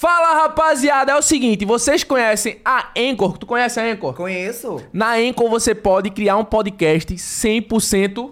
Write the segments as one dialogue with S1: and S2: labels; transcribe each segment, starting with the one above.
S1: Fala rapaziada, é o seguinte, vocês conhecem a Anchor? Tu conhece a Anchor?
S2: Conheço.
S1: Na Anchor você pode criar um podcast 100%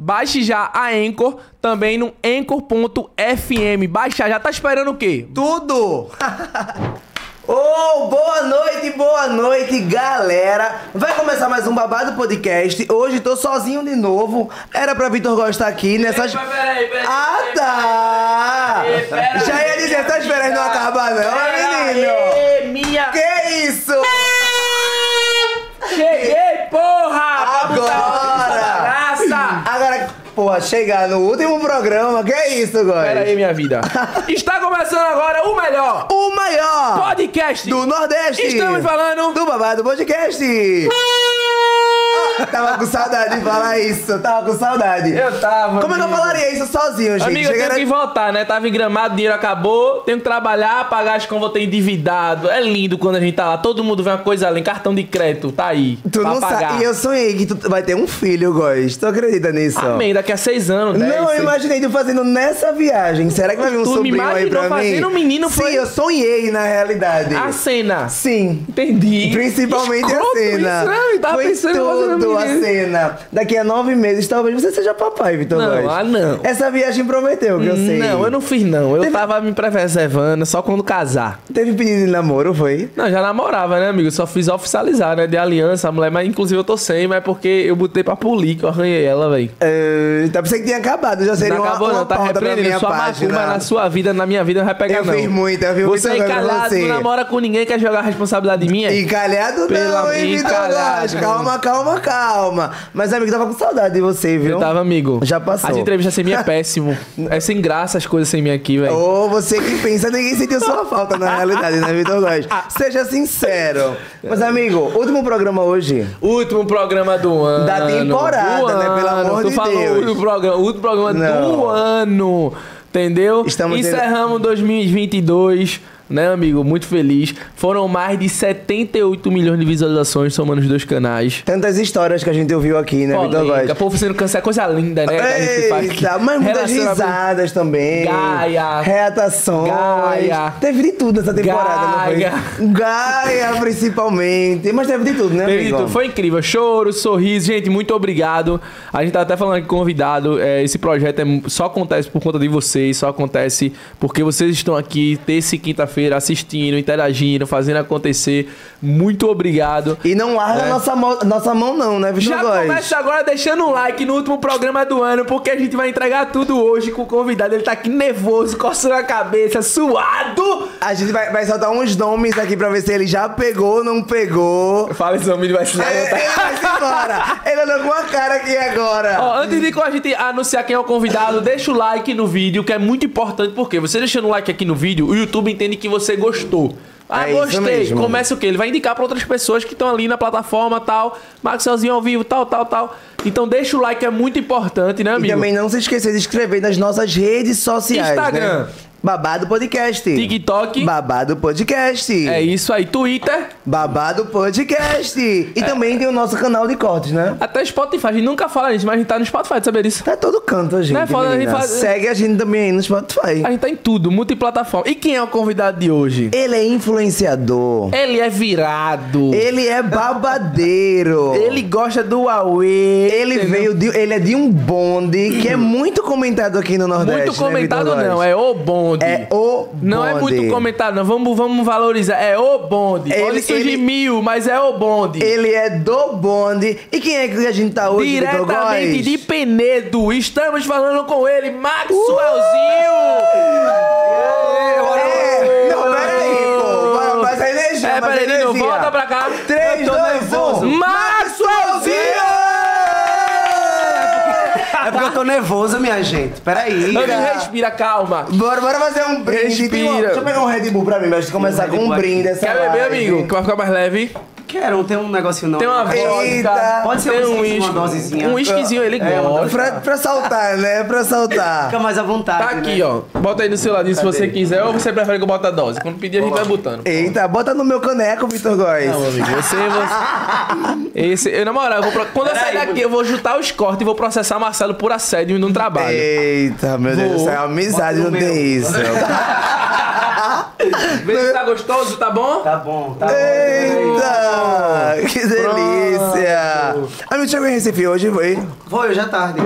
S1: Baixe já a Anchor, também no anchor.fm. Baixa já, tá esperando o quê?
S2: Tudo! Oh, boa noite, boa noite, galera! Vai começar mais um babado podcast. Hoje tô sozinho de novo. Era pra Vitor Góes estar aqui nessas.
S1: Mas peraí, peraí,
S2: Tá Ah,
S1: peraí,
S2: tá!
S1: peraí, peraí,
S2: Já ia
S1: peraí,
S2: dizer, tá esperando não acabar, não,
S1: Pera
S2: né, menino?
S1: aí, minha...
S2: Que isso?
S1: Cheguei, porra! Pra botar
S2: Agora!
S1: o bicho na graça!
S2: Agora, porra, chegar no último programa, que isso,
S1: Pera aí,
S2: Góes?
S1: minha vida. Está começando agora o melhor
S2: O maior!
S1: podcast
S2: do Nordeste.
S1: Estamos falando-
S2: do babado podcast. Ah, tava com saudade de falar isso, tava com saudade.
S1: Eu tava,
S2: Como é que eu
S1: amigo.
S2: falaria isso sozinho, gente?
S1: Amigo, eu tenho
S2: Chegando-
S1: que voltar, né? Tava engramado, dinheiro acabou, tenho que trabalhar, pagar as contas, tô endividado. É lindo quando a gente tá lá, todo mundo vê uma coisa além, cartão de crédito, tá aí.
S2: Tu
S1: pra
S2: não
S1: pagar.
S2: sabe. E eu sonhei que tu vai ter um filho, Góis. Tu acredita nisso?
S1: Amém, daqui a seis anos, né? dez,
S2: Não, eu
S1: seis-
S2: imaginei tu fazendo nessa viagem. Será que vai vir um
S1: Tu me
S2: sobrinho aí
S1: imaginou
S2: pra mim?
S1: fazendo um menino,
S2: Sim,
S1: foi-
S2: eu sonhei na realidade.
S1: A cena.
S2: Sim.
S1: Entendi.
S2: Principalmente a
S1: Escroto
S2: cena.
S1: Isso, né? Eu tava
S2: Foi
S1: pensando em fazer
S2: tudo assim, a
S1: menina.
S2: cena. Daqui a nove meses, talvez você seja papai, Vitor
S1: Não,
S2: Góes.
S1: ah, não.
S2: Essa viagem prometeu, que eu sei.
S1: Não, eu não fiz não. Eu tava me preservando só quando casar.
S2: Teve pedido de namoro, foi?
S1: Não, já namorava, né, amigo? Só fiz oficializar, né? De aliança, a mulher, mas inclusive eu tô sem, mas é porque eu botei pra polir que eu arranhei ela, velho.
S2: É, tá pensando que tinha acabado, já seria
S1: Não
S2: uma,
S1: acabou,
S2: uma
S1: não, tá
S2: pauta pra
S1: repreendendo.
S2: minha
S1: Sua
S2: página.
S1: macumba na sua vida, na minha vida, não vai pegar,
S2: Eu
S1: não.
S2: fiz muita, eu fiz
S1: Você
S2: muita coisa pra
S1: encalhado,
S2: você.
S1: não namora com ninguém, quer jogar a responsabilidade é? minha?
S2: Encalhado
S1: Pelo
S2: não, hein,
S1: amor-
S2: Vitor Góes?
S1: encalhado,
S2: Calma, calma, calma. Mas, amigo, tava com saudade de você, viu?
S1: Eu tava, amigo.
S2: Já passou.
S1: As entrevistas sem mim é péssimo. É sem graça as coisas sem mim aqui, velho.
S2: Ou você que pensa, ninguém sentiu sua falta na realidade, né, Vitor Góes? Seja sincero. Mas, amigo, último programa hoje.
S1: Último programa do ano.
S2: Da temporada,
S1: Do
S2: né? Pelo
S1: ano.
S2: amor
S1: tu
S2: de
S1: falou
S2: Deus.
S1: O último programa, o último programa do
S2: Não.
S1: ano. Entendeu?
S2: Estamos tendo-
S1: Encerramos 2022, né, amigo? Muito feliz. Foram mais de 78 milhões de visualizações somando os dois canais.
S2: Tantas histórias que a gente ouviu aqui, né, Vitor
S1: Polêmica,
S2: Góes?
S1: povo sendo cancelado, coisa linda, né? que a gente faz aqui.
S2: Eita, mas muitas
S1: Relacionamento-
S2: risadas também.
S1: Gaia.
S2: Reatações.
S1: Gaia.
S2: Teve de tudo essa temporada,
S1: Gaia.
S2: não foi? Gaia, principalmente. Mas teve de tudo, né,
S1: Teve de
S2: amigo?
S1: tudo. Foi incrível. Choro, sorriso. Gente, muito obrigado. A gente tá até falando aqui com o convidado. é, esse projeto é mu- só acontece por conta de vocês, só acontece porque vocês estão aqui terça e quinta-feira assistindo, interagindo, fazendo acontecer. Muito obrigado.
S2: E não larga nossa, mo- nossa mão, não, né, Vitor
S1: É. Já
S2: Góes?
S1: começa agora deixando um like no último programa do ano, porque a gente vai entregar tudo hoje com o convidado. Ele tá aqui nervoso, coçando a cabeça, suado.
S2: A gente vai, vai soltar uns nomes aqui pra ver se ele já pegou ou não pegou.
S1: Fala esse homem, ele vai se
S2: É,
S1: levantar.
S2: Ele vai se embora. Ele olhou com a cara aqui agora.
S1: Ó, antes de que a gente anunciar quem é o convidado, deixa o like no vídeo, que é muito importante, porque você deixando o like aqui no vídeo, o YouTube entende que você gostou. Ah,
S2: É isso
S1: gostei.
S2: mesmo.
S1: Começa o quê? Ele vai indicar pra outras pessoas que estão ali na plataforma, tal, Maxelzinho ao vivo, tal, tal, tal. Então deixa o like, é muito importante, né,
S2: e
S1: amigo?
S2: também não se esquecer de inscrever nas nossas redes sociais.
S1: Instagram.
S2: Né? Babado Podcast.
S1: TikTok.
S2: Babado Podcast.
S1: É isso aí. Twitter,
S2: Babado Podcast. E também tem o nosso canal de cortes, né?
S1: até Spotify. A gente nunca fala isso, mas a gente tá no Spotify, tu sabia disso?
S2: Tá todo canto, gente.
S1: Não é foda, a gente
S2: menina.
S1: faz-
S2: Segue a gente também aí no Spotify.
S1: A gente tá em tudo, multiplataforma. E quem é o convidado de hoje?
S2: Ele é influenciador.
S1: Ele é virado.
S2: Ele é babadeiro.
S1: Ele gosta do Huawei.
S2: Ele
S1: entendeu?
S2: veio de. Ele é de um bonde que é muito comentado aqui no Nordeste.
S1: Muito comentado
S2: né, Vitor
S1: não,
S2: Góes?
S1: é o bonde.
S2: É o bonde.
S1: Não é muito comentado não, vamos, vamos valorizar. É o bonde.
S2: Ele-
S1: Pode surgir
S2: ele-
S1: mil, mas é o bonde.
S2: Ele é do bonde. E quem é que a gente tá hoje, Vitor
S1: Diretamente
S2: Góes?
S1: de Penedo, estamos falando com ele, Maxwellzinho!
S2: Uh! É, não, peraí, pô. Vai- Faz a energia,
S1: É,
S2: faz a
S1: peraí, Nino,
S2: energia.
S1: volta pra cá.
S2: 3,
S1: Eu tô
S2: 2, 1.
S1: nervoso. Maxwellzinho!
S2: É porque eu eu tô nervoso, minha gente. Peraí.
S1: Ana, respira, calma.
S2: Bora, bora fazer um brinde. Tem uma-
S1: Respira.
S2: Deixa eu pegar um Red Bull pra mim, mas começar com um brinde. Essa
S1: Quer beber,
S2: live.
S1: amigo? Que vai ficar mais leve.
S3: Quero, tem um negocinho não.
S1: Tem uma
S3: É,
S1: vodka.
S2: Eita.
S3: Pode ser
S1: tem
S3: um
S1: um
S3: whisky, uma
S1: uísque.
S3: dosezinha.
S1: Um whiskyzinho, ele
S3: É, uma
S1: gosta.
S2: Pra, pra saltar, né? Pra
S3: Fica
S2: saltar.
S3: mais à vontade,
S1: Tá aqui,
S3: né?
S1: ó. Bota aí do seu ladinho se
S3: Cadê?
S1: você quiser ou você prefere que eu bote a dose. Quando pedir, a gente vai botando.
S2: Eita, bota no meu caneco, Vitor Góes.
S1: Não, amigo, você, você... Esse, eu, na moral, eu vou pro- quando eu sair
S3: Peraí,
S1: daqui, eu vou juntar os cortes e vou processar Marcelo por assédio no trabalho.
S2: É. Eita, meu Deus do
S1: Vou.
S2: céu, é uma amizade, não
S3: Bota no
S2: tem
S3: meu.
S2: isso.
S1: Vê se tá gostoso, tá bom?
S3: Tá bom, tá bom.
S2: Eita, que delícia. Ah, Amigo, chegou em Recife hoje, foi?
S3: Foi hoje à tarde.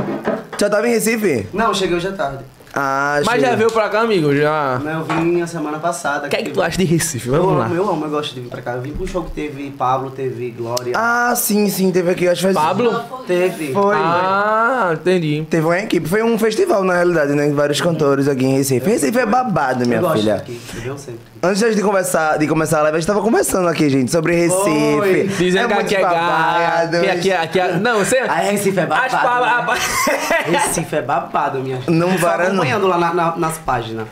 S2: Já tava em Recife?
S3: Não, cheguei hoje à tarde.
S2: Ah,
S1: Mas
S2: chega.
S1: já veio pra cá, amigo, já.
S3: Mas Eu vim a semana passada.
S1: O que é que tu acha de Recife?
S3: Eu
S1: Vamos lá.
S3: amo, eu amo, eu gosto de vir pra cá. Eu vim pro show que teve Pablo, teve Glória.
S2: Ah, sim, sim, teve aqui, acho que faz...
S1: Pablo?
S3: Teve.
S2: Foi.
S1: Ah, entendi.
S2: Teve uma equipe, foi um festival na realidade, né? Vários cantores aqui em Recife. Recife é babado, minha
S3: eu gosto
S2: filha.
S3: daqui, entendeu? Sempre.
S2: Antes de conversar, de começar a live, a gente tava conversando aqui, gente, sobre Recife.
S3: Foi.
S1: Dizem que
S2: muito
S1: aqui é
S2: babado,
S1: gato, que aqui é. Aqui é não, você.
S3: A Recife é babado.
S1: As palavras.
S3: né? Recife é babado, minha gente.
S2: Não
S3: Eu tô
S2: para, não.
S3: acompanhando lá na- na- nas páginas.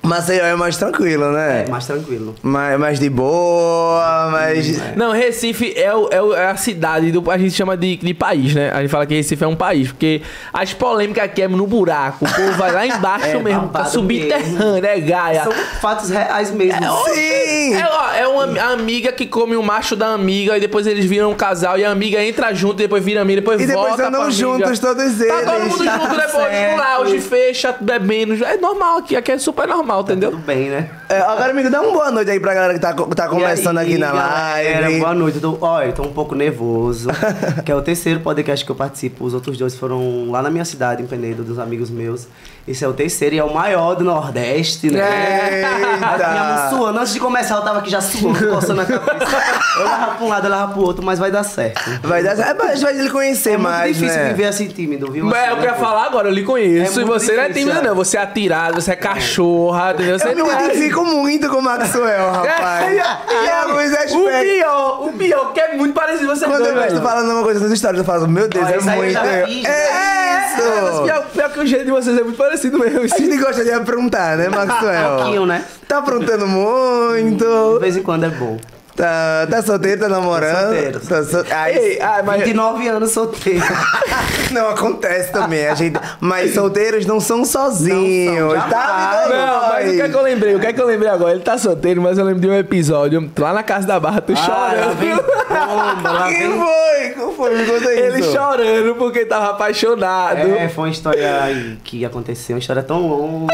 S2: Maceió é mais tranquilo, né?
S3: É mais tranquilo.
S2: mais, mais de boa, mais...
S1: Não, Recife é, o- é o- é a cidade do. A gente chama de, de país, né? A gente fala que Recife é um país, porque as polêmicas aqui é no buraco. O povo vai lá embaixo
S3: É,
S1: mesmo, tá
S3: babado
S1: subterrâneo, é Gaia.
S3: São fatos reais mesmo.
S2: Sim!
S1: É, ó, é uma a amiga que come o macho da amiga e depois eles viram um casal e a amiga entra junto, depois vira amiga, depois
S2: E
S1: volta.
S2: depois andam
S1: pra amiga.
S2: juntos todos
S1: Tá todo
S2: eles.
S1: mundo
S3: tá
S1: junto depois,
S3: certo.
S1: no lounge, fecha, bebendo. É normal aqui, aqui é super normal, entendeu?
S3: Tudo bem, né?
S2: É, agora, amigo, dá uma boa noite aí pra galera que tá, co- tá começando
S3: E aí,
S2: aqui na
S3: galera,
S2: live.
S3: Boa noite. Eu Tô, olha, tô um pouco nervoso. que é o terceiro podcast que eu participo. Os outros dois foram lá na minha cidade, em Penedo, dos amigos meus. Esse é o terceiro e é o maior do Nordeste, né?
S2: Eita!
S3: Minha mão suando. Antes de começar, eu tava aqui já suando, coçando a cabeça. Eu lava pra um lado, eu lava pro outro, mas vai dar certo.
S2: Vai dar certo. É, mas vai ele conhecer
S3: É muito
S2: mais,
S3: difícil
S2: né?
S3: viver assim tímido, viu?
S1: Mas é
S3: Assim,
S1: eu
S3: né,
S1: queria
S3: pô?
S1: falar agora, eu lhe conheço.
S3: É
S1: e
S3: muito
S1: você não é tímido,
S3: difícil,
S1: não. Você é atirado, você é cachorra, entendeu? Você
S2: Eu me
S1: não é-
S2: identifico muito com o Maxwell, rapaz. e a Luiz
S1: O
S2: Aspect.
S1: pior, o pior, que é muito parecido você
S2: Quando eu vejo tu falando uma coisa nas histórias, eu falo, meu Deus,
S3: Olha,
S2: é
S3: isso aí eu
S2: muito.
S3: já
S2: É
S3: fiz,
S2: isso!
S3: já
S1: É, é, mas pior, pior que o jeito de vocês é muito parecido mesmo.
S2: A gente gosta de aprontar, né, Maxwell?
S3: Pouquinho, né?
S2: Tá aprontando
S3: De
S2: muito.
S3: vez em quando é bom.
S2: Tá, tá solteiro, tá namorando.
S3: solteiro,
S2: Tá sol- Ai,
S1: Ei, ah, mas...
S3: 29 anos solteiro.
S2: Não, acontece também, a gente. Mas solteiros não são sozinhos.
S3: jamais.
S2: tá, Vitor
S1: Não, mas o que é que eu lembrei? O que é que eu lembrei agora? Ele tá solteiro, mas eu lembro de um episódio lá na casa da Barra, tu
S2: Ah,
S3: lá vem
S1: chorando.
S3: bomba, lá
S2: Quem
S3: vem...
S2: foi? Qual foi? Me conta isso.
S1: Ele chorando porque tava apaixonado.
S3: É, foi uma história aí que aconteceu, uma história tão longa.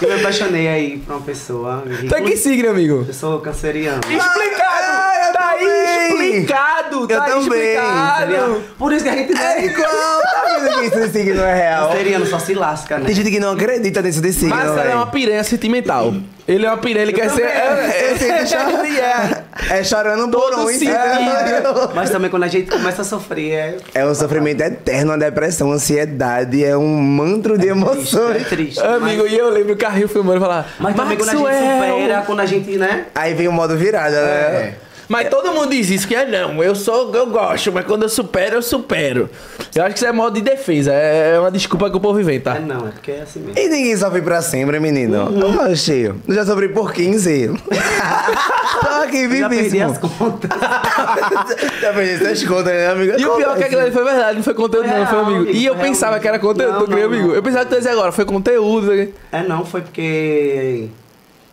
S3: Eu me apaixonei aí pra uma pessoa.
S1: Tu é que signo, amigo?
S3: Eu sou canceriano.
S1: Explicado!
S2: Ah, eu
S1: tá aí
S2: também.
S1: explicado! Tá aí
S2: Eu também.
S1: explicado!
S3: Por isso que a gente não
S2: É
S3: é
S2: igual, tá vendo que esse signo é real?
S3: canceriano, só se lasca, né?
S2: Tem gente que não acredita nesse de signo,
S1: Marcelo é
S2: véi.
S1: uma piranha sentimental. Ele é uma piranha, ele quer ser.
S2: É, Esse aí que chora.
S1: Ele é.
S2: É chorando por
S1: Todo
S2: um,
S1: sentido.
S2: entendeu?
S3: Mas também quando a gente começa a sofrer, é.
S2: É um sofrimento eterno, uma depressão, uma ansiedade, é um mantra de
S3: Triste, é
S2: emoções.
S3: triste.
S1: Amigo, e eu lembro o carrinho filmando e falar.
S3: Mas, mas também quando a gente supera, quando a gente, né?
S2: Aí vem o modo virada, né?
S1: Mas todo mundo diz isso, que é não, eu sou, eu gosto, mas quando eu supero, eu supero. Eu acho que isso é modo de defesa, é é uma desculpa que o povo inventa.
S3: É não, é porque é assim mesmo.
S2: E ninguém sofre pra sempre, menino. Oxi, eu já sofri por 15. Tô aqui
S3: Eu Já perdi as
S2: vivíssimo.
S3: contas.
S2: Já perdi essas contas, né, amiga?
S1: E o pior é que aquilo ali foi verdade, não foi conteúdo,
S3: Foi
S1: não, foi
S3: real,
S1: amigo.
S3: amigo,
S1: E eu
S3: foi real
S1: pensava
S3: mesmo.
S1: que era conteúdo,
S3: Não,
S1: tu crê,
S3: não,
S1: amigo.
S3: não.
S1: Eu pensava que tu ia dizer agora, foi conteúdo. né?
S3: É não, foi porque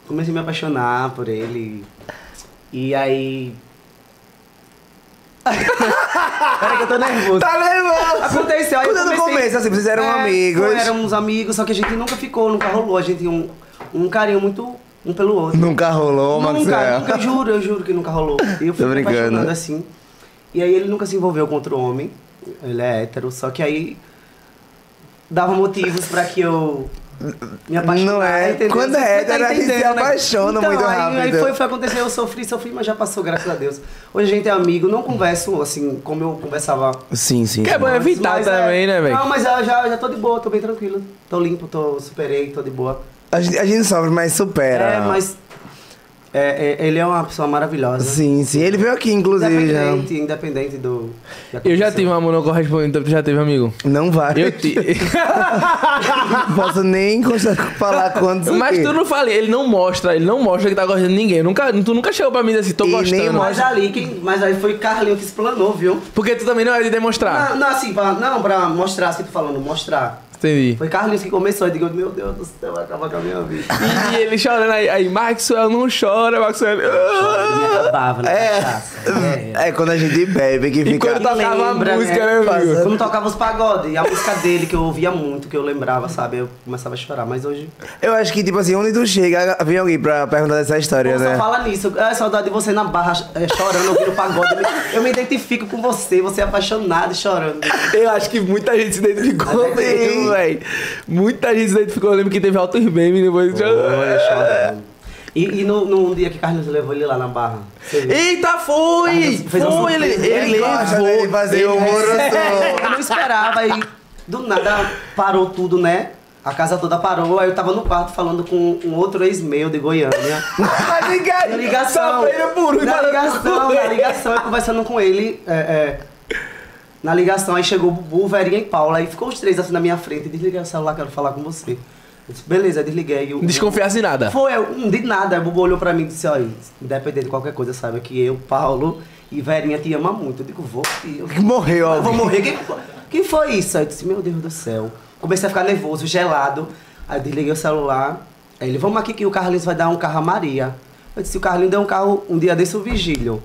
S3: comecei a me apaixonar por ele. E aí. Peraí que eu tô nervoso.
S2: Tá nervoso!
S3: Aconteceu, aí eu
S2: Quando no
S3: comecei-
S2: começo, assim, vocês eram
S3: É,
S2: amigos.
S3: Éramos amigos, só que a gente nunca ficou, nunca rolou. A gente tinha um, um carinho muito um pelo outro.
S2: Nunca rolou,
S3: nunca,
S2: Maxwell.
S3: nunca, eu juro, eu juro que nunca rolou. E eu
S2: Tô
S3: fui me
S2: brincando.
S3: apaixonando assim. E aí ele nunca se envolveu com outro homem. Ele é hétero, só que aí dava motivos pra que eu me apaixonasse.
S2: Não é.
S3: entendeu?
S2: Quando é
S3: Você tá
S2: hétero, a gente se
S3: entendendo, né?
S2: apaixona
S3: Então,
S2: muito
S3: aí- Aí,
S2: rápido.
S3: foi, foi acontecer, eu sofri, sofri, mas já passou, graças a Deus. Hoje a gente é amigo, não converso assim como eu conversava.
S2: Sim, sim.
S1: Que
S2: sim.
S1: é bom
S3: antes,
S1: evitar
S3: mas é-
S1: também, né, velho?
S3: Não, mas eu já, já tô de boa, tô bem tranquilo. Tô limpo, tô superei, tô de boa.
S2: A gente, a gente sofre, mas supera.
S3: É, mas É, é, ele é uma pessoa maravilhosa.
S2: Sim, sim. Ele veio aqui, inclusive. Já.
S3: Independente, independente do. da
S1: é um Eu já
S3: condição.
S1: tive um amor não correspondente, tu já teve, amigo?
S2: Não vai.
S1: Eu ti...
S2: Não posso nem consta- falar quantos.
S1: Mas tu não fala, ele não mostra, ele não mostra que tá gostando de ninguém. Nunca, tu nunca chegou pra mim e disse assim, tô
S2: E nem
S1: gostando.
S2: mostra.
S3: Mas ali, quem, mas aí foi Carlinho que explanou, viu?
S1: Porque tu também não era de demonstrar.
S3: Não, não, assim, pra, não, pra mostrar, assim, tô falando, mostrar.
S1: Entendi.
S3: Foi Carlinhos que começou, eu digo, meu Deus do céu, vai acabar com a minha vida.
S1: E ele chorando aí, aí Maxwell não chora, Maxwell. Ah!
S3: Ele me acabava né, tá na
S1: É.
S3: cachaça.
S2: É. é quando a gente bebe que
S1: E
S2: fica.
S1: quando tocava a
S3: Lembra,
S1: música,
S3: né?
S1: né, amigo?
S3: Quando tocava os pagodes, e a música dele que eu ouvia muito, que eu lembrava, sabe? Eu começava a chorar, mas hoje.
S2: Eu acho que, tipo assim, onde tu chega, vem alguém pra perguntar dessa história,
S3: Pô, só
S2: né?
S3: fala nisso. É saudade de você na barra é, chorando, ouvindo o pagode. Eu me, eu me identifico com você, você é apaixonado e chorando.
S1: Eu acho que muita gente se identificou
S3: Mas é que-
S1: mesmo, velho. Muita gente se identificou. Eu lembro que teve altos memes depois.
S3: Olha, chorando. E, e no, num dia que Carlinhos levou ele lá na barra. Você viu?
S1: Eita, foi!
S3: Carlos fez um
S1: Foi, ele,
S3: surpresa. é
S1: ele,
S2: Ele gosta
S1: levou.
S2: dele fazer
S1: ele
S2: humor.
S3: Eu não esperava e do nada parou tudo, né? A casa toda parou, aí eu tava no quarto falando com um outro ex meu de Goiânia.
S1: Tá ligado?
S3: Na ligação.
S1: Sapeira por um,
S3: na
S1: cara,
S3: ligação,
S1: por
S3: na
S1: um.
S3: ligação, eu conversando com ele. é, é, na ligação, aí chegou o Bubu, Verinha e Paula. Aí ficou os três assim na minha frente. Desliguei o celular, quero falar com você. Eu disse, beleza, desliguei. Eu,
S1: Desconfiasse de nada.
S3: Foi, eu, hum, de nada. Aí o Bubu olhou pra mim e disse, olha, independente de qualquer coisa, saiba que eu, Paulo e Verinha te ama muito. Eu digo, vou, tio.
S2: Que morreu
S3: Eu vou
S2: alguém.
S3: morrer. Quem, quem foi isso? Aí eu disse, meu Deus do céu. Comecei a ficar nervoso, gelado. Aí eu desliguei o celular. Aí ele, vamos aqui que o Carlinhos vai dar um carro a Maria. Eu disse, o Carlinhos deu um carro um dia desse o Vigílio.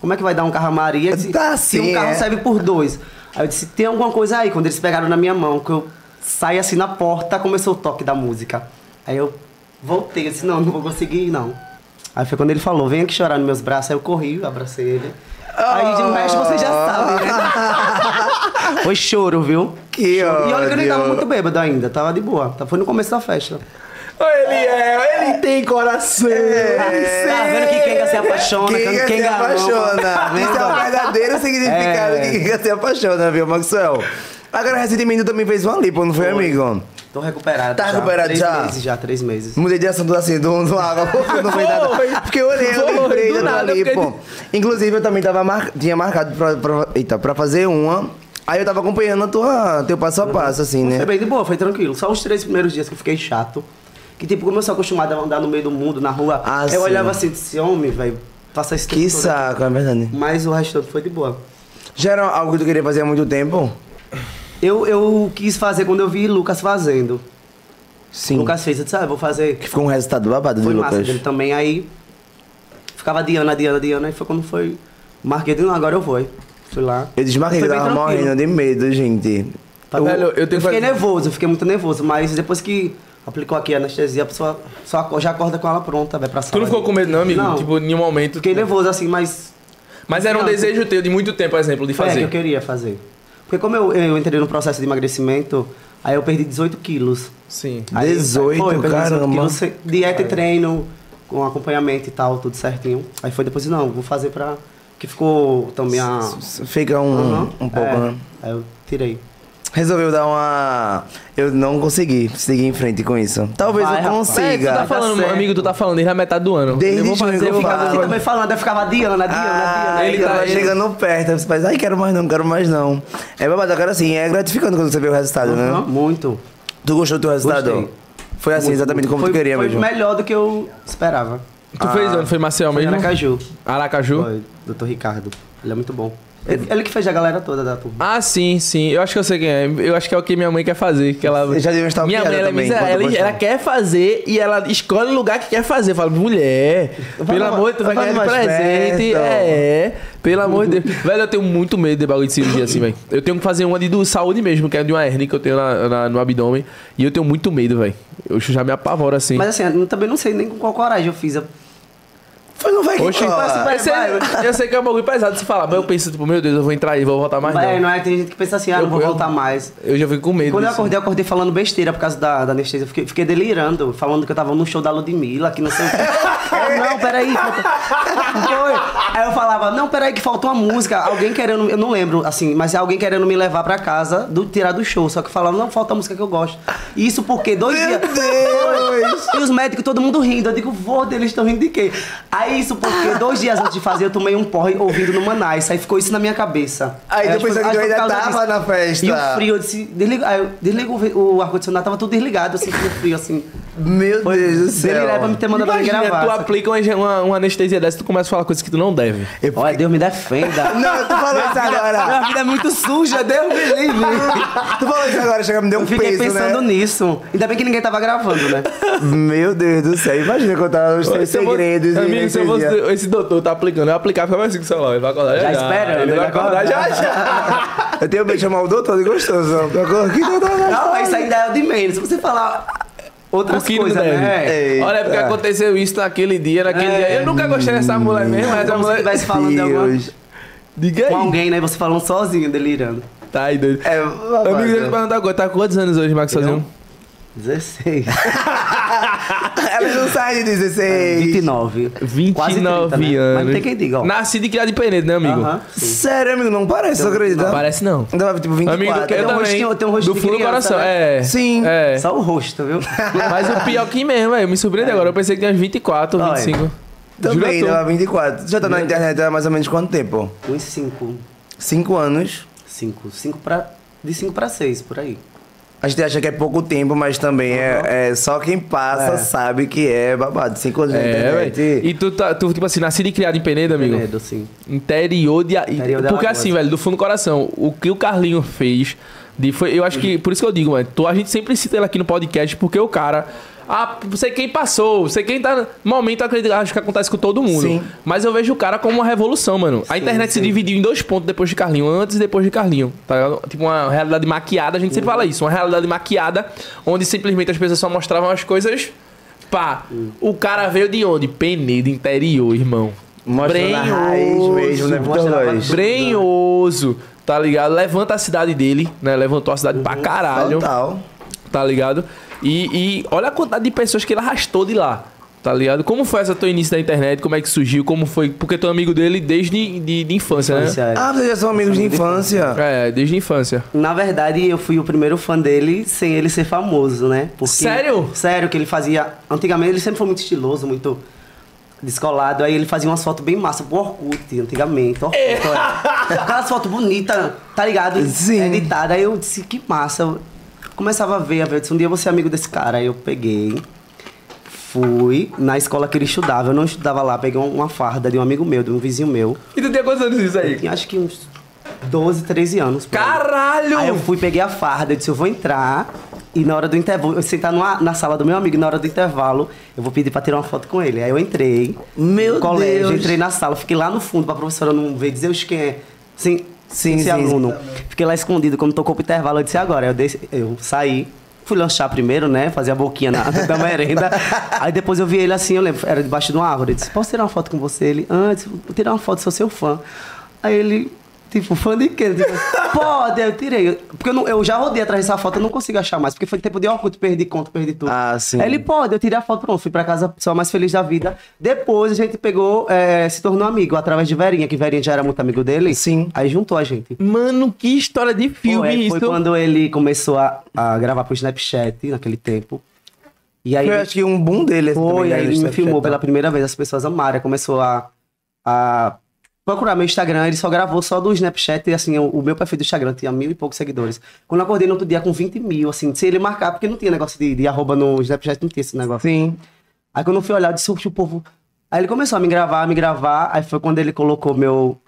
S3: Como é que vai dar um carro a Maria? Eu disse,
S2: Tá
S3: se
S2: sim,
S3: um carro
S2: é."
S3: serve por dois. Aí eu disse, tem alguma coisa aí. Quando eles pegaram na minha mão, que eu saí assim na porta, começou o toque da música. Aí eu voltei, eu disse, não, não vou conseguir, não. Aí foi quando ele falou, vem aqui chorar nos meus braços. Aí eu corri, eu abracei ele. Aí
S2: Ah.
S3: de resto vocês já sabem, né? Foi choro, viu?
S2: Que
S3: Choro. E olha que eu nem
S2: ódio.
S3: tava muito bêbado ainda, tava de boa. Tá, Foi no começo da festa.
S1: Olha Ele é, ele tem coração.
S2: É.
S3: Tá vendo que Kenga se apaixona,
S2: Quem é se
S3: ama.
S2: apaixona? Esse é o verdadeiro significado
S3: É.
S2: de quem se apaixona, viu, Maxwell? Agora, recentemente, tu também fez uma lipo, não foi, amigo?
S3: Tô recuperado.
S2: Tá
S3: já.
S2: recuperado
S3: três
S2: já?
S3: meses já, três meses.
S2: Mudei de assunto assim, do, do água, porque não foi nada. Porque eu olhei, eu
S1: Foi,
S2: lembrei
S1: do
S2: eu
S1: nada,
S2: ali,
S1: porque-
S2: pô. Inclusive, eu também tava mar... tinha marcado pra, pra- Eita, pra fazer uma. Aí eu tava acompanhando a tua, teu passo a passo, assim, né?
S3: Foi É bem de boa, foi tranquilo. Só os três primeiros dias que eu fiquei chato. Que tipo, como eu sou acostumado a andar no meio do mundo, na rua,
S2: Ah,
S3: eu
S2: sim.
S3: olhava assim, desse homem, velho, faça isso
S2: Que saco, é verdade.
S3: Mas o resto todo foi de boa.
S2: Já era algo que tu queria fazer há muito tempo?
S3: Eu, eu quis fazer quando eu vi Lucas fazendo.
S2: Sim.
S3: Lucas fez, eu disse, ah, eu vou fazer.
S2: Que ficou um resultado babado
S3: Foi
S2: de
S3: massa tá-
S2: Lucas.
S3: dele também, aí ficava Diana, Diana, Diana, aí foi quando foi. Marquei de não, agora eu vou. Aí Fui lá.
S2: Eu desmarquei que
S3: Foi
S2: eu
S3: bem
S2: tava
S3: tranquilo.
S2: morrendo de medo, gente.
S1: Tá velho, eu tenho que
S3: fiquei
S1: fazer-
S3: nervoso, eu fiquei muito nervoso, mas depois que aplicou aqui a anestesia, a pessoa só aco- já acorda com ela pronta, vai pra sala.
S1: Tu não ficou com medo, não, amigo?
S3: Não.
S1: Tipo, em nenhum momento.
S3: Fiquei nervoso assim, mas
S1: Mas era um
S3: Não.
S1: desejo teu de muito tempo, por exemplo, de
S3: é que
S1: fazer.
S3: eu queria fazer. Porque como eu, eu entrei no processo de emagrecimento, aí eu perdi 18 quilos.
S1: Sim.
S3: Aí-
S2: 18,
S3: foi, perdi
S2: caramba.
S3: quilos, sem- dieta e treino, com acompanhamento e tal, tudo certinho. Aí foi depois, não, vou fazer pra... Que ficou também a...
S2: Fica um,
S3: Aham.
S2: um pouco,
S3: É,
S2: né?
S3: Aí eu tirei.
S2: Resolveu dar uma. Eu não consegui seguir em frente com isso. Talvez
S3: Vai,
S2: eu
S3: rapaz.
S1: É, tu
S2: consiga.
S1: tá falando,
S3: certo.
S1: amigo, tu tá falando desde a metade do ano.
S2: Desde
S1: eu vou
S2: junho que
S1: fazer,
S2: eu
S1: eu
S3: Ficava
S1: ficava
S3: aqui
S2: falo.
S1: falando.
S3: também falando, eu ficava Diana, Diana, Diana.
S2: Ah, ele
S1: Ele tá-
S2: tava
S1: ele-
S2: chegando perto, os pais, ai, quero mais não, quero mais não. É babado, agora sim, é gratificante quando você vê o resultado,
S3: Aham,
S2: né?
S3: Muito.
S2: Tu gostou do teu resultado?
S3: Uhum. Gostei.
S2: Foi assim,
S3: Muito,
S2: exatamente
S3: muito.
S2: como
S3: foi,
S2: tu queria
S3: foi
S2: mesmo.
S3: melhor do que eu esperava.
S1: Tu fez onde? Foi Marcel
S3: Foi em
S1: mesmo?
S3: Aracaju.
S1: Aracaju?
S3: Foi, Dr. Ricardo. Ele é muito bom. Ele, ele que fez a galera toda da turma.
S1: Ah, sim, sim. Eu acho que eu sei quem é. Eu acho que é o que minha mãe quer fazer. Que ela...
S2: Eu já devia estar
S1: minha mãe,
S2: piada
S1: ela, é
S2: também,
S1: miserável,
S2: enquanto eu
S1: ela, ela
S2: postava.
S1: quer fazer e ela escolhe o lugar que quer fazer. Fala, mulher, pelo
S2: mais-
S1: amor de Deus, vai
S2: vai
S1: ganhar de
S2: mais
S1: presente.
S2: perto.
S1: É, pelo amor de Deus. Velho, eu tenho muito medo de bagulho de cirurgia assim, velho. Eu tenho que fazer uma de do saúde mesmo, que é de uma hernia que eu tenho na- na- no abdômen. E eu tenho muito medo, velho. Eu já me apavoro assim.
S3: Mas assim, eu também não sei nem com qual coragem eu fiz. Eu
S2: Foi, não vai que
S1: Oxi,
S2: cola.
S1: eu sei, eu sei que é um bagulho pesado de se falar, mas eu penso, tipo, meu Deus, eu vou entrar aí, vou voltar mais
S3: É,
S1: não.
S3: não é? Tem gente que pensa assim, ah,
S1: Eu-
S3: não vou
S1: eu-
S3: voltar mais.
S1: Eu já fico com medo
S3: Quando eu
S1: disso.
S3: acordei, eu acordei falando besteira por causa da, da anestesia. Eu Fiquei, fiquei delirando, falando que eu tava no show da Ludmilla, que não sei o quê. Eu, não, peraí. falta- Foi. Aí eu falava, não, peraí, que faltou uma música. Alguém querendo, eu não lembro, assim, mas alguém querendo me levar pra casa, do, tirar do show. Só que eu falava, não, falta a música que eu gosto. E Isso porque dois
S2: Meu
S3: dias.
S2: Deus!
S3: E os médicos, todo mundo rindo. Eu digo, vou, eles estão rindo de quê? Aí isso porque dois dias antes de fazer, eu tomei um porre ouvindo no Manais. Aí ficou isso na minha cabeça.
S2: Aí tu
S3: acho que-
S2: pensou que
S3: acho
S2: tu
S3: foi
S2: ainda
S3: por causa
S2: tava na festa.
S3: E o frio, eu disse, desliga, aí eu desligo o ve- o ar-condicionado, tava tudo desligado, eu senti o frio, assim.
S2: Meu Deus do céu.
S3: Delirar né? pra me ter mandado alguém
S1: Imagina,
S3: gravar.
S1: tu
S3: sabe?
S1: aplica uma, uma, uma anestesia dessa, tu começa a falar coisas que tu não deve.
S2: Eu-
S3: Olha, Deus me defenda.
S2: Não, tu falou isso agora.
S3: Minha vida é muito suja, Deus me livre.
S2: Tu falou isso agora, chega, me deu um
S3: Eu fiquei
S2: peso,
S3: pensando
S2: né?
S3: nisso. Ainda bem que ninguém tava gravando, né?
S2: Meu Deus do céu, imagina contar os teus
S1: Se eu fosse-
S2: segredos. e
S1: Amigo, se eu fosse,
S2: anestesia.
S1: esse doutor tá aplicando, eu aplicava, ficava assim com o celular, ele vai acordar já.
S3: Já
S1: já,
S3: esperando,
S1: ele vai
S3: ele
S1: acordar já
S3: acordar.
S1: já.
S2: Eu tenho medo de chamar o doutor de gostoso. ó. Eu corro aqui, doutor, vai.
S3: Não, mas isso ainda é o de menos. Se você falar outras
S1: O que não
S3: coisas,
S1: deve.
S3: né?
S2: Eita.
S1: Olha, é porque aconteceu isso naquele dia, naquele
S3: É.
S1: dia. Eu nunca gostei dessa mulher mesmo, mas essa
S3: Como se
S1: mulher.
S3: estivesse falando de alguma...
S2: Deus.
S1: Diga
S3: com
S1: aí.
S3: alguém, né? E Você falando sozinho, delirando.
S1: Tá aí, doido.
S2: É,
S1: Amigo, deixa eu te
S2: babado.
S1: perguntar agora, tá com quantos anos hoje, Max Sozinho?
S3: 16.
S2: Elas não saem de 16.
S3: 29.
S1: 29
S3: Quase 30, né?
S1: anos.
S3: Mas não tem quem diga, ó.
S1: Nascido e criado em Penedo, né, amigo?
S3: Aham.
S2: Sério, amigo, não parece, tu acredita?
S1: Parece não.
S2: Não, mas, tipo, 24.
S1: Amigo, eu
S3: tem um
S1: também.
S3: rostinho- tem um rostinho
S1: do
S3: de
S1: fundo do
S3: criança,
S1: coração,
S3: né?
S1: é.
S2: Sim.
S1: É.
S3: Só o rosto, viu?
S1: Mas o pior que mesmo, velho. Me surpreendeu agora. Eu pensei que tinha uns 24,
S3: Olha.
S1: 25.
S2: Também,
S1: Jura tu?
S2: dava 24. Tu Já tá na internet há mais ou menos quanto tempo?
S3: Uns 5.
S2: 5 anos.
S3: 5. 5 pra. De 5 pra 6, por aí.
S2: A gente acha que é pouco tempo, mas também é, é só quem passa
S3: É.
S2: sabe que é babado. 5 anos na
S1: É,
S2: internet.
S1: velho. E tu, tá, tu, tipo assim, nascido e criado em Penedo, amigo?
S3: Medo, assim.
S1: Interior de.
S3: Interior de
S1: Porque
S3: Alagoas.
S1: assim, velho, do fundo do coração, o que o Carlinho fez. De, foi, eu acho que.
S3: Uhum.
S1: Por isso que eu digo, mano. tu- a gente sempre cita ele aqui no podcast, porque o cara. Ah, sei quem passou, sei quem tá. Momento, eu acredito, acho que acontece com todo mundo.
S2: Sim.
S1: Mas eu vejo o cara como uma revolução, mano. a internet se dividiu em dois pontos depois de Carlinho, antes e depois de Carlinho. Tá ligado? Tipo, uma realidade maquiada, a gente
S3: Uhum.
S1: sempre fala isso, uma realidade maquiada, onde simplesmente as pessoas só mostravam as coisas. Pá,
S3: Uhum.
S1: o cara veio de onde? Penedo interior, irmão.
S2: Mostrando a raiz mesmo, né?
S3: Brenhoso,
S2: Então,
S3: mostrando a-
S2: nós.
S1: Brenhoso, tá ligado? Levanta a cidade dele, né? Levantou a cidade pra
S3: Uhum.
S1: caralho,
S2: Total.
S1: tá ligado? E, e olha a quantidade de pessoas que ele arrastou de lá, tá ligado? Como foi essa tua início da internet? Como é que surgiu? Como foi? Porque tu é amigo dele desde de, de infância, né?
S3: Sério.
S2: Ah, vocês já são amigos de infância.
S1: É, desde a infância.
S3: Na verdade, eu fui o primeiro fã dele sem ele ser famoso, né? Porque-
S1: Sério?
S3: Sério, que ele fazia. Antigamente ele sempre foi muito estiloso, muito descolado. Aí ele fazia umas fotos bem massa pro Orkut, antigamente. Orkut, olha. Aquelas fotos bonitas, tá ligado?
S2: Sim.
S3: Editada. Aí eu disse, que massa. Eu começava a ver, a ver. Eu disse, um dia eu vou ser amigo desse cara. Aí eu peguei. Fui na escola que ele estudava. Eu não estudava lá. Peguei uma farda de um amigo meu, de um vizinho meu.
S1: E tu tem quantos anos isso
S3: Eu
S1: aí?
S3: tinha acho que uns 12, 13 anos. por aí.
S1: Caralho!
S3: Aí eu fui, peguei a farda, eu disse, eu vou entrar e na hora do intervalo, eu sentar numa- na sala do meu amigo, e na hora do intervalo, eu vou pedir pra tirar uma foto com ele. Aí eu entrei
S2: Meu
S3: no colégio,
S2: Deus!
S3: entrei na sala, fiquei lá no fundo pra professora não ver, dizer os quem é. Sim,
S2: Sim,
S3: sim, esse
S2: sim,
S3: aluno. Fiquei lá escondido, quando tocou pro intervalo, eu disse agora. Eu, desci- eu saí, fui lanchar primeiro, né? Fazer a boquinha na, da merenda. Aí depois eu vi ele assim, eu lembro, era debaixo de uma árvore. Eu disse, posso tirar uma foto com você? Ele, antes, vou tirar uma foto, sou seu fã. Aí ele, tipo, fã de quê? Tipo, pode, aí eu tirei. Porque eu, não- eu já rodei atrás dessa foto, eu não consigo achar mais. Porque foi tempo de Orkut, perdi conta, perdi tudo.
S2: Ah, sim.
S3: Aí ele, pode, eu tirei a foto, pronto, fui pra casa, sou a mais feliz da vida. Depois a gente pegou, eh, se tornou amigo através de Verinha, que Verinha já era muito amigo dele.
S2: Sim.
S3: Aí juntou a gente.
S1: Mano, que história de filme
S3: é, Foi-
S1: isso.
S3: Foi quando ele começou a, a gravar pro Snapchat naquele tempo. E aí
S2: Eu acho que um boom dele assim,
S3: foi,
S2: também,
S3: aí
S2: né,
S3: ele me
S2: Snapchat.
S3: filmou pela primeira vez, as pessoas amaram, começou a, a procurar meu Instagram, ele só gravou só do Snapchat, e assim, o, o meu perfil do Instagram tinha mil e poucos seguidores. Quando eu acordei no outro dia com 20 mil, assim, se ele marcar, porque não tinha negócio de, de arroba no Snapchat, não tinha esse negócio.
S2: Sim.
S3: Aí quando eu fui olhar, eu disse, "Oxe, o povo. Aí ele começou a me gravar, a me gravar. Aí foi quando ele colocou meu,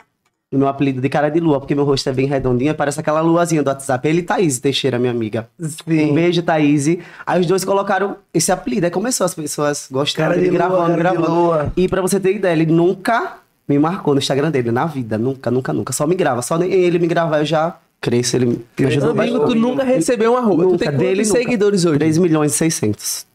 S3: o meu apelido de cara de lua, porque meu rosto é bem redondinho, parece aquela luazinha do WhatsApp. Ele e Thaís Teixeira, minha amiga. Um
S2: Sim.
S3: beijo, Thaís. Aí os dois colocaram esse apelido. Aí começou as pessoas gostando
S2: Cara de
S3: dele,
S2: lua,
S3: gravando,
S2: cara de
S3: gravando.
S2: lua.
S3: E pra você ter ideia, ele nunca me marcou no Instagram dele, na vida. Nunca, nunca, nunca. Só me grava. Só nem ele me gravar, eu já cresço, ele me ajudou
S1: Amigo, tu
S3: bastante.
S1: nunca recebeu um arroba. Tu
S3: Nunca,
S1: tem
S3: dele
S1: quantos
S3: nunca.
S1: seguidores hoje?
S3: 3 milhões e 600.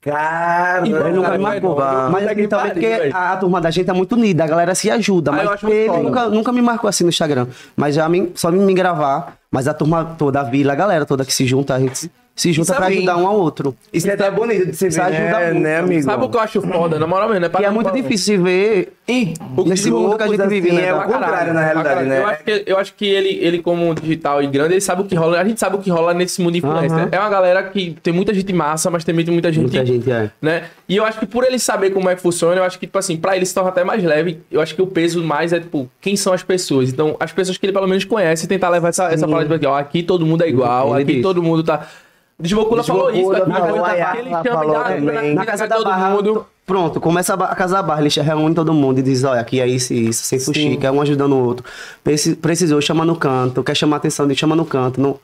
S2: Cara,
S1: Então,
S3: Aí nunca me
S1: Caramba,
S3: marcou.
S1: velho.
S3: Mas
S1: Puta que
S3: também
S1: pariu,
S3: porque
S1: velho.
S3: a, a turma da gente é muito unida, a galera se ajuda.
S1: Ah, eu
S3: mas
S1: acho muito
S3: teve,
S1: foda.
S3: nunca, nunca me marcou assim no Instagram. Mas já me, só me gravar. Mas a turma toda, a vila, a galera toda que se junta, a gente se- se
S1: Isso
S3: junta
S1: é
S3: pra
S1: bem.
S3: ajudar um ao outro.
S2: Isso é até bonito de se ver,
S3: Isso ajuda
S2: né,
S3: muito.
S2: né, amigo?
S1: Sabe o que eu acho foda? Na moral mesmo, né?
S3: E é muito difícil se ver
S1: o que os
S3: nesse mundo que a gente
S2: grupos,
S3: vive,
S2: assim,
S3: né?
S2: é o
S3: cara?
S1: Pra
S2: contrário, na
S1: pra caralho.
S2: realidade, né?
S1: Eu acho que, eu acho que ele, ele, como digital e grande, ele sabe o que rola. A gente sabe o que rola nesse mundo de influencer.
S3: Aham.
S1: É uma galera que tem muita gente massa, mas tem muita gente.
S3: Muita gente, é.
S1: Né? E eu acho que por ele saber como é que funciona, eu acho que, tipo assim, pra ele se torna até mais leve. Eu acho que o peso mais é, tipo, quem são as pessoas. Então, as pessoas que ele pelo menos conhece, tentar levar essa, essa parada de, ó, aqui todo mundo é igual,
S3: Ele
S1: aqui
S3: disse.
S1: todo mundo tá. Desbocula falou isso,
S2: Desbocula
S1: aqui,
S2: falou,
S1: tá-
S2: Ayala
S1: aquele chama
S2: falou
S1: da-
S2: também.
S1: da-
S3: Na casa da
S1: todo
S3: barra.
S1: mundo.
S3: Pronto, começa a, ba- a casa da barra, eles reúnem todo mundo e diz, olha, aqui é isso e isso, sempre chique, é um ajudando o outro. Preci- Precisou, chama no canto, quer chamar atenção, ele chama no canto. Não...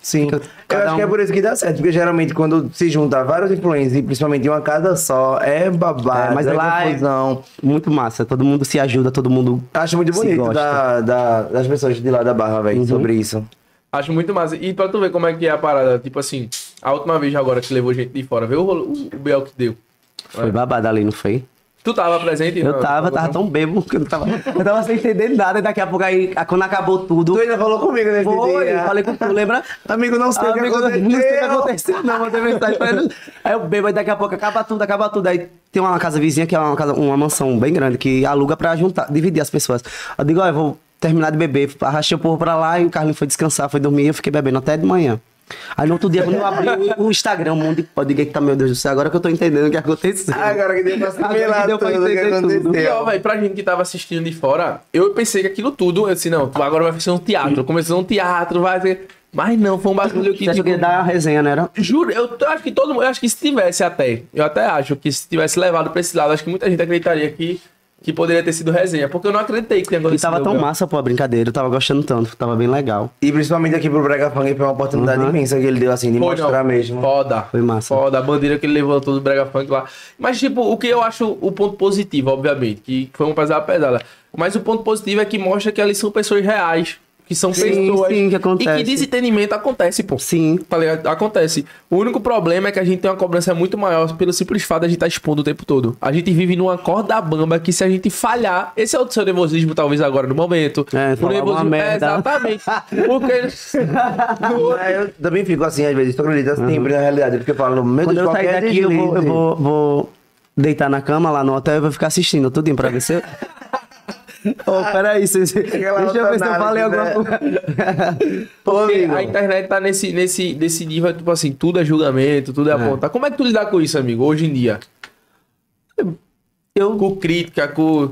S2: Sim.
S3: Fica
S2: Eu
S3: cada
S2: acho que é
S3: um-
S2: por isso que dá certo, porque geralmente quando se junta vários influencers, e principalmente em uma casa só, é babado,
S3: É, mas
S2: é
S3: lá é-
S2: confusão.
S3: Muito massa, todo mundo se ajuda, todo mundo...
S2: Acho muito
S3: se
S2: bonito
S3: gosta. Uhum.
S2: da, da- das pessoas de lá da Barra, velho, sobre isso.
S1: Acho muito massa. E pra tu ver como é que é a parada, tipo assim, a última vez agora que levou gente de fora, vê o, rolo- o, o B.O. que deu.
S3: Foi babado ali, não foi?
S1: Tu tava presente?
S3: Eu
S1: É. não?
S3: tava, tava tão bêbado que eu não tava, eu tava sem entender nada. E daqui a pouco aí, a- quando acabou tudo.
S2: Tu ainda falou comigo nesse
S3: Foi,
S2: dia.
S3: falei com tu, lembra?
S2: Amigo, não sei o que
S3: Amigo, não sei
S2: aconteceu.
S3: o que aconteceu, não, mandei mensagem pra ele. Aí eu bebo, aí daqui a pouco acaba tudo, acaba tudo. Aí tem uma casa vizinha que é uma, casa, uma mansão bem grande que aluga pra juntar, dividir as pessoas. Eu digo, ó, eu vou terminar de beber. Arrastei o povo pra lá e o Carlinho foi descansar, foi dormir. Eu fiquei bebendo até de manhã. Aí no outro dia, quando eu abri o- o Instagram, o mundo de pó, eu digo, eita, meu Deus do céu, agora que eu tô entendendo o que aconteceu.
S2: Agora que deu pra
S3: Agora que
S2: assimilar
S3: deu pra
S2: tudo o que
S3: entender tudo.
S2: aconteceu.
S1: O pior, velho, pra gente que tava assistindo de fora, eu pensei que aquilo tudo, eu disse, não, agora vai ser um teatro. Começou um teatro, vai ser. Mas não, foi um bagulho que.
S3: Você achou que ia
S1: Tipo,
S3: dar a resenha, né? Era?
S1: juro, eu t- acho que todo mundo. Eu acho que se tivesse até. Eu até acho que se tivesse levado pra esse lado, acho que muita gente acreditaria que, que poderia ter sido resenha. Porque eu não acreditei que tinha
S3: E
S1: acontecido.
S3: tava tão
S1: velho.
S3: massa, pô, a brincadeira. Eu tava gostando tanto, tava bem legal.
S2: E principalmente aqui pro Brega Funk, foi uma oportunidade
S3: Uhum.
S2: imensa que ele deu, assim, de
S1: Foi,
S2: mostrar
S1: não.
S2: mesmo.
S1: Foda.
S3: Foi massa.
S1: Foda, a bandeira que ele levantou do Brega Funk lá. Mas, tipo, o que eu acho o ponto positivo, obviamente, que foi uma pesada pedada. Mas o ponto positivo é que mostra que eles são pessoas reais. Que são
S3: Sim,
S1: pessoas.
S3: sim, que acontece.
S1: E que desentendimento acontece, pô.
S3: Sim.
S1: Tá ligado? Acontece. O único problema é que a gente tem uma cobrança muito maior pelo simples fato de a gente estar expondo o tempo todo. A gente vive numa corda bamba que se a gente falhar, esse é o seu nervosismo, talvez agora no momento.
S3: É,
S1: o
S3: falar uma
S1: nervosismo. É,
S3: merda.
S1: exatamente. Porque. No
S2: Ah, eu também fico assim, às vezes, tu acredita sempre na realidade, porque eu falo, meu
S3: Uhum. Quando
S2: Deus,
S3: eu sair
S2: qualquer
S3: daqui, eu vou, eu
S2: deslize.
S3: vou, vou deitar na cama lá no hotel e vou ficar assistindo tudinho pra ver se eu... Ô, peraí, vocês- deixa eu ver se eu falei
S2: autoanálise,
S3: alguma
S2: né?
S3: coisa.
S2: Ô,
S1: Porque
S2: amigo.
S1: a internet tá nesse, nesse, nesse nível, tipo assim, tudo é julgamento, tudo é apontar. Como é que tu lidar com isso, amigo, hoje em dia?
S3: Eu,
S1: Com crítica, com.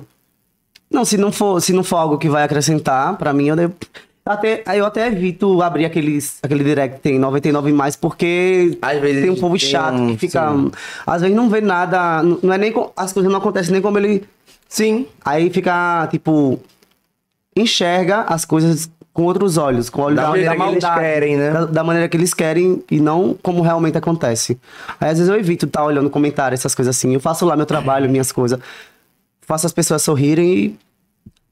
S3: não, se não, for, se não for algo que vai acrescentar, pra mim, eu, de- até, eu até evito abrir aqueles, aquele direct que tem 99 mais, porque
S2: Às vezes
S3: tem um povo
S2: tem
S3: chato
S2: um-
S3: que fica... Às vezes não vê nada, não não é nem, co- as coisas não acontecem nem como ele
S2: Sim.
S3: Aí fica, tipo, enxerga as coisas com outros olhos, com o olho
S2: Da
S3: da, da
S2: maneira que eles
S3: maldade,
S2: querem, né?
S3: Da, da maneira que eles querem e não como realmente acontece. Aí às vezes eu evito estar olhando comentário, essas coisas assim. Eu faço lá meu trabalho, minhas coisas. Faço as pessoas sorrirem e.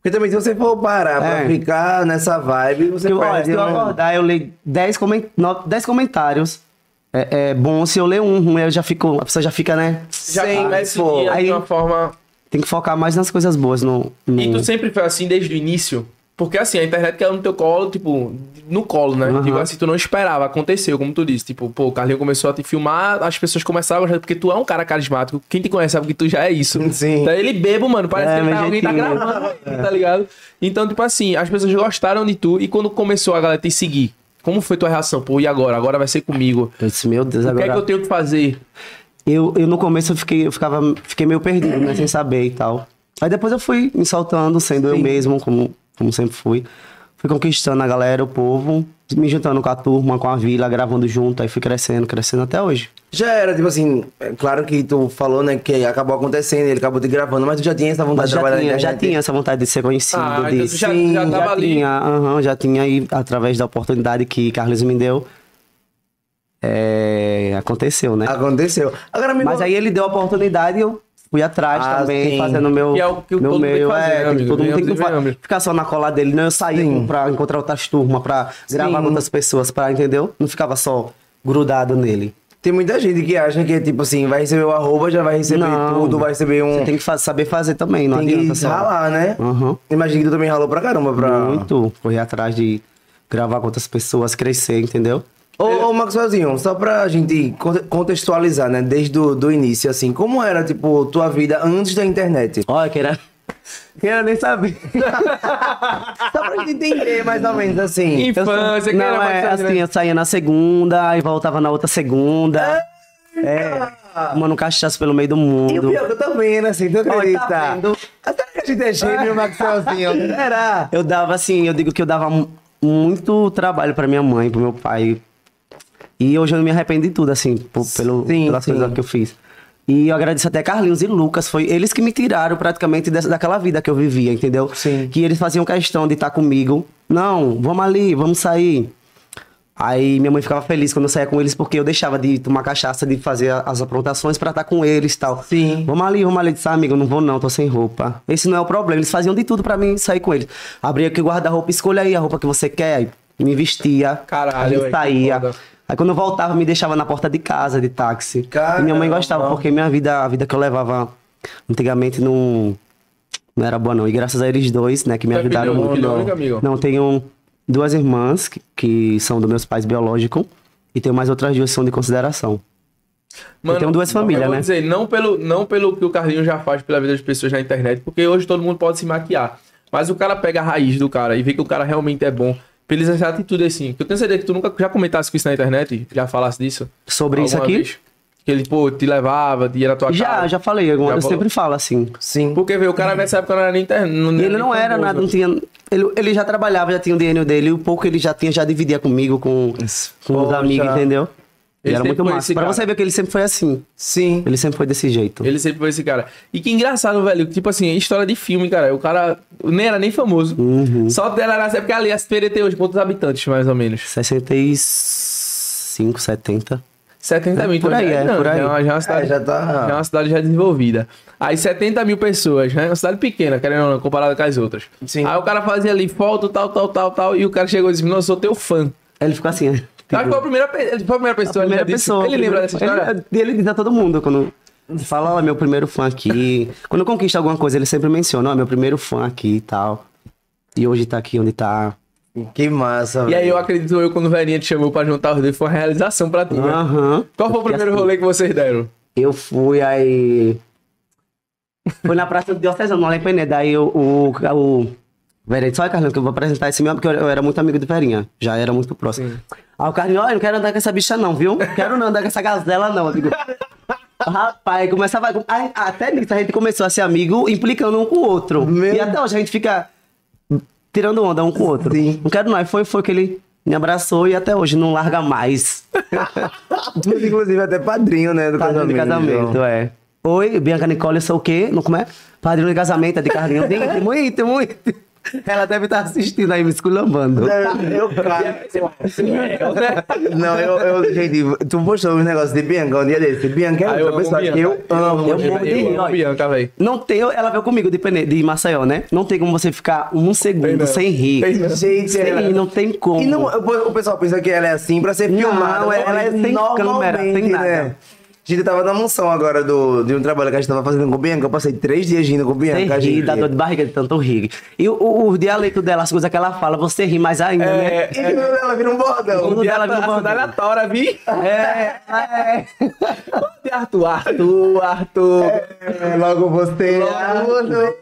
S2: Porque também se você for parar pra
S3: É.
S2: ficar nessa vibe, você
S3: Eu, olha,
S2: perde
S3: se eu
S2: um-
S3: acordar, eu leio 10 comen... no- 10 comentários. É, é bom, se eu ler um ruim, eu já fico. A pessoa já fica, né?
S1: Já
S2: Sim,
S1: começa
S2: pô.
S1: o dia de
S3: Aí-
S1: uma forma.
S3: Tem que focar mais nas coisas boas. No, no...
S1: E tu sempre foi assim desde o início? Porque assim, a internet caiu no teu colo, tipo, no colo, né?
S3: Aham.
S1: Tipo assim, tu não esperava, aconteceu, como tu disse. Tipo, pô, o Carlinho começou a te filmar, as pessoas começaram a gostar, porque tu é um cara carismático. Quem te conhece sabe que tu já é isso.
S2: Sim.
S1: Então ele bebo, mano, parece
S3: É,
S1: que ele
S3: meu
S1: tá, alguém tá
S3: jeitinho.
S1: gravando, ele, tá ligado? Então, tipo assim, as pessoas gostaram de tu e quando começou a galera te seguir, como foi tua reação? Pô, e agora? Agora vai ser comigo.
S3: Eu disse, meu Deus,
S1: O que
S3: agora.
S1: é que eu tenho que fazer?
S3: Eu, eu no começo eu fiquei, eu ficava, fiquei meio perdido, né? Sem saber e tal. Aí depois eu fui me soltando, sendo eu mesmo, como, como sempre fui. Fui conquistando a galera, o povo, me juntando com a turma, com a vila, gravando junto, aí fui crescendo, crescendo até hoje.
S2: Já era, tipo assim, é claro que tu falou, né, que acabou acontecendo, ele acabou te gravando, mas tu já tinha essa vontade
S3: Mas
S2: de
S3: já
S2: trabalhar na
S3: tinha, já
S2: internet.
S3: tinha essa vontade de ser conhecido,
S1: Ah, então
S3: de
S1: tu já- já tava ali.
S3: tinha, aham, já tinha aí, através da oportunidade que Carlos me deu. É, aconteceu, né?
S2: Aconteceu. Agora, amigo,
S3: Mas aí ele deu a oportunidade e eu fui atrás
S2: Ah,
S3: também,
S2: sim.
S3: fazendo o meu.
S1: Que é o que
S3: meu
S1: todo mundo tem que
S3: meio,
S1: fazer, né,
S3: é, tem que
S1: amigo?
S3: todo mundo tem que
S1: Venhamos e
S3: fa-
S1: venhamos.
S3: ficar só na cola dele. Não, eu saía pra encontrar outras turmas, pra gravar com outras pessoas, pra, entendeu? Não ficava só grudado nele.
S2: Tem muita gente que acha que, tipo assim, vai receber o arroba, já vai receber
S3: Não.
S2: tudo, vai receber um.
S3: Você tem que fa- saber fazer também, não
S2: Tem
S3: adianta
S2: que
S3: só.
S2: ralar, né?
S3: Uhum.
S2: Imagina que tu também ralou pra caramba pra.
S3: Muito. Correr atrás de gravar com outras pessoas, crescer, entendeu?
S2: Ô,
S3: É.
S2: ô Maxwellzinho, só pra gente conte- contextualizar, né? Desde do, do início, assim, como era, tipo, tua vida antes da internet?
S3: Olha, que era. Queira nem saber.
S2: Só pra gente entender, mais ou menos, assim.
S3: Eu sou-
S1: Infância, que
S3: não,
S1: era
S3: é,
S1: Maxwell,
S3: assim,
S1: né?
S3: eu saía na segunda, aí voltava na outra segunda. É. Tomando cachaça pelo meio do
S2: E o
S3: mundo.
S2: pior que eu tô vendo, assim, tu acredita?
S3: Olha, tá vendo?
S2: Ah, Será que a gente é gêmeo, Maxwellzinho? Será?
S3: Eu dava, assim, eu digo que eu dava mu- muito trabalho pra minha mãe, pro meu pai. E hoje eu me arrependo de tudo, assim, por- pelo,
S2: Sim,
S3: pelas
S2: sim.
S3: coisas que eu fiz. E eu agradeço até Carlinhos e Lucas, foi eles que me tiraram praticamente dessa, daquela vida que eu vivia, entendeu?
S2: Sim.
S3: Que eles faziam questão de estar comigo. Não, vamos ali, vamos sair. Aí minha mãe ficava feliz quando eu saía com eles, porque eu deixava de tomar cachaça, de fazer a- as aprontações pra estar com eles e tal.
S2: Sim.
S3: Vamos ali, vamos ali. Eu Disse, ah, amigo, eu não vou não, tô sem roupa. Esse não é o problema. Eles faziam de tudo pra mim sair com eles. Abria aqui o guarda-roupa, escolha aí a roupa que você quer. Aí me vestia.
S1: Caralho,
S3: aí eu
S1: ué, que
S3: saía.
S1: foda.
S3: Aí quando eu voltava, me deixava na porta de casa, de táxi.
S2: Caramba.
S3: E minha mãe gostava, porque minha vida, a vida que eu levava antigamente não, não era boa não. E graças a eles dois, né, que me
S1: Tu é
S3: ajudaram
S1: filho-
S3: muito.
S1: filho
S3: não.
S1: único, amigo?
S3: Não, tenho duas irmãs que, que são dos meus pais biológicos. E tenho mais outras duas que são de consideração. tenho duas famílias,
S1: eu vou
S3: né?
S1: dizer, não pelo, não pelo que o Carlinho já faz pela vida das pessoas na internet, porque hoje todo mundo pode se maquiar. Mas o cara pega a raiz do cara e vê que o cara realmente é bom. Pelas atitudes assim. Eu tenho certeza que tu nunca já comentasse com isso na internet, já falasse disso.
S3: Sobre isso
S1: alguma
S3: aqui?
S1: vez? Que ele, pô, te levava, ia na tua
S3: Já,
S1: casa.
S3: já falei, alguma-
S1: Ah, tá. Já
S3: eu
S1: falou?
S3: sempre falo assim.
S2: Sim.
S1: Porque, vê, o cara nessa época não era nem internet.
S3: E ele não era nada, tipo. não tinha. Ele, ele já trabalhava, já tinha o dinheiro dele, e o pouco que ele já tinha, já dividia comigo, com, com os
S2: Poxa.
S3: amigos, entendeu?
S1: Ele
S3: Ele era
S1: sempre
S3: muito
S1: foi
S3: massa.
S1: esse
S3: Pra
S1: cara.
S3: você ver que ele sempre foi assim.
S2: Sim.
S3: Ele sempre foi desse jeito.
S1: Ele sempre foi esse cara. E que engraçado, velho. Tipo assim, é história de filme, cara. O cara nem era nem famoso.
S3: Uhum.
S1: Só dela era nessa época ali, as PDT hoje, quantos habitantes, mais ou menos?
S3: 65, 70.
S1: 70 mil.
S3: por aí,
S1: então,
S3: é,
S1: não,
S3: por aí.
S1: Já, é uma- já é uma cidade,
S2: É, já tá-
S1: já é uma cidade já desenvolvida. Aí 70 mil pessoas, né? Uma cidade pequena, querendo ou não, comparada com as outras.
S2: Sim.
S1: Aí o cara fazia ali foto, tal, tal, tal, tal. E o cara chegou e disse, não, eu sou teu fã.
S3: Ele ficou assim, é.
S1: Sabe qual foi a primeira, pe- ele foi a primeira pessoa?
S3: primeira
S1: ele já disse-
S3: pessoa.
S1: Ele lembra dessa história?
S3: Ele, ele diz a todo mundo quando fala, ó, meu primeiro fã aqui. quando conquista alguma coisa, ele sempre menciona, ó, meu primeiro fã aqui e tal. E hoje tá aqui onde tá.
S2: Que massa,
S3: É.
S1: E aí eu
S2: velho.
S1: acredito eu, quando o Verinha te chamou pra juntar os dois, foi uma realização pra ti, né?
S3: Aham.
S1: Qual foi o primeiro
S3: assim,
S1: rolê que vocês deram?
S3: Eu fui aí. Foi na Praça do Diocesano, lá em Peneda. Aí eu- o. o, Verinha, só aí, Carlinhos, que eu vou apresentar esse mesmo, porque eu, eu era muito amigo do Verinha. Já era muito próximo. Aí o Carlinhos, olha, não quero andar com essa bicha, não, viu? Quero não andar com essa gazela, não. Eu digo, Rapaz, começava. a- Até nisso a gente começou a ser amigo, implicando um com o outro.
S2: Meu
S3: E até hoje a gente fica tirando onda um com o outro.
S2: Sim.
S3: Não quero não. Aí foi, foi que ele me abraçou e até hoje não larga mais.
S2: Tu, inclusive, até padrinho, né? Do
S3: Padrinho de
S2: casamento.
S3: casamento, é. Oi, Bianca Nicole, eu sou o quê? Não, como é? Padrinho de casamento, é de Carlinhos. íntimo, íntimo, íntimo. Ela deve estar assistindo aí, me esculambando.
S2: É. Eu, cara. Não, eu, eu, gente, tu postou uns negócios de Bianca um dia desse. Bianca é
S1: Ah,
S2: outra
S1: eu amo
S2: pessoa
S1: Bianca.
S2: que eu amo.
S3: Eu morro de rir,
S1: Eu amo
S3: olha.
S1: Bianca, velho.
S3: Não tem, ela veio comigo de, Pene, de Maceió, né? Não tem como você ficar um
S1: Tem
S3: segundo
S1: não.
S3: sem rir.
S1: Tem não.
S2: Gente,
S3: Sem
S2: ela-
S3: rir, não tem como.
S2: E não, o o pessoal pensa que ela é assim pra ser
S3: Não,
S2: filmada.
S3: ela
S2: ela é
S3: não tem câmera,
S2: normalmente,
S3: tem nada.
S2: né? Gente, eu tava na mansão agora do, de um trabalho que a gente tava fazendo com o Bianca. Eu passei três dias rindo com o
S3: Você
S2: Bianca.
S3: ri,
S2: gente.
S3: dá dor de barriga de tanto rir. E o, o, o dialeto dela, as coisas que ela fala, você ri mais ainda, né?
S2: E ela vira um bordão.
S3: Tudo ela viu
S1: a
S3: bordando.
S1: sandália tora, vi?
S3: É, é.
S1: De Arthur, Arthur, Arthur.
S2: É, logo você. Logo Ela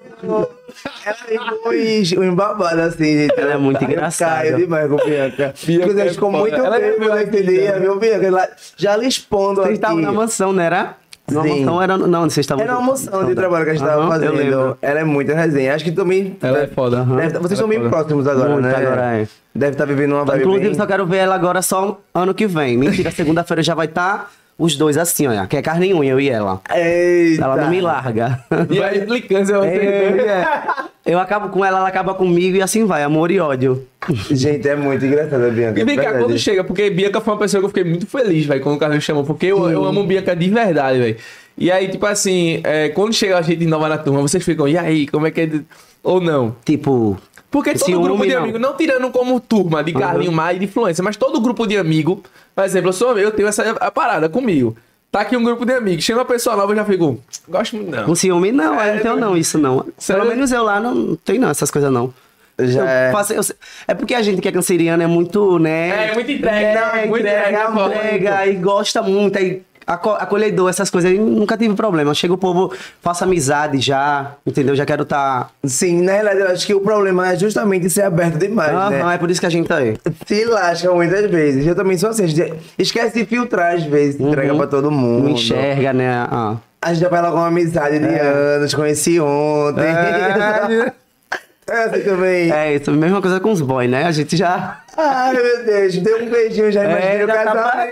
S2: é ficou uns, uns babados assim, gente.
S3: Ela é muito
S2: Eu
S3: engraçada.
S2: Caio demais com o Bianca. Inclusive,
S1: é
S2: ela ficou
S1: foda.
S2: muito
S1: Ela
S2: bem
S1: viveu
S2: nesse
S1: aqui,
S2: dia,
S1: né?
S2: viu, Bianca? Ela- Já lhe expondo
S3: Vocês
S2: aqui.
S3: estavam na mansão, não era? Na
S2: Sim.
S3: mansão era. Não, vocês estavam.
S2: Era uma moção de trabalho que a gente tava
S3: Então Aham, eu
S2: fazendo.
S3: lembro.
S2: Ela é muito resenha. Acho que também.
S1: Ela é foda.
S2: Deve-
S1: Aham.
S2: vocês
S1: Ela
S2: estão
S1: é
S2: bem
S1: foda.
S2: próximos agora,
S3: Muito
S2: né?
S3: agora, é.
S2: Deve estar vivendo uma vibe
S3: Inclusive,
S2: bem...
S3: só quero ver ela agora só ano que vem. Mentira, segunda-feira já vai estar os dois assim, olha. Que é carne e unha, eu e ela.
S2: Eita.
S3: Ela não me larga.
S1: E a implicância é
S3: É,
S1: você.
S3: é. Eu acabo com ela, ela acaba comigo e assim vai, amor e ódio.
S2: Gente, é muito engraçada, Bianca.
S1: E vem cá,
S2: é verdade.
S1: quando chega, porque Bianca foi uma pessoa que eu fiquei muito feliz, velho, quando o Carlinhos chamou, porque eu, eu amo Bianca de verdade, velho. E aí, tipo assim, é, quando chega a gente nova na turma, vocês ficam, e aí, como é que é. de-" Ou não?
S3: Tipo.
S1: Porque todo
S3: Ciúme,
S1: grupo de
S3: não.
S1: amigo, não tirando como turma de Carlinho Maia e de influência, mas todo grupo de amigo, por exemplo, eu, sou, eu tenho essa a parada comigo. Tá aqui um grupo de amigos, chama a pessoa nova, eu já fico, gosto muito não.
S3: O ciúme não,
S1: É,
S3: é, não tenho não, isso não.
S1: Sério?
S3: Pelo menos eu lá não, não tenho não, essas coisas não.
S2: Já
S3: Eu
S2: é.
S3: faço- eu- é porque a gente que é canceriano é muito, né? é
S1: É, muito entregue, né? Muito entregue, né, pô?
S3: entrega e gosta muito, aí aco- acolhedor, essas coisas. Eu nunca tive problema. Chega o povo, faço amizade já, entendeu? Já quero tá. estar.
S2: Sim, na realidade, eu acho que o problema é justamente ser aberto demais, né?
S3: é por isso que a gente tá aí.
S2: Se lasca muitas vezes. Eu também sou assim. a gente Esquece de filtrar às vezes. Entrega
S3: Uhum.
S2: pra todo
S3: Não
S2: mundo.
S3: enxerga, né? Ah.
S2: A gente já vai logo uma amizade de anos. Conheci ontem.
S3: É.
S2: É assim também.
S3: É isso, mesma coisa com os boys, né? A gente já.
S2: Ai, meu Deus. Deu um beijinho já. Imaginei
S3: É,
S2: o
S3: já tá
S2: casal.
S3: pra-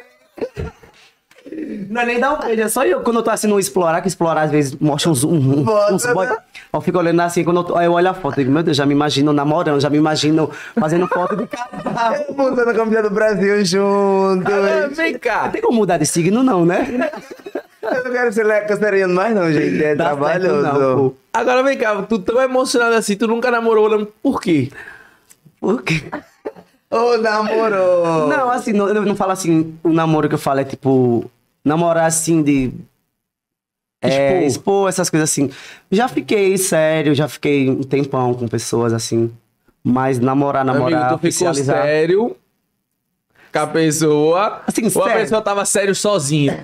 S3: Não é nem dar um beijo, é só eu. Quando eu tô assim no explorar, que explorar às vezes mostra uns, um,
S2: Bota,
S3: uns boy.
S2: né?
S3: Eu fico olhando assim, quando eu, tô, aí eu olho a foto, eu digo, meu Deus, já me imagino namorando, já me imagino fazendo foto de casal.
S2: Todo mundo na camisa do Brasil juntos.
S1: Ah, vem cá.
S3: Tem como mudar de signo, não, né?
S2: Eu não quero ser canceriano mais, não, gente. É
S3: Dá certo,
S2: trabalhoso.
S3: não, pô.
S1: Agora vem cá, tu tão emocionado assim, tu nunca namorou, não- por quê?
S3: Por quê?
S2: Ô, namorou.
S3: Não, assim, não, eu não falo assim, o namoro que eu falo é tipo, namorar assim de. É,
S1: Expor.
S3: expor essas coisas assim. Já fiquei sério, já fiquei um tempão com pessoas assim. Mas namorar, namorar,
S1: Amigo, tu ficou
S3: oficializar.
S1: sério com a pessoa,
S3: Assim,
S1: ou a
S3: sério?
S1: pessoa tava sério sozinha?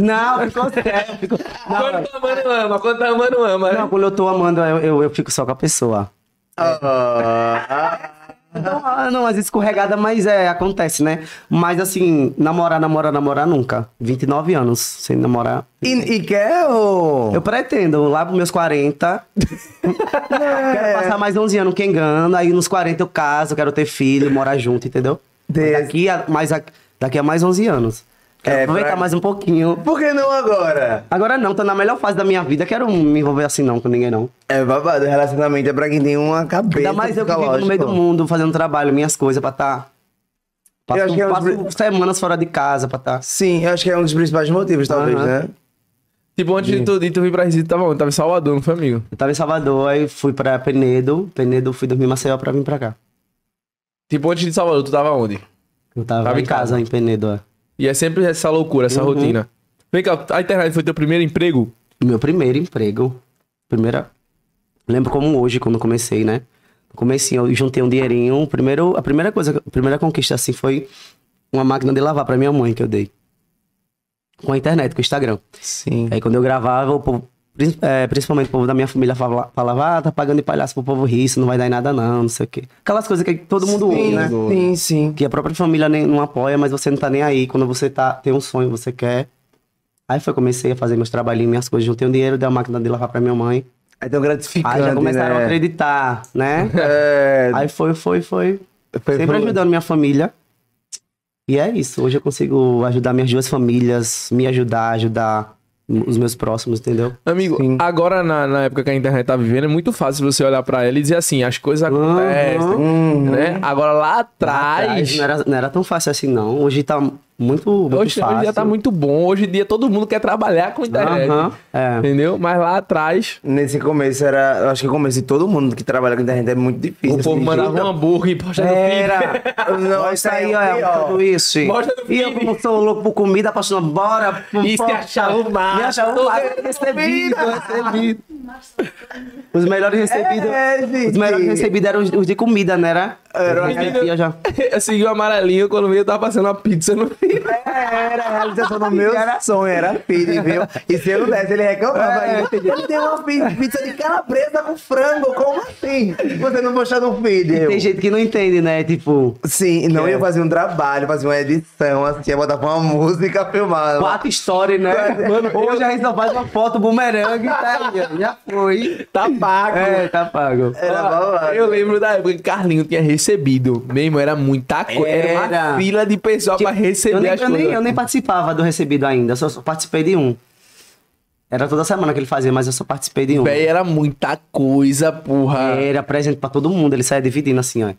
S3: Não, ficou
S1: É,
S3: sério. Ficou... Não,
S1: quando tá amando, ama, quando tá amando, ama,
S3: não,
S1: né?
S3: quando eu tô amando, eu, eu, eu fico só com a pessoa.
S2: Ah.
S3: Não, ah, não, às vezes escorregada, mas é, acontece, né? Mas assim, namorar, namorar, namorar nunca. 29 anos sem namorar.
S2: E, e quer ô?
S3: Eu pretendo, lá pros meus 40.
S2: É.
S3: Quero passar mais 11 anos que engana, aí nos 40 eu caso, quero ter filho, morar junto, entendeu?
S2: Desse.
S3: Mas Daqui a, mais a- daqui a mais 11 anos. Quero
S2: É,
S3: aproveitar
S2: pra-
S3: mais um pouquinho.
S2: Por que não agora?
S3: Agora não, tô na melhor fase da minha vida, quero me envolver assim não com ninguém não.
S2: É babado, relacionamento é pra quem tem uma cabeça.
S3: Ainda mais eu que vivo no meio
S2: psicológica.
S3: do mundo, fazendo trabalho, minhas coisas, pra tá... Passo,
S2: Eu acho que é um
S3: passo
S2: dos-
S3: semanas fora de casa, pra tá...
S2: Sim, eu acho que é um dos principais motivos, talvez,
S3: Aham.
S2: né?
S1: Tipo, antes de tu, de tu vir pra Recife, tava onde? Tava em Salvador, não foi, amigo?
S3: Eu tava em Salvador, aí fui pra Penedo, Penedo fui dormir em Maceió pra vir pra cá.
S1: Tipo, antes de Salvador, tu tava onde?
S3: Eu tava, em casa, em Penedo, é.
S1: E é sempre essa loucura, essa
S3: Uhum.
S1: rotina. Vem cá, a internet foi teu primeiro emprego?
S3: Meu primeiro emprego. Primeira. Lembro como hoje, quando eu comecei, né? No comecinho, eu juntei um dinheirinho. O Primeiro, a primeira coisa, a primeira conquista assim foi uma máquina de lavar pra minha mãe que eu dei. Com a internet, com o Instagram.
S2: Sim.
S3: Aí quando eu gravava, o povo, prin- é, principalmente o povo da minha família fala- falava, ah, tá pagando de palhaço pro povo rir, isso não vai dar em nada não, não sei o quê. Aquelas coisas que todo mundo ouve,
S2: Sim,
S3: né?
S2: sim, sim.
S3: Que a própria família nem, não apoia, mas você não tá nem aí. Quando você tá, tem um sonho, você quer. Aí foi, comecei a fazer meus trabalhinhos, minhas coisas, juntei um dinheiro, dei a máquina de lavar pra minha mãe.
S2: É tão gratificante,
S3: Aí já começaram
S2: né?
S3: a acreditar, né?
S2: É,
S3: aí foi, foi, foi.
S2: foi
S3: Sempre
S2: pro-
S3: ajudando minha família. E é isso. Hoje eu consigo ajudar minhas duas famílias, me ajudar, ajudar os meus próximos, entendeu?
S1: Amigo,
S2: Sim.
S1: agora na, na época que a internet tá vivendo, é muito fácil você olhar pra ela e dizer assim, as coisas acontecem,
S2: Uhum.
S1: né? Agora lá atrás...
S3: Atrás né? não era, não era tão fácil assim, não. Hoje tá muito, muito
S1: Hoje, hoje
S3: fácil.
S1: em dia tá muito bom, hoje em dia todo mundo quer trabalhar com internet.
S3: Aham, é.
S1: Entendeu? Mas lá atrás,
S2: Nesse começo era. Eu acho que o começo de todo mundo que trabalha com internet é muito difícil.
S1: o povo
S2: assim,
S1: mandava um
S2: junta-
S1: hambúrguer e postava no feed.
S3: Era.
S2: Não,
S3: Não,
S2: isso
S3: isso
S2: aí
S3: aí,
S2: é o pior.
S3: ó, tudo isso.
S1: Mostra no
S3: E eu,
S1: feed.
S3: como sou louco por comida, apaixonado, bora.
S1: E se
S3: bora.
S1: é achar o máximo.
S3: Me achar o máximo. Recebido, recebido. Os melhores recebidos.
S2: É, gente.
S3: os melhores recebidos eram os, os de comida, né? Era?
S2: Era uma
S3: Aquele dia já.
S1: Eu segui o amarelinho, quando veio eu tava passando uma pizza no feed.
S2: Era a realização do meu sonho, era feed, viu? E se eu não desse, ele reclamava.
S3: É.
S2: Ele tem uma fi- pizza de calabresa com frango, como assim? Você não postou no feed?
S3: E
S2: eu.
S3: tem gente que não entende, né? Tipo,
S2: Sim, não eu ia fazer um trabalho, fazer uma edição, assim, ia botar pra uma música filmada.
S3: quatro stories, né?
S1: Mano,
S3: Hoje a gente só faz uma foto bumerangue e tá aí, ó, já foi.
S1: Tá pago.
S3: É, tá pago.
S2: Era
S1: Ó,
S2: babado.
S1: eu
S3: né?
S1: lembro da época que Carlinho tinha recebido. Mesmo, era muita coisa. Era, uma
S3: Era.
S1: fila de pessoal pra receber
S3: Tipo, eu nem,
S1: as
S3: eu,
S1: coisas.
S3: nem, eu nem participava do recebido ainda, eu só, só participei de um. Era toda semana que ele fazia, mas eu só participei de um.
S1: Véi, era muita coisa, porra. é.
S3: Era presente pra todo mundo, ele saia dividindo assim, ó.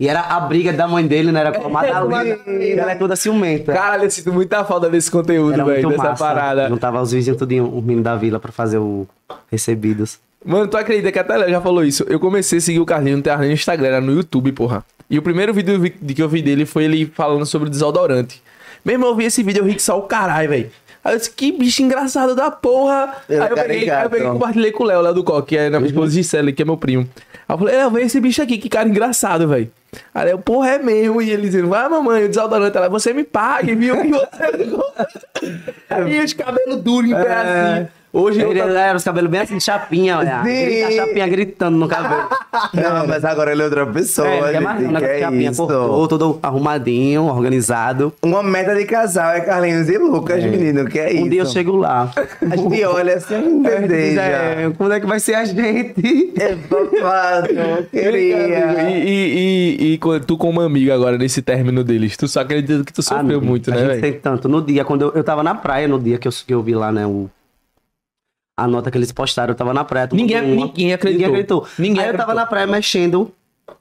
S3: E era a briga da mãe dele, né? Era com a Madalena.
S2: Madalena.
S3: ela é toda ciumenta.
S1: É, Caralho, eu sinto muita falta desse conteúdo,
S3: era
S1: velho,
S3: muito
S1: dessa
S3: massa.
S1: parada.
S3: Juntava os vizinhos tudinho, os meninos da vila pra fazer o recebidos.
S1: Mano, tu acredita que até ela já falou isso? Eu comecei a seguir o Carlinhos, não tem nem no Instagram, era no YouTube, porra. E o primeiro vídeo vi- de que eu vi dele foi ele falando sobre desodorante. Mesmo eu vi esse vídeo, eu ri que só o caralho, velho. Aí eu disse, que bicho engraçado da porra.
S2: Ele
S1: aí, eu
S2: tá
S1: peguei,
S2: ligado. Uhum.
S1: aí eu peguei e compartilhei com o Léo, Léo do Coque, que é na minha esposa Gisele, que é meu primo. Aí eu falei, Léo, vê esse bicho aqui, que cara engraçado, velho. Aí eu, porra, é mesmo. E ele dizendo, vai, mamãe, o desodorante. Ela, você me pague, viu? E, você... e os cabelos duros em pé
S3: É.
S1: assim. Hoje eu
S3: Ele
S1: tô-
S3: era os cabelos bem assim, chapinha, olha.
S2: Sim.
S3: Grita, chapinha gritando no cabelo.
S2: Não, mas agora ele é outra pessoa.
S3: é, ele é mais não,
S2: gente,
S3: né,
S2: que
S3: com
S2: é
S3: chapinha,
S2: isso.
S3: cortou, todo arrumadinho, organizado.
S2: Uma meta de casal é Carlinhos e Lucas, menino, que é isso.
S3: Um dia eu chego lá.
S2: A gente olha assim, sem
S3: Diz,
S2: deseja.
S3: é, Como é que vai ser a gente?
S2: É babado, eu
S1: é E,
S2: queria.
S1: e, e, e quando- tu como amigo agora nesse término deles, tu só acredita que tu sofreu
S3: Ah,
S1: muito,
S3: a
S1: né,
S3: gente
S1: velho?
S3: sente tanto. No dia, quando eu, eu tava na praia, no dia que eu, que eu vi lá, né, o... A nota que eles postaram, eu tava na praia. tomando
S1: Ninguém- ninguém acreditou.
S3: Ninguém acreditou.
S1: Ninguém
S3: Aí eu tava
S1: acreditou.
S3: na praia mexendo,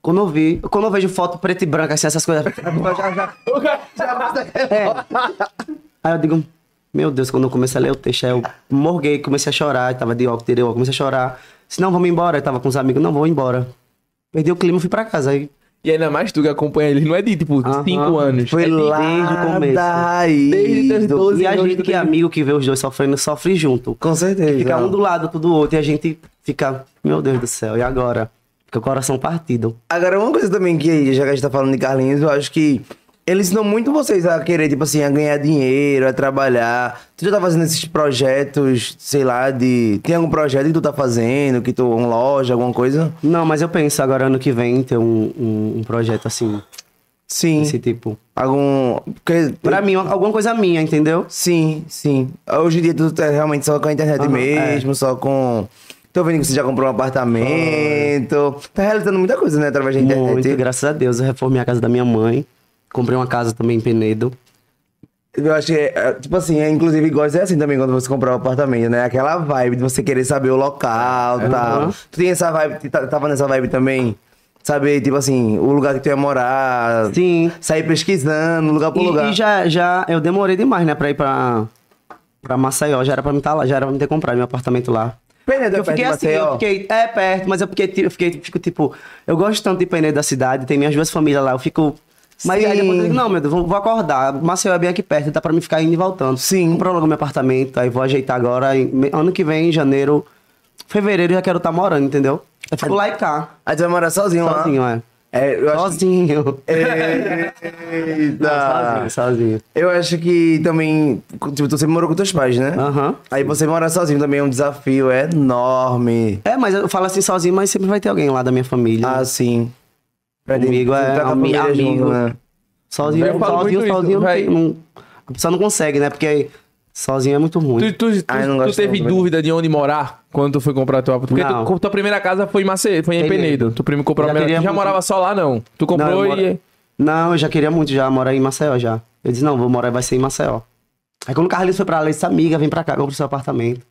S3: quando eu vi... Quando eu vejo foto preta e branca, assim, essas coisas...
S2: Já, já, já passa-
S3: É. Aí eu digo, meu Deus, quando eu comecei a ler o texto, aí eu morguei, comecei a chorar, eu tava de óculos, tirei o óculos, comecei a chorar. Se não, vamos embora. Eu tava com os amigos, não, vou embora. Perdi o clima, fui pra casa. Aí,
S1: E ainda mais tu que acompanha eles, não é de tipo
S3: Aham.
S1: 5 anos.
S2: Foi
S3: É desde o
S2: lá
S3: começo.
S2: da raiz.
S1: Desde os
S2: do-
S1: 12
S3: e a
S1: anos
S3: gente
S1: tu
S3: que é
S1: tem-
S3: amigo que vê os dois sofrendo, sofre junto.
S2: Com certeza.
S3: Fica um do lado, outro do outro, e a gente fica, meu Deus do céu, e agora? Fica o coração partido.
S2: Agora, uma coisa também que, já que a gente tá falando de Carlinhos, eu acho que ele ensinou muito vocês a querer, tipo assim, a ganhar dinheiro, a trabalhar. Tu já tá fazendo esses projetos, sei lá, de. Tem algum projeto que tu tá fazendo, que tu. Uma loja, alguma coisa?
S3: Não, mas eu penso agora ano que vem ter um, um, um projeto assim,
S2: Sim.
S3: desse tipo.
S2: Algum. Porque,
S3: Pra mim, alguma coisa minha, entendeu?
S2: Sim, sim. Hoje em dia tudo tá realmente só com a internet
S3: Aham, é.
S2: mesmo, só com. Tô vendo que você já comprou um apartamento. Tá realizando muita coisa, né? Através da internet.
S3: Muito, graças a Deus. Eu reformei a casa da minha mãe. Comprei uma casa também em Penedo.
S2: Eu acho que, é, tipo assim, é, inclusive, gosto é assim também quando você comprar um apartamento, né? Aquela vibe de você querer saber o local e tal. Tu tem essa vibe, tá- tava nessa vibe também? Saber, tipo assim, o lugar que tu ia morar.
S3: Sim.
S2: Sair pesquisando, lugar por
S3: E,
S2: lugar.
S3: e já, já eu demorei demais, né, pra ir pra, pra Maceió. Já era pra mim estar lá, já era pra me ter comprado meu apartamento lá.
S2: Penedo é
S3: eu fiquei
S2: perto de
S3: assim, eu
S2: Maceió?
S3: fiquei, é perto, mas eu fiquei, ti- eu fiquei, fico tipo, eu gosto tanto de Penedo da cidade, tem minhas duas famílias lá, eu fico. Mas aí
S2: Sim.
S3: depois eu digo, não, meu Deus, vou, vou acordar. Maceió é bem aqui perto, dá pra mim ficar indo e voltando.
S2: Sim.
S3: Comprei logo meu apartamento, aí vou ajeitar agora. em- me- ano que vem, em janeiro, fevereiro, eu já quero estar morando, entendeu? Eu fico lá e cá.
S2: Aí tu vai morar sozinho, lá?
S3: Sozinho, é.
S2: É, Ah. eu acho. é
S3: Sozinho.
S2: Eita.
S3: Sozinho, sozinho.
S2: Eu acho que também. Tipo, tu sempre morou com teus pais, né?
S3: Aham.
S2: Aí você morar sozinho também é um desafio enorme.
S3: É, mas eu falo assim sozinho, mas sempre vai ter alguém lá da minha família.
S2: Ah, sim. Pra
S3: Comigo
S2: dentro-
S3: é
S2: tu tá com a
S3: ami-
S2: família
S3: amigo.
S2: né?
S3: sozinho,
S1: Eu falo
S3: sozinho,
S1: muito isso,
S3: sozinho, não
S1: vai.
S3: tem, não, a pessoa não consegue, né? Porque sozinho é muito ruim.
S1: Tu, tu, tu-
S2: Ai, não
S1: tu
S2: gosto
S1: teve
S2: não, velho.
S1: dúvida de onde morar quando tu foi comprar tua Porque
S3: Não.
S1: tu, tua primeira casa foi em, Mace... foi em
S3: Penedo.
S1: Penedo. Tu primo comprou
S3: Já
S1: a primeira.
S3: queria
S1: Tu já
S3: muito-
S1: morava só lá, não. Tu comprou
S3: não, eu moro-
S1: e. é-
S3: Não, eu já queria muito já morar em Maceió já. Eu disse, não, vou morar, vai ser em Maceió. Aí quando o Carlinhos foi pra lá, ele disse, amiga, vem pra cá, compra o seu apartamento.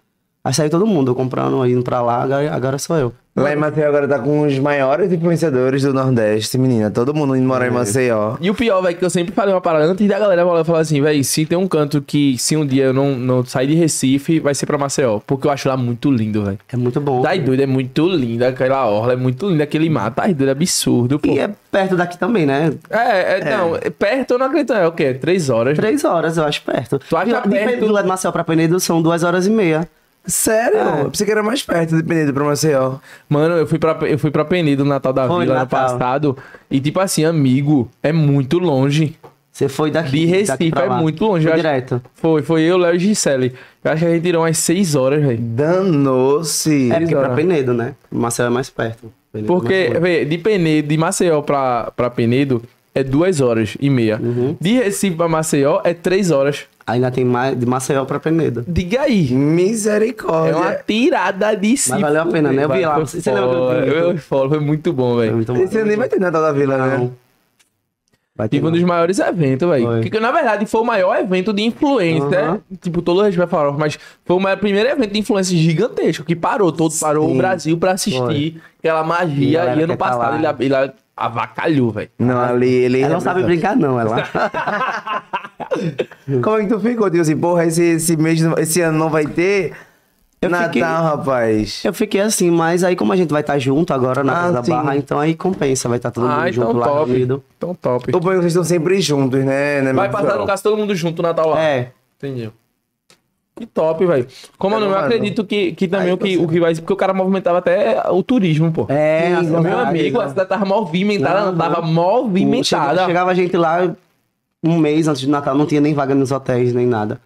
S3: Aí saiu todo mundo, eu comprando, indo pra lá, agora, agora sou eu.
S2: Lá em Maceió agora tá com os maiores influenciadores do Nordeste, menina. Todo mundo indo
S3: É.
S2: morar em Maceió.
S1: E o pior, velho, que eu sempre falei uma parada antes da galera falar falar assim, velho, se tem um canto que se um dia eu não, não sair de Recife, vai ser pra Maceió. Porque eu acho lá muito lindo, velho.
S3: É muito bom.
S1: Tá doido, é muito linda aquela orla, é muito linda aquele mar. Tá doido, é absurdo, pô.
S3: E é perto daqui também, né?
S1: É, é, não, é perto eu não acredito, é o quê? Três horas.
S3: Três horas, eu acho perto.
S1: Tu acha
S3: de, de
S1: perto?
S3: Penedo, lá de Maceió pra Penedo são duas horas e meia.
S2: Sério?
S3: É.
S2: Eu pensei que era mais perto, dependendo pra Maceió.
S1: Mano, eu fui pra, eu fui pra Penedo no Natal da
S3: Foi,
S1: Vila ano
S3: Natal.
S1: passado. E tipo assim, amigo, é muito longe.
S3: Você foi daqui.
S1: De
S3: daqui
S1: Recife
S3: pra
S1: é
S3: lá.
S1: muito longe.
S3: Foi
S1: eu acho-
S3: direto.
S1: Foi, foi eu, Léo e Gisele. Eu acho que a gente tirou umas seis horas, velho.
S2: Danou-se.
S3: É porque
S1: Exato.
S3: pra Penedo, né? Marcel é mais perto. Penedo é mais
S1: Porque,
S3: longe.
S1: vê, de Penedo, de Maceió pra, pra Penedo, é duas horas e meia.
S3: Uhum.
S1: De Recife pra Maceió, é três horas.
S3: Ainda tem mais de Maceió pra Penedo.
S1: Diga aí. É
S2: Misericórdia.
S1: uma
S3: É
S1: tirada de si.
S3: valeu a pena, né? Eu vi lá,
S1: Foi
S3: você lembra que eu
S1: foda,
S3: vi?
S1: eu- eu- Foi foi muito bom,
S3: É
S1: velho.
S3: muito bom.
S2: Esse nem vai ter Natal da Vila, né?
S3: Não. Vai ter
S1: Tipo, um
S3: não.
S1: dos maiores eventos,
S3: Foi.
S1: velho. Que, na verdade, foi o maior evento de influencer.
S3: Aham.
S1: Tipo, todo o respeito falar, mas foi o maior- primeiro evento de influencer gigantesco, que parou, todo parou o Brasil pra assistir aquela magia.
S3: galera
S1: E ano
S3: quer tá lá,
S1: passado, ele, ele avacalhou, velho.
S2: Não, ali ele. é-
S3: Ela não sabe brincar, não, ela.
S2: Como é que tu ficou? Tipo assim, porra, esse, esse mês, não- esse ano não vai ter
S3: Eu
S2: Natal,
S3: fiquei-
S2: rapaz.
S3: Eu fiquei assim, mas aí como a gente vai estar junto agora na
S2: Ah,
S3: Casa da
S2: sim.
S3: Barra, então aí compensa, vai estar todo mundo
S1: Ah, então
S3: junto lá
S1: top.
S3: reunido.
S1: Então top.
S2: O bom é que vocês estão sempre juntos, né? né,
S1: Vai
S2: meu
S1: passar no
S2: pessoal?
S1: caso todo mundo junto o Natal lá.
S3: É,
S1: Entendi. Que top, velho. Como eu não eu
S3: é
S2: Mano.
S1: acredito que, que também
S2: Aí
S1: o, que,
S2: você-
S1: o que vai. Porque o cara movimentava até o turismo, pô.
S3: é,
S2: Sim,
S3: a-
S1: Meu
S3: a-
S1: amigo, a cidade tava movimentada,
S3: Não, não.
S1: tava
S3: Chegava,
S1: movimentada.
S3: chegava a gente lá um mês antes do Natal, não tinha nem vaga nos hotéis, nem nada.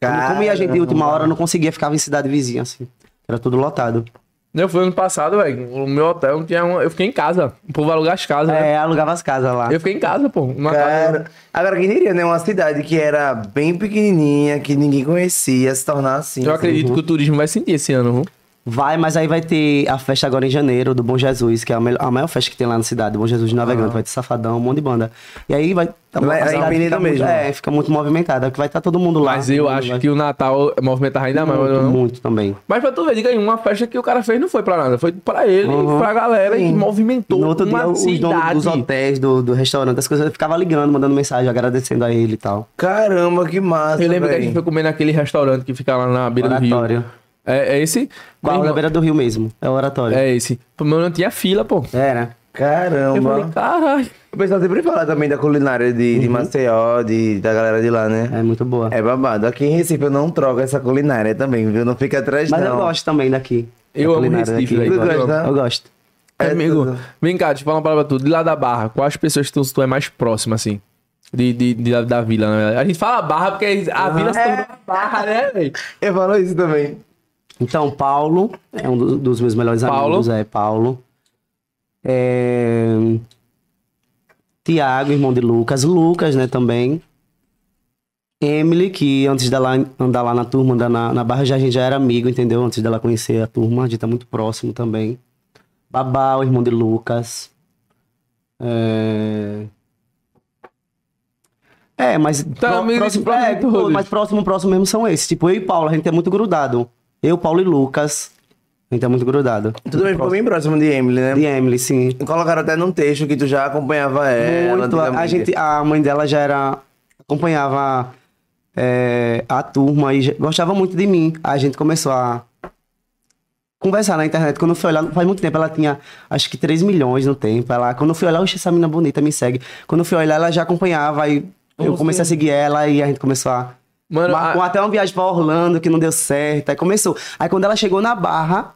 S3: Como- Como ia a gente de última hora, não conseguia, ficava em cidade vizinha, assim. Era tudo lotado.
S1: Eu fui ano passado, velho. O meu hotel não tinha uma... Eu fiquei em casa. O povo alugar as casas, né?
S3: É, alugava as casas lá.
S1: Eu fiquei em casa, pô. no Natal.
S2: Cara, agora quem diria, né? Uma cidade que era bem pequenininha, que ninguém conhecia, se tornar assim.
S1: eu acredito que o turismo vai sentir esse ano, viu?
S3: Vai, mas aí vai ter a festa agora em janeiro do Bom Jesus, que é a, mel- a maior festa que tem lá na cidade, do Bom Jesus de Navegante. Vai ter Safadão, um monte de banda. E aí vai... Tá
S2: Lá-
S3: a
S2: lá em
S3: cidade
S2: Penedo
S3: fica muito-
S2: mesmo.
S3: É, fica muito movimentada, que vai estar todo mundo lá.
S1: Mas eu
S3: Todo mundo
S1: acho
S3: vai-
S1: que o Natal movimentava ainda mais.
S3: Muito,
S1: não.
S3: muito também.
S1: Mas pra tu ver, diga aí, uma festa que o cara fez não foi pra nada. Foi pra ele,
S3: Uhum.
S1: pra galera e
S2: Sim.
S1: movimentou
S3: No outro
S1: uma
S3: dia, os donos
S1: cidade.
S3: dos hotéis, do, do restaurante, as coisas, eu ficava ligando, mandando mensagem, agradecendo a ele e tal.
S2: Caramba, que massa.
S1: Eu lembro que a
S2: véi.
S1: gente foi comer naquele restaurante que fica lá na beira do
S3: Oratório.
S1: rio. É, é esse? Meu
S3: Qual?
S1: irmão,
S3: Na beira do rio mesmo. É o oratório. É, né?
S1: É esse. Pô, meu não tinha fila, pô.
S3: Era.
S1: Eu
S2: Caramba.
S1: falei, caralho.
S2: O pessoal sempre fala também da culinária de, de Maceió, de, da galera de lá, né?
S3: Uhum. É muito boa.
S2: É babado. Aqui em Recife eu não troco essa culinária também, viu? Não fica atrás,
S3: Mas
S2: não.
S3: eu gosto também daqui.
S1: Eu amo
S3: Da culinária
S1: Recife,
S3: daqui.
S1: velho.
S2: então. Tu gosta? né?
S3: Eu gosto.
S2: É
S1: Amigo,
S2: tudo.
S1: vem cá, deixa eu falar uma palavra pra tu. De lá da Barra, quais pessoas tu, tu é mais próximo, assim? De, de- de- da, da vila, na verdade. A gente fala Barra porque a vila se tornou
S3: É.
S1: uma Barra, né, velho?
S2: Eu falo isso também.
S3: Então, Paulo é um do- dos meus melhores
S1: Paulo.
S3: amigos. É, Paulo. É... Tiago, irmão de Lucas. Lucas, né, também. Emily, que antes dela andar lá na turma, andar na, na Barra, já, a gente já era amigo, entendeu? Antes dela conhecer a turma, a gente tá muito próximo também. Babá, o irmão de Lucas. É... É, mas pró-
S1: Tá amigo de
S3: próximo,
S1: quase
S3: é,
S1: todos.
S3: mas próximo, próximo mesmo são esses. Tipo, eu e Paulo, a gente é muito grudado. Eu, Paulo e Lucas, a gente é muito grudado.
S2: Tudo bem, ficou bem próximo de Emily, né?
S3: E Emily, sim.
S2: Colocaram até num texto que tu já acompanhava ela.
S3: muito. A, a
S2: antigamente.
S3: gente, a mãe dela já era. acompanhava é, a turma e já- gostava muito de mim. A gente começou a conversar na internet. Quando eu fui olhar, faz muito tempo, ela tinha acho que 3 milhões no tempo. Ela, quando eu fui olhar, oxe, essa menina bonita me segue. Quando eu fui olhar, ela já acompanhava e eu comecei a seguir ela e a gente começou a.
S1: Mano,
S3: Marcou
S1: a-
S3: até uma viagem pra Orlando que não deu certo. Aí começou. Aí quando ela chegou na Barra,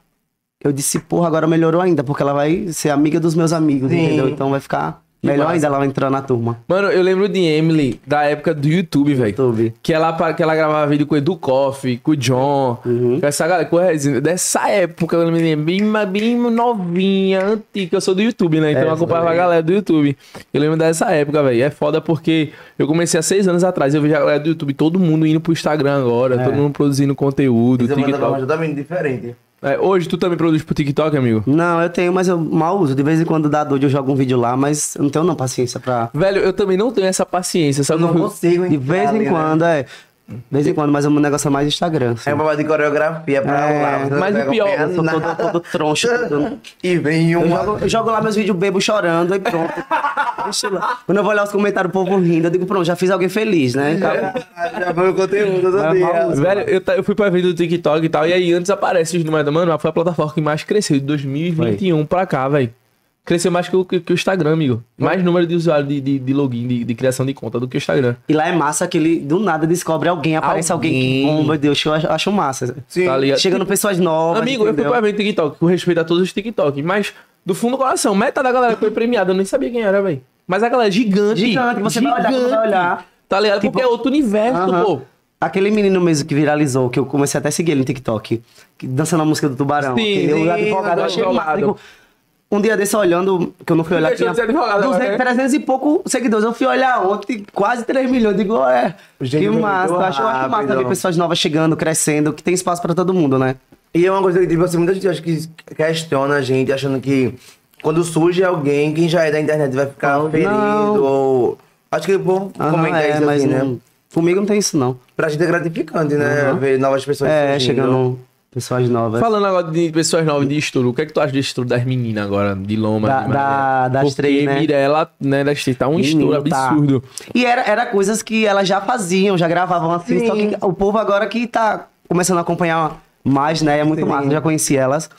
S3: eu disse, porra, agora melhorou ainda, porque ela vai ser amiga dos meus amigos,
S2: Sim.
S3: entendeu? Então vai ficar melhor ainda ela entrar na turma.
S1: Mano, eu lembro de Emily da época do YouTube, velho.
S3: YouTube.
S1: Que ela, pa- que ela gravava vídeo com o Edu Koff, com o John,
S2: Uhum.
S1: com essa galera, com o Rezinho. Dessa época, eu me lembro, bem, ma- bem novinha, antiga. Eu sou do YouTube, né? Então
S2: É,
S1: eu acompanhava a galera do YouTube. Eu lembro dessa época, velho. É foda porque eu comecei há seis anos atrás. Eu vejo a galera do YouTube, todo mundo indo pro Instagram agora,
S2: É.
S1: todo mundo produzindo conteúdo,
S2: Isso é uma
S1: TikTok.
S2: plataforma totalmente diferente.
S1: É, hoje, tu também produz pro TikTok, amigo?
S3: Não, eu tenho, mas eu mal uso. De vez em quando dá doido, eu jogo um vídeo lá, mas eu não tenho não paciência pra.
S1: Velho, eu também não tenho essa paciência,
S2: Eu
S1: sabe?
S2: não consigo, né? hein?
S3: De vez em quando, é. De vez em quando, mas o meu negócio é mais Instagram. assim.
S2: É uma babado de coreografia pra
S3: É,
S2: lá. você não
S1: mas o
S2: pega
S1: pior,
S2: pé
S1: eu
S3: sou todo-
S2: nada.
S3: todo troncho, todo-
S2: E vem
S3: Eu
S2: uma.
S3: jogo, eu jogo lá meus vídeos bebo chorando e pronto. Deixa lá. Quando eu vou olhar os comentários, o povo rindo, eu digo, pronto, já fiz alguém feliz, né? Tá bom.
S2: Já foi o conteúdo do
S3: Mas
S2: dia.
S3: vamos-
S1: Velho, eu, ta- eu fui pra vídeo do TikTok e tal, e aí antes aparece os números. Mano, foi a plataforma que mais cresceu de 2021 pra cá, velho. Cresceu mais que o, que, que o Instagram, amigo. Mais número de usuário de, de, de login, de, de criação de conta do que o Instagram.
S3: E lá é massa que ele do nada descobre alguém, aparece alguém, que,
S2: Alguém.
S3: oh, meu Deus, eu acho, acho massa.
S2: Sim.
S1: Tá ligado?
S3: Chegando pessoas novas.
S1: Amigo, eu fui
S3: entendeu?
S1: pra ver no TikTok, com respeito a todos os TikTok, mas do fundo do coração, meta da galera que foi premiada, eu nem sabia quem era, velho. Mas a galera é gigante.
S3: Gigante, você vai olhar, quando vai olhar. Tipo,
S1: Tá ligado? Porque é outro universo,
S3: Aham.
S1: pô.
S3: Aquele menino mesmo que viralizou, que eu comecei até a seguir ele no TikTok, que dançando a música do Tubarão.
S1: Sim,
S3: entendeu?
S1: sim,
S3: o advogado, eu achei
S1: advogado.
S3: massa. Digo, um dia desse olhando, que eu não fui olhar,
S1: Deixou
S3: tinha
S1: de ser advogado agora, né?
S3: 200, 300 e pouco seguidores. Eu fui olhar ontem, quase 3 milhões. Digo, é,
S2: Gente,
S3: que
S2: muito
S3: massa. Eu acho, eu acho massa
S2: rápido.
S3: ver pessoas novas chegando, crescendo, que tem espaço pra todo mundo, né?
S2: E é uma coisa que, tipo assim, muita gente acha que questiona a gente, achando que quando surge alguém, quem já é da internet vai ficar
S3: Não.
S2: ferido ou. Acho que o povo
S3: Aham,
S2: comenta
S3: é,
S2: isso,
S3: mas
S2: assim, né?
S3: não- comigo não tem isso, não.
S2: Pra gente é gratificante, né? Ver novas pessoas
S3: É,
S1: assim,
S2: surgindo.
S3: chegando Pessoas novas.
S1: Falando agora de pessoas novas de estudo, o que é que tu acha do estudo das meninas agora? De Loma,
S3: Da-
S1: de Maria?
S3: da- das
S1: Porque
S3: três, né?
S1: Mirella, né, das três, tá um estudo
S3: Menino, tá.
S1: absurdo.
S3: E era, era coisas que elas já faziam, já gravavam assim.
S2: Sim.
S3: Só que o povo agora que tá começando a acompanhar mais, né? É muito
S2: Sim.
S3: massa, eu já conheci elas.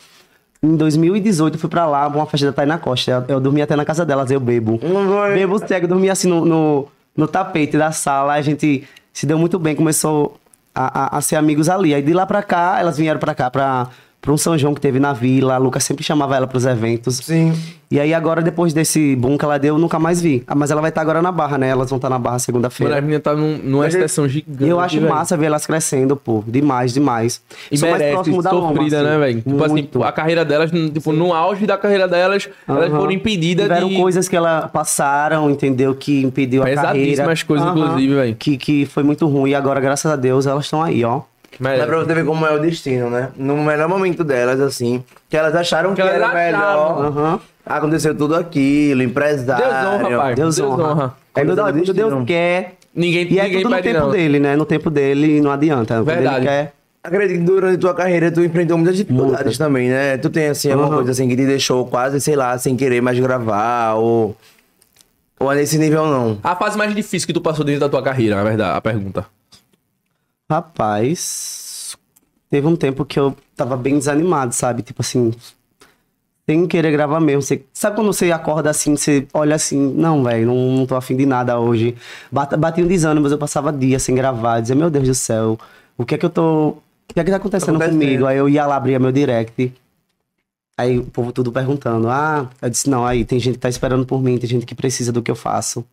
S3: Em 2018 eu fui pra lá, pra uma festa da Taina Costa. Eu, eu dormi até na casa delas, eu bebo.
S2: Oi.
S3: Bebo cego, dormi assim no, no, no tapete da sala. A gente se deu muito bem, começou a, a- a ser amigos ali. Aí de lá pra cá, elas vieram pra cá, pra, pra um São João que teve na vila. A Lucas sempre chamava ela pros eventos.
S2: Sim.
S3: E aí agora, depois desse boom que ela deu, eu nunca mais vi. Ah, Mas ela vai estar agora na Barra, né? Elas vão estar na Barra
S1: Mano, as
S3: segunda-feira.
S1: meninas tá num, numa
S2: Mas eu-
S1: extensão gigante.
S3: Eu acho
S1: velho.
S3: massa ver elas crescendo, pô. Demais, demais.
S1: E
S3: Sou
S1: merece, sofrida,
S3: assim.
S1: né, velho? Tipo assim,
S3: Muito.
S1: a carreira delas, tipo, no auge da carreira delas, elas
S3: Aham.
S1: foram impedidas
S3: Tiveram
S1: de...
S3: coisas que elas passaram, entendeu? Que impediu a carreira.
S1: Pesadíssimas coisas,
S3: Aham.
S1: inclusive, velho.
S3: Que, que foi muito ruim. E agora, graças a Deus, elas estão aí, ó.
S1: Merece.
S2: Dá pra você ver como é o destino, né? No melhor momento delas, assim, que elas acharam que,
S1: Que elas
S2: era
S1: acharam.
S2: melhor.
S3: Aham.
S2: Aconteceu tudo aquilo, empresário.
S1: Deus honra, pai.
S3: Deus,
S1: Deus
S3: honra.
S1: honra.
S3: Quando,
S2: É
S3: Deus, quando
S2: destino.
S3: Deus quer...
S1: Ninguém,
S3: E é
S1: ninguém
S3: tudo no
S1: pede,
S3: tempo
S1: não.
S3: dele, né? No tempo dele não adianta. Quando
S1: Verdade.
S3: ele quer...
S2: Acredito que durante tua carreira tu enfrentou muitas dificuldades também, né? Tu tem assim alguma
S3: Aham.
S2: coisa assim que te deixou quase, sei lá, sem querer mais gravar ou ou é nesse nível não.
S1: A fase mais difícil que tu passou dentro da tua carreira, na verdade, a pergunta.
S3: Rapaz, teve um tempo que eu tava bem desanimado, sabe? Tipo assim, sem querer gravar mesmo. Você- sabe quando você acorda assim, você olha assim, não, velho, não, não tô afim de nada hoje. Bata, bati um desânimo, mas eu passava dias sem gravar, dizia, meu Deus do céu, o que é que eu tô. O que é que tá acontecendo,
S2: Acontecendo.
S3: comigo? Aí eu ia lá abrir meu direct. Aí o povo tudo perguntando, ah, eu disse, não, aí tem gente que tá esperando por mim, tem gente que precisa do que eu faço.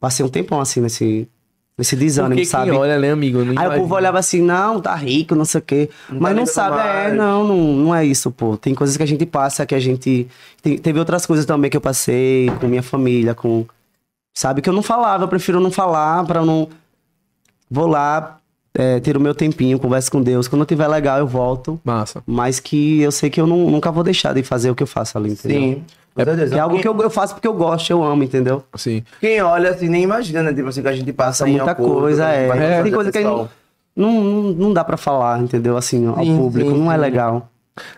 S3: Passei um tempão assim nesse, nesse desânimo,
S1: Porque quem
S3: sabe?
S1: olha, né, amigo? Não
S3: Aí o povo
S1: imagina.
S3: olhava assim, não, tá rico, não sei o quê.
S2: tá
S3: mas não
S2: ligando
S3: sabe, é,
S2: mais.
S3: não, não, não é isso, pô. Tem coisas que a gente passa, que a gente. tem- teve outras coisas também que eu passei com minha família, com. Sabe, que eu não falava, eu prefiro não falar pra eu não. Vou lá, é, ter o meu tempinho, converso com Deus. Quando eu tiver legal, eu volto.
S1: Massa.
S3: Mas que eu sei que eu não- nunca vou deixar de fazer o que eu faço ali, entendeu?
S2: Com certeza.
S3: É algo que
S2: Quem-
S3: eu, eu faço porque eu gosto, eu amo, entendeu?
S1: Sim.
S2: Quem olha assim nem imagina, né? Tipo assim, que a gente passa né?
S3: Passa
S2: em
S3: muita
S2: oculto,
S3: coisa,
S2: que a gente
S3: é.
S2: passa
S3: Tem
S2: bastante
S3: coisa que
S2: atenção.
S3: não, não, não dá pra falar, entendeu? Assim, ao
S2: Sim,
S3: público,
S2: sim,
S3: não é
S2: sim.
S3: legal.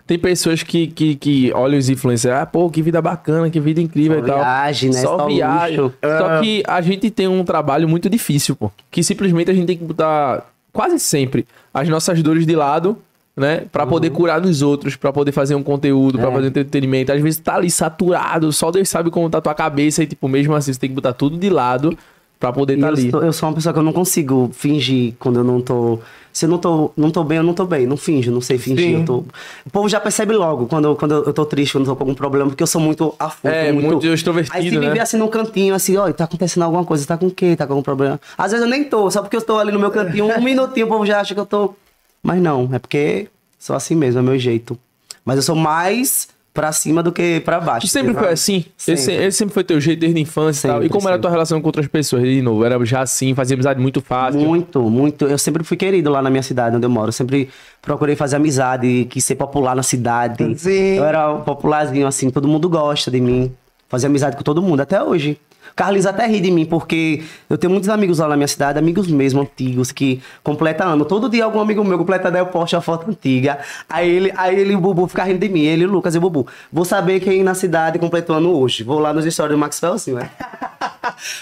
S1: Tem pessoas que, que, que olham os influencers, ah, pô, que vida bacana, que vida incrível
S3: Só
S1: e tal.
S3: viagem, né?
S1: Só
S3: Só
S1: viagem.
S3: luxo.
S1: Só
S2: Ah.
S1: que a gente tem um trabalho muito difícil, pô. Que simplesmente a gente tem que botar quase sempre as nossas dores de lado, né? Pra
S3: Uhum.
S1: poder curar dos outros, pra poder fazer um conteúdo,
S3: É.
S1: pra fazer entretenimento. Às vezes tá ali saturado, só Deus sabe como tá a tua cabeça e, tipo, mesmo assim, você tem que botar tudo de lado pra poder
S3: E
S1: tá
S3: eu,
S1: ali.
S3: sou, eu sou uma pessoa que eu não consigo fingir quando eu não tô. Se eu não tô, não tô bem, eu não tô bem. Não finjo, não sei fingir.
S2: Sim.
S3: eu tô- O povo já percebe logo quando, eu- quando eu tô triste, quando eu tô com algum problema, porque eu sou muito afoito.
S1: É, muito extrovertido,
S3: Aí se me
S1: né?
S3: ver assim num cantinho, assim, ó, tá acontecendo alguma coisa, tá com o quê? Tá com algum problema? Às vezes eu nem tô, só porque eu tô ali no meu cantinho, um minutinho, o povo já acha que eu tô. Mas não, é porque sou assim mesmo, é meu jeito. Mas eu sou mais pra cima do que pra baixo.
S1: Tu sempre
S3: entendeu?
S1: foi assim? Esse,
S3: Sempre.
S1: esse sempre foi teu jeito desde a infância e tal. E
S3: Sempre,
S1: como era a tua relação com outras pessoas? De novo, era já assim, fazia amizade muito fácil.
S3: Muito, muito. Eu sempre fui querido lá na minha cidade, onde eu moro. Eu sempre procurei fazer amizade, quis ser popular na cidade.
S2: Sim.
S3: Eu era um popularzinho, assim, todo mundo gosta de mim. Fazia amizade com todo mundo, até hoje. Carlinhos até ri de mim, porque eu tenho muitos amigos lá na minha cidade, amigos mesmo, antigos, que completa ano. Todo dia algum amigo meu completa daí eu posto a foto antiga. Aí ele, aí ele e o Bubu fica rindo de mim, ele, o Lucas e o Bubu. Vou saber quem na cidade completou ano hoje. Vou lá nos stories do Max Felsin, né?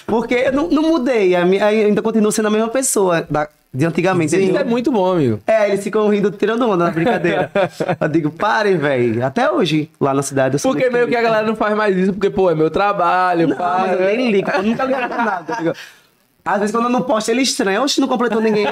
S3: Porque eu não, não mudei, a minha- ainda continuo sendo a mesma pessoa da- de antigamente.
S1: Isso
S3: entendeu?
S1: é muito bom, amigo.
S3: É, eles ficam rindo, tirando onda na brincadeira. eu digo, parem, velho. Até hoje, lá na cidade, eu sou
S1: Porque
S3: muito
S1: meio que a galera não faz mais isso, porque, pô, é meu trabalho,
S3: querido. Ah,
S1: pá.
S3: mas eu nem ligo, eu nunca ligo pra nada. eu digo. Às vezes, quando eu não posto, ele estranha. Hoje não completou ninguém.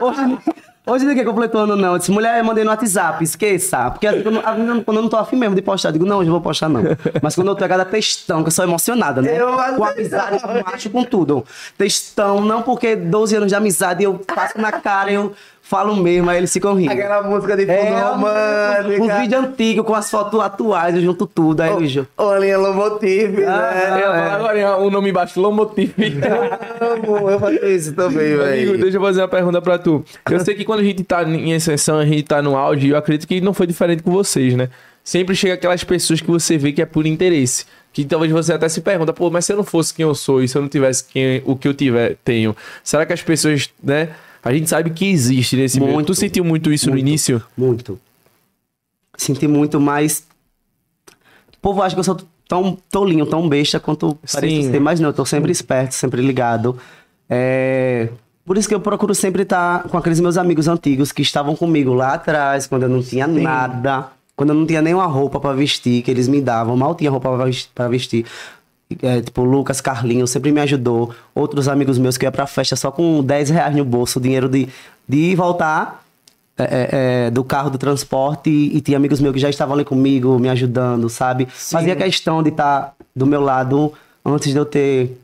S3: Hoje, hoje ninguém completou ano, não. Eu disse, mulher, eu mandei no WhatsApp, esqueça. Porque às vezes, quando às vezes, quando eu não tô afim mesmo de postar, eu digo, não, hoje eu vou postar, não. Mas quando eu tô é cada textão, que eu sou emocionada, né?
S2: Eu
S3: com amizade, com macho, com tudo. Textão, não porque 12 anos de amizade, eu passo na cara, eu falo mesmo, aí eles ficam rindo.
S2: Aquela música de fundo
S3: É,
S2: romântica.
S3: Os vídeos é antigos com as fotos atuais, eu junto tudo, aí eu jo-
S2: Olha, é Lomotive,
S3: Ah.
S1: Eu
S3: é,
S1: ia
S2: né?
S1: falar agora o nome embaixo, Lomotif.
S2: Eu amo, eu faço isso também,
S1: Amigo,
S2: velho.
S1: deixa eu fazer uma pergunta pra tu. Eu sei que quando a gente tá em ascensão, a gente tá no áudio, e eu acredito que não foi diferente com vocês, né? Sempre chega aquelas pessoas que você vê que é por interesse. Que talvez você até se pergunta, pô, mas se eu não fosse quem eu sou e se eu não tivesse quem, o que eu tiver, tenho, será que as pessoas, né, A gente sabe que existe nesse meio.
S3: Muito.
S1: Tu sentiu muito isso no
S3: Muito.
S1: início?
S3: Muito. Senti muito, mas. O povo acha que eu sou tão tolinho, tão besta quanto
S1: Sim.
S3: pareço ser, mas não, eu tô sempre esperto, sempre ligado. É, Por isso que eu procuro sempre estar com aqueles meus amigos antigos que estavam comigo lá atrás, quando eu não tinha nada, quando eu não tinha nenhuma roupa pra vestir, que eles me davam, mal tinha roupa pra ves- pra vestir. É, tipo, Lucas, Carlinhos sempre me ajudou. Outros amigos meus que ia pra festa só com 10 reais no bolso, dinheiro de, de ir e voltar é, é, é, do carro do transporte e, e tinha amigos meus que já estavam ali comigo, me ajudando, sabe? Fazia questão de estar do meu lado antes de eu ter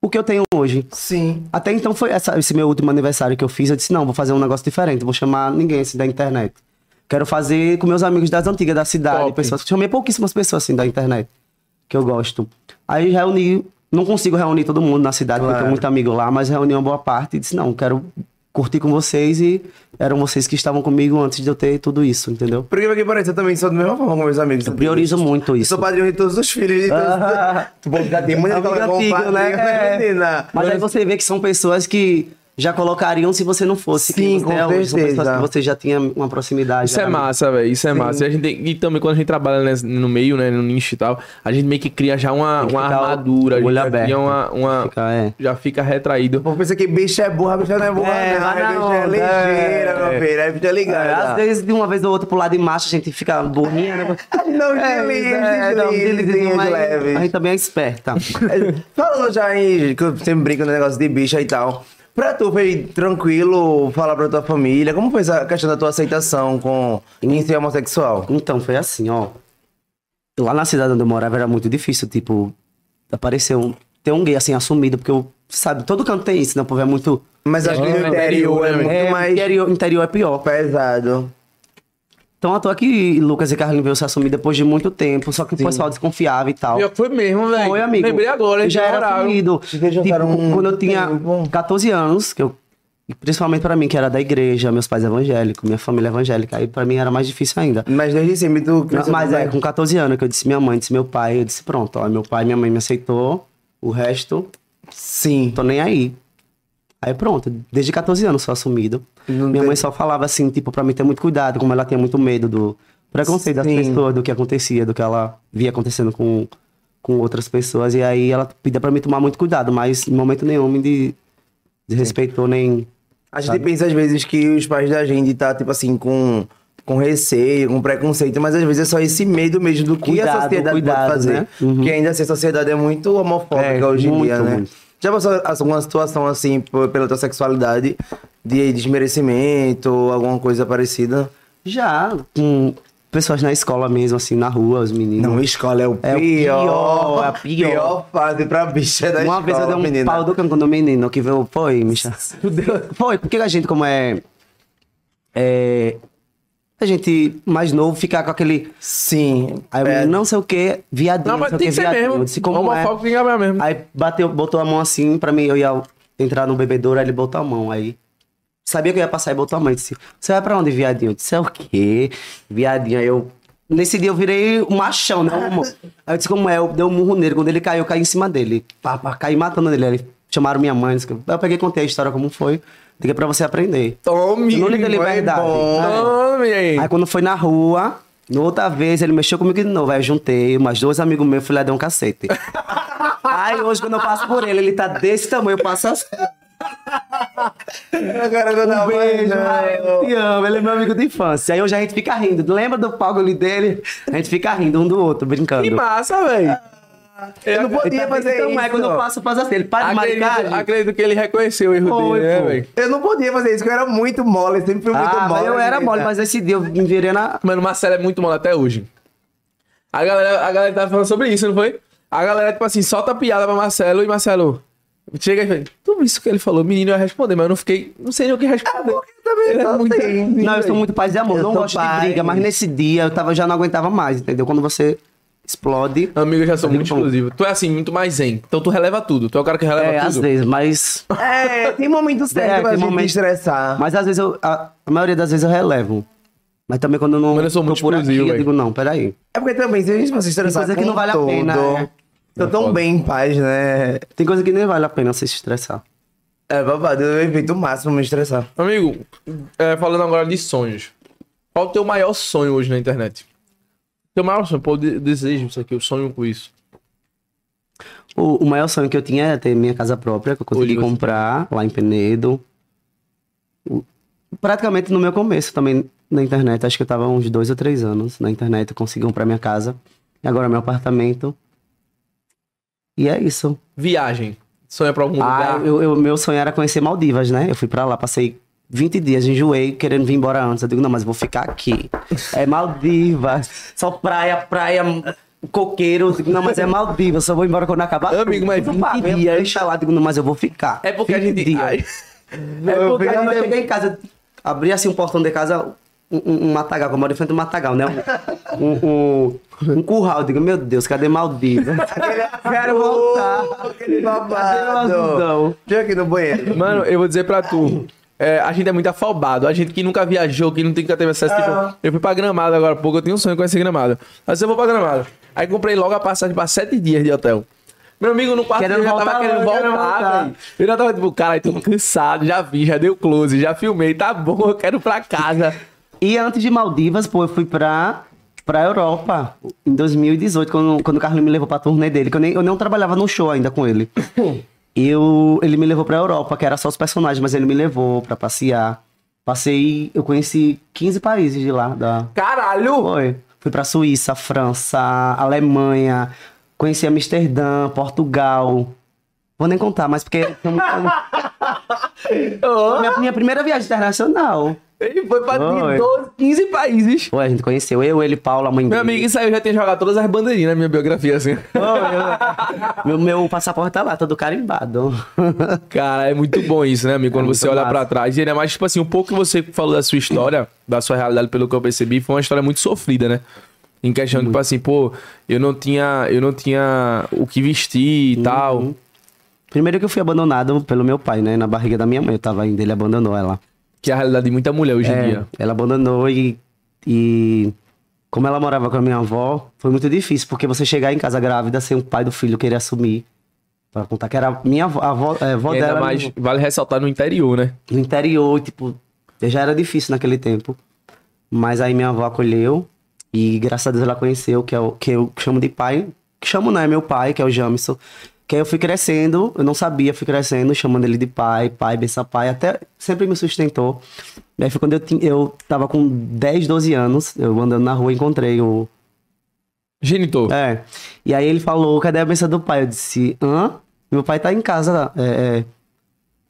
S3: o que eu tenho hoje.
S2: Sim.
S3: Até então foi essa- esse meu último aniversário que eu fiz, eu disse, não, vou fazer um negócio diferente, vou chamar ninguém assim da internet. Quero fazer com meus amigos das antigas da cidade,
S1: Top.
S3: pessoas. Chamei pouquíssimas pessoas assim da internet que eu gosto. Aí reuni, não consigo reunir todo mundo na cidade, porque eu
S2: Claro.
S3: tenho muito amigo lá, mas reuni uma boa parte e disse, não, quero curtir com vocês e eram vocês que estavam comigo antes de eu ter tudo isso, entendeu?
S2: Porque, porque parece, eu também sou do mesmo forma com meus amigos.
S3: Eu priorizo muito
S2: Eu
S3: isso.
S2: sou padrinho de todos os filhos. De todos...
S3: Ah.
S2: Tu pode ficar de muita
S3: Amigo
S2: coisa
S3: antigo, né?
S2: né,
S3: É.
S2: menina?
S3: Mas aí você vê que são pessoas que já colocariam se você não
S2: Sim,
S3: fosse. quem você
S2: com
S3: é hoje. São
S2: certeza.
S3: pessoas que você já tinha uma proximidade.
S1: Isso é
S3: já-
S1: massa, velho. Isso é massa. E, a gente, tem- e também quando a gente trabalha nes- no meio, né? No nicho e tal, a gente meio que cria já uma,
S3: Tem que
S1: uma
S3: ficar o
S1: armadura. a gente
S3: olho
S1: já
S3: aberto.
S1: cria uma. uma-
S3: Fica, é.
S1: Já fica retraído.
S2: O povo pensa que bicho é burra, bicho não é burra,
S3: É,
S2: não.
S3: vai na
S2: bicho é
S3: onda,
S2: ligeira,
S3: é.
S2: meu filho. É bicho é
S3: É,
S2: ligado.
S3: às vezes, de uma vez ou outra, pro lado de macho, a gente fica burrinha, né?
S2: Não, deslize,
S3: não,
S2: deslize,
S3: um deslizinho, mas
S2: leve.
S3: A gente também é esperta.
S2: Falando já em. que eu sempre brinco no negócio de bicha e tal. Pra tu foi tranquilo falar pra tua família? Como foi essa questão da tua aceitação com início homossexual?
S3: Então, foi assim, ó. Lá na cidade onde eu morava era muito difícil, tipo, aparecer um. ter um gay assim assumido, porque eu. Sabe, todo canto tem isso, né? O povo é muito.
S2: Mas acho que no
S1: É,
S2: interior é
S1: interior,
S2: muito
S3: É,
S2: mais
S3: interior, interior é pior.
S2: pesado.
S3: Então, à toa que Lucas e Carlinhos veio se assumir depois de muito tempo, só que o pessoal desconfiava e tal.
S1: Pior que foi mesmo, velho.
S3: Foi, amigo.
S1: Lembrei agora, hein?
S3: Eu já era
S1: moral.
S3: assumido.
S2: Vocês já
S3: Tipo,
S2: eram um
S3: quando eu tinha
S2: tempo.
S3: 14 anos, que eu, principalmente pra mim, que era da igreja, meus pais evangélicos, minha família evangélica, aí pra mim era mais difícil ainda.
S2: Mas desde sempre tu cresceu
S3: Mas
S2: bem.
S3: é, com 14 anos que eu disse minha mãe, disse meu pai, eu disse pronto, ó, meu pai e minha mãe me aceitou, o resto,
S2: Sim.
S3: tô nem aí. Aí pronto, desde 14 anos sou assumido.
S2: Não
S3: minha
S2: tem-
S3: mãe só falava assim, tipo, pra mim ter muito cuidado, como ela tinha muito medo do preconceito das
S2: Sim.
S3: pessoas, do que acontecia, do que ela via acontecendo com, com outras pessoas. E aí ela pedia pra mim tomar muito cuidado, mas em momento nenhum me de- desrespeitou, nem.
S2: A gente pensa às vezes que os pais da gente tá, tipo assim, com, com receio, com preconceito, mas às vezes é só esse medo mesmo do que a
S3: Cuidado,
S2: sociedade pode
S3: cuidado,
S2: fazer.
S3: né?
S2: Porque ainda assim, a sociedade é muito homofóbica
S3: É,
S2: hoje em
S3: muito,
S2: dia, né?
S3: muito.
S2: Já passou alguma situação assim, por- pela tua sexualidade, de desmerecimento, alguma coisa parecida?
S3: Já com pessoas na escola mesmo, assim, na rua, os meninos.
S2: Não, escola é o
S3: É
S2: pior.
S3: o pior, é a pior.
S2: fase pra bicha é da
S3: Uma
S2: escola,
S3: vez eu dei um
S2: menina.
S3: pau do cão quando o menino que veio. Foi, Micha. Foi, porque a gente, como é. É. A gente mais novo ficar com aquele.
S2: Sim.
S3: Aí eu
S2: é,
S3: não sei o que, viadinho.
S1: Não, mas
S3: sei o
S1: tem
S3: quê,
S1: que ser
S3: viadinho. Eu
S1: mesmo.
S3: Disse, como é?
S1: Homofóbico tem que acabar mesmo.
S3: Aí bateu, botou a mão assim, pra mim, eu ia entrar no bebedouro, aí ele botou a mão. Aí sabia que eu ia passar e botou a mão. Ele disse, você vai pra onde, viadinho? Eu disse, é o quê? Viadinho. Aí eu. Nesse dia eu virei um machão, né? Um... Aí eu disse, como é? Eu dei um murro nele. Quando ele caiu, eu caí em cima dele. Pá, pá, caí matando ele. Aí ele- chamaram minha mãe. disse que- Aí eu peguei e contei a história como foi. Liguei pra você aprender.
S2: Tome,
S3: Eu não ligo a
S2: é
S3: liberdade.
S2: bom.
S1: Tome aí.
S3: Aí quando foi na rua, na outra vez ele mexeu comigo de novo. Aí eu juntei umas dois amigos meus, fui lá e dei um cacete. Aí hoje quando eu passo por ele, ele tá desse tamanho, eu passo assim.
S2: Agora eu
S3: Um
S2: não
S3: beijo,
S2: aguento.
S3: ai, eu te amo, ele é meu amigo de infância. Aí hoje a gente fica rindo. Lembra do pagulho dele? A gente fica rindo um do outro,
S1: Que
S3: brincando.
S1: massa, velho.
S2: Eu não podia fazer
S3: então,
S2: isso.
S3: Aí quando eu passo, faz assim. Ele para de
S1: Acredito,
S3: maricagem.
S1: acredito que ele reconheceu o erro
S3: Foi,
S1: dele, né,
S3: pô.
S1: velho?
S2: Eu não podia fazer isso, porque eu era muito mole, sempre fui muito
S3: Ah, mas
S2: mole. né?
S3: eu era
S2: menina.
S3: mole, mas esse dia eu me virei na...
S1: Mano, Marcelo é muito mole até hoje. A galera, a galera tava falando sobre isso, não foi? A galera, tipo assim, solta a piada pra Marcelo e Marcelo chega e fala: Tudo isso que ele falou, menino, eu ia responder, mas eu não fiquei. Não sei nem o que responder.
S2: eu também
S1: Ele é
S2: não
S1: muito
S2: sei.
S1: assim,
S3: Não, eu
S1: velho.
S3: sou muito paz de amor,
S2: Eu
S3: não
S2: sou
S3: gosto
S2: paz.
S3: de briga, mas nesse dia eu tava, já não aguentava mais, entendeu? Quando você explode,
S1: Amigo, eu já sou
S3: Eu
S1: muito
S3: digo, bom.
S1: exclusivo. Tu é assim, muito mais zen. Então tu releva tudo. Tu é o cara que releva
S3: é, às
S1: tudo.
S3: vezes, mas...
S2: É, tem momento certo
S3: É,
S2: pra
S3: tem
S2: gente
S3: momento-
S2: estressar.
S3: Mas às vezes eu... A, a maioria das vezes eu relevo. Mas também quando eu não
S1: Mas eu sou muito
S3: tô por aqui,
S1: explosivo,
S3: eu
S1: véi.
S3: digo, não, peraí.
S2: É porque também, se a gente fosse estressar
S3: coisa que
S2: com
S3: não vale a
S2: todo,
S3: pena, é.
S2: Tô
S1: É
S2: tão
S1: foda.
S2: bem em paz, né?
S3: Tem coisa que nem vale a pena se estressar.
S2: É babado, eu evito o máximo me estressar.
S1: Amigo, é, falando agora de sonhos. Qual o teu maior sonho hoje na internet? Teu maior sonho, pô, eu de- desejo isso aqui, eu sonho com isso.
S3: O, o maior sonho que eu tinha era ter minha casa própria, que eu consegui
S1: Hoje você-
S3: comprar lá em Penedo. O- Praticamente no meu começo também na internet. Acho que eu tava uns dois ou três anos na internet. Eu consegui comprar minha casa. E agora meu apartamento. E é isso.
S1: Viagem. Sonha pra algum
S3: Ah,
S1: lugar.
S3: eu, eu- meu sonho era conhecer Maldivas, né? Eu fui pra lá, passei 20 dias, enjoei, querendo vir embora antes. Eu digo, não, mas eu vou ficar aqui. É Maldivas. Só praia, praia, coqueiro. Eu digo, não, mas é Maldivas, só vou embora quando acabar.
S1: Amigo, mas 20
S3: dias. Deixa lá, Eu digo, não, mas eu vou ficar.
S1: É porque a
S3: 20
S1: gente.
S3: dias.
S1: Ai,
S3: É
S2: Eu
S3: porque
S2: vi-
S3: quando eu cheguei em casa, abri assim um portão de casa, um, um- um matagal, que eu moro em frente a um matagal, né? Um, um, um curral. Eu digo, meu Deus, cadê Maldivas? Quero voltar. Tá um
S2: Aquele
S3: Cadê o
S2: babado.
S3: azulzão?
S2: Deixa eu aqui no banheiro.
S1: Mano, eu vou dizer pra tu. é, a gente é muito afobado. A gente que nunca viajou, que não tem- nunca teve acesso.
S2: Ah.
S1: Tipo, eu fui pra Gramado agora há pouco, eu tenho um sonho com esse Gramado. Mas eu vou pra Gramado. Aí comprei logo a passagem pra sete dias de hotel. Meu amigo, no quarto dia
S3: Querendo
S1: eu já tava
S3: voltar
S1: querendo
S3: logo, quero
S1: voltar,
S3: voltar.
S1: velho. Eu já tava tipo, cara, tô cansado, já vi, já deu close, já filmei, tá bom, eu quero ir pra casa.
S3: E antes de Maldivas, pô, eu fui pra, pra Europa em 2018, quando, quando o Carlos me levou pra turnê dele, que eu nem, eu não trabalhava no show ainda com ele. Eu, ele me levou pra Europa, que era só os personagens, mas ele me levou pra passear. Passei, eu conheci 15 países de lá. Da...
S1: Caralho!
S3: Foi. Fui pra Suíça, França, Alemanha, conheci Amsterdã, Portugal. Vou nem contar, mas porque.
S1: Oh,
S3: minha, minha primeira viagem internacional.
S1: ele foi pra
S3: Oi.
S1: 12, 15 países.
S3: Ué, a gente conheceu eu, ele, Paula, a mãe
S1: Meu
S3: dele.
S1: amigo, isso aí eu já tinha jogado todas as bandeirinhas na minha biografia, assim.
S3: Meu, meu passaporte tá lá, todo carimbado.
S1: Cara, é muito bom isso, né, amigo? Quando
S3: É muito
S1: você olha
S3: massa.
S1: pra trás. E ainda mais, tipo assim, um pouco que você falou da sua história, da sua realidade, pelo que eu percebi, foi uma história muito sofrida, né? Em questão, tipo assim, pô, eu não tinha, eu não tinha o que vestir e
S3: Uhum.
S1: tal.
S3: Primeiro que eu fui abandonado pelo meu pai, né? Na barriga da minha mãe eu tava ainda, ele abandonou ela.
S1: Que é a realidade de muita mulher hoje em
S3: É,
S1: dia.
S3: ela abandonou e, e como ela morava com a minha avó, foi muito difícil, porque você chegar em casa grávida sem o pai do filho querer assumir. Pra contar que era minha avó, a avó, é, avó
S1: E ainda
S3: dela
S1: mais,
S3: no,
S1: vale ressaltar no interior, né?
S3: no interior, tipo, já era difícil naquele tempo. Mas aí minha avó acolheu e graças a Deus ela conheceu, que é o que eu chamo de pai, que chamo não, é meu pai, que é o Jamison. Que aí eu fui crescendo, eu não sabia, fui crescendo, chamando ele de pai, pai, benção pai, até sempre me sustentou. E aí foi quando eu, tin- eu tava com 10, 12 anos, eu andando na rua, encontrei o,
S1: Genitor.
S3: é. E aí ele falou, cadê a benção do pai? Eu disse, hã? Meu pai tá em casa é, é,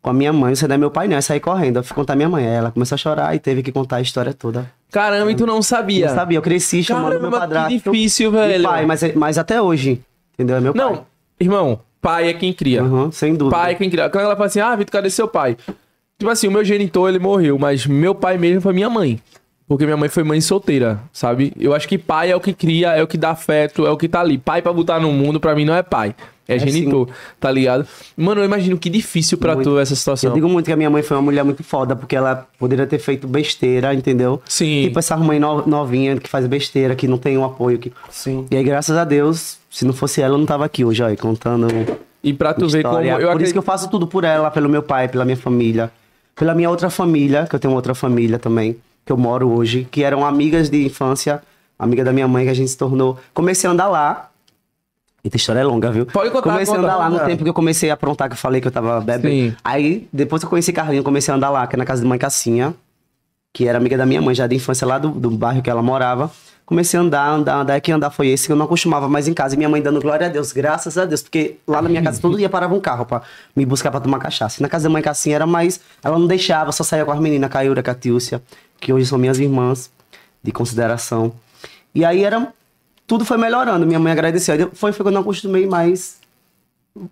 S3: com a minha mãe, você não é meu pai não. Eu saí correndo, eu fui contar a minha mãe. Aí Ela começou a chorar e teve que contar a história toda.
S1: Caramba, e tu não sabia.
S3: Eu sabia, eu cresci chamando
S1: Caramba,
S3: meu
S1: que
S3: padrasto.
S1: difícil,
S3: de
S1: velho.
S3: Pai, mas, é, mas até hoje, entendeu? É meu pai.
S1: Não, irmão, pai é quem cria.
S3: Uhum, sem dúvida.
S1: pai quem criou. Quando ela fala assim, ah, Vitor, cadê seu pai? Tipo assim, o meu genitor, ele morreu, mas meu pai mesmo foi minha mãe. Porque minha mãe foi mãe solteira, sabe? Eu acho que pai é o que cria, é o que dá afeto, é o que tá ali. Pai pra botar no mundo, pra mim não é pai. É, genitor, tá ligado? Mano, eu imagino que difícil pra tu essa situação.
S3: Eu digo muito que a minha mãe foi uma mulher muito foda, porque ela poderia ter feito besteira, entendeu?
S1: Sim.
S3: Tipo essa mãe no- novinha que faz besteira, que não tem um apoio. Que...
S2: Sim.
S3: E aí, graças a Deus, se não fosse ela, eu não tava aqui hoje, ó, e contando
S1: E pra tu ver como.
S3: história.
S1: Eu
S3: Por isso que eu faço tudo por ela, pelo meu pai, pela minha família, pela minha outra família, que eu tenho outra família também, que eu moro hoje, que eram amigas de infância, amiga da minha mãe, que a gente se tornou. Comecei a andar lá. Eita, a história é longa, viu?
S1: Pode contar,
S3: Comecei
S1: conta,
S3: a andar lá
S1: conta.
S3: no tempo que eu comecei a aprontar, que eu falei que eu tava bebendo.
S1: Sim.
S3: Aí, depois que eu conheci Carlinho, eu comecei a andar lá, que é na casa de mãe Cassinha, que era amiga da minha mãe já de infância lá do, do bairro que ela morava. Comecei a andar, andar, andar, e que andar foi esse que eu não acostumava mais em casa. E minha mãe dando glória a Deus, graças a Deus, porque lá na minha casa todo dia parava um carro pra me buscar pra tomar cachaça. E na casa da mãe Cassinha era mais. Ela não deixava, só saía com as meninas, Caiura, Catiúcia, que hoje são minhas irmãs de consideração. E aí era. Tudo foi melhorando, minha mãe agradeceu. Aí Foi, foi quando eu não acostumei mais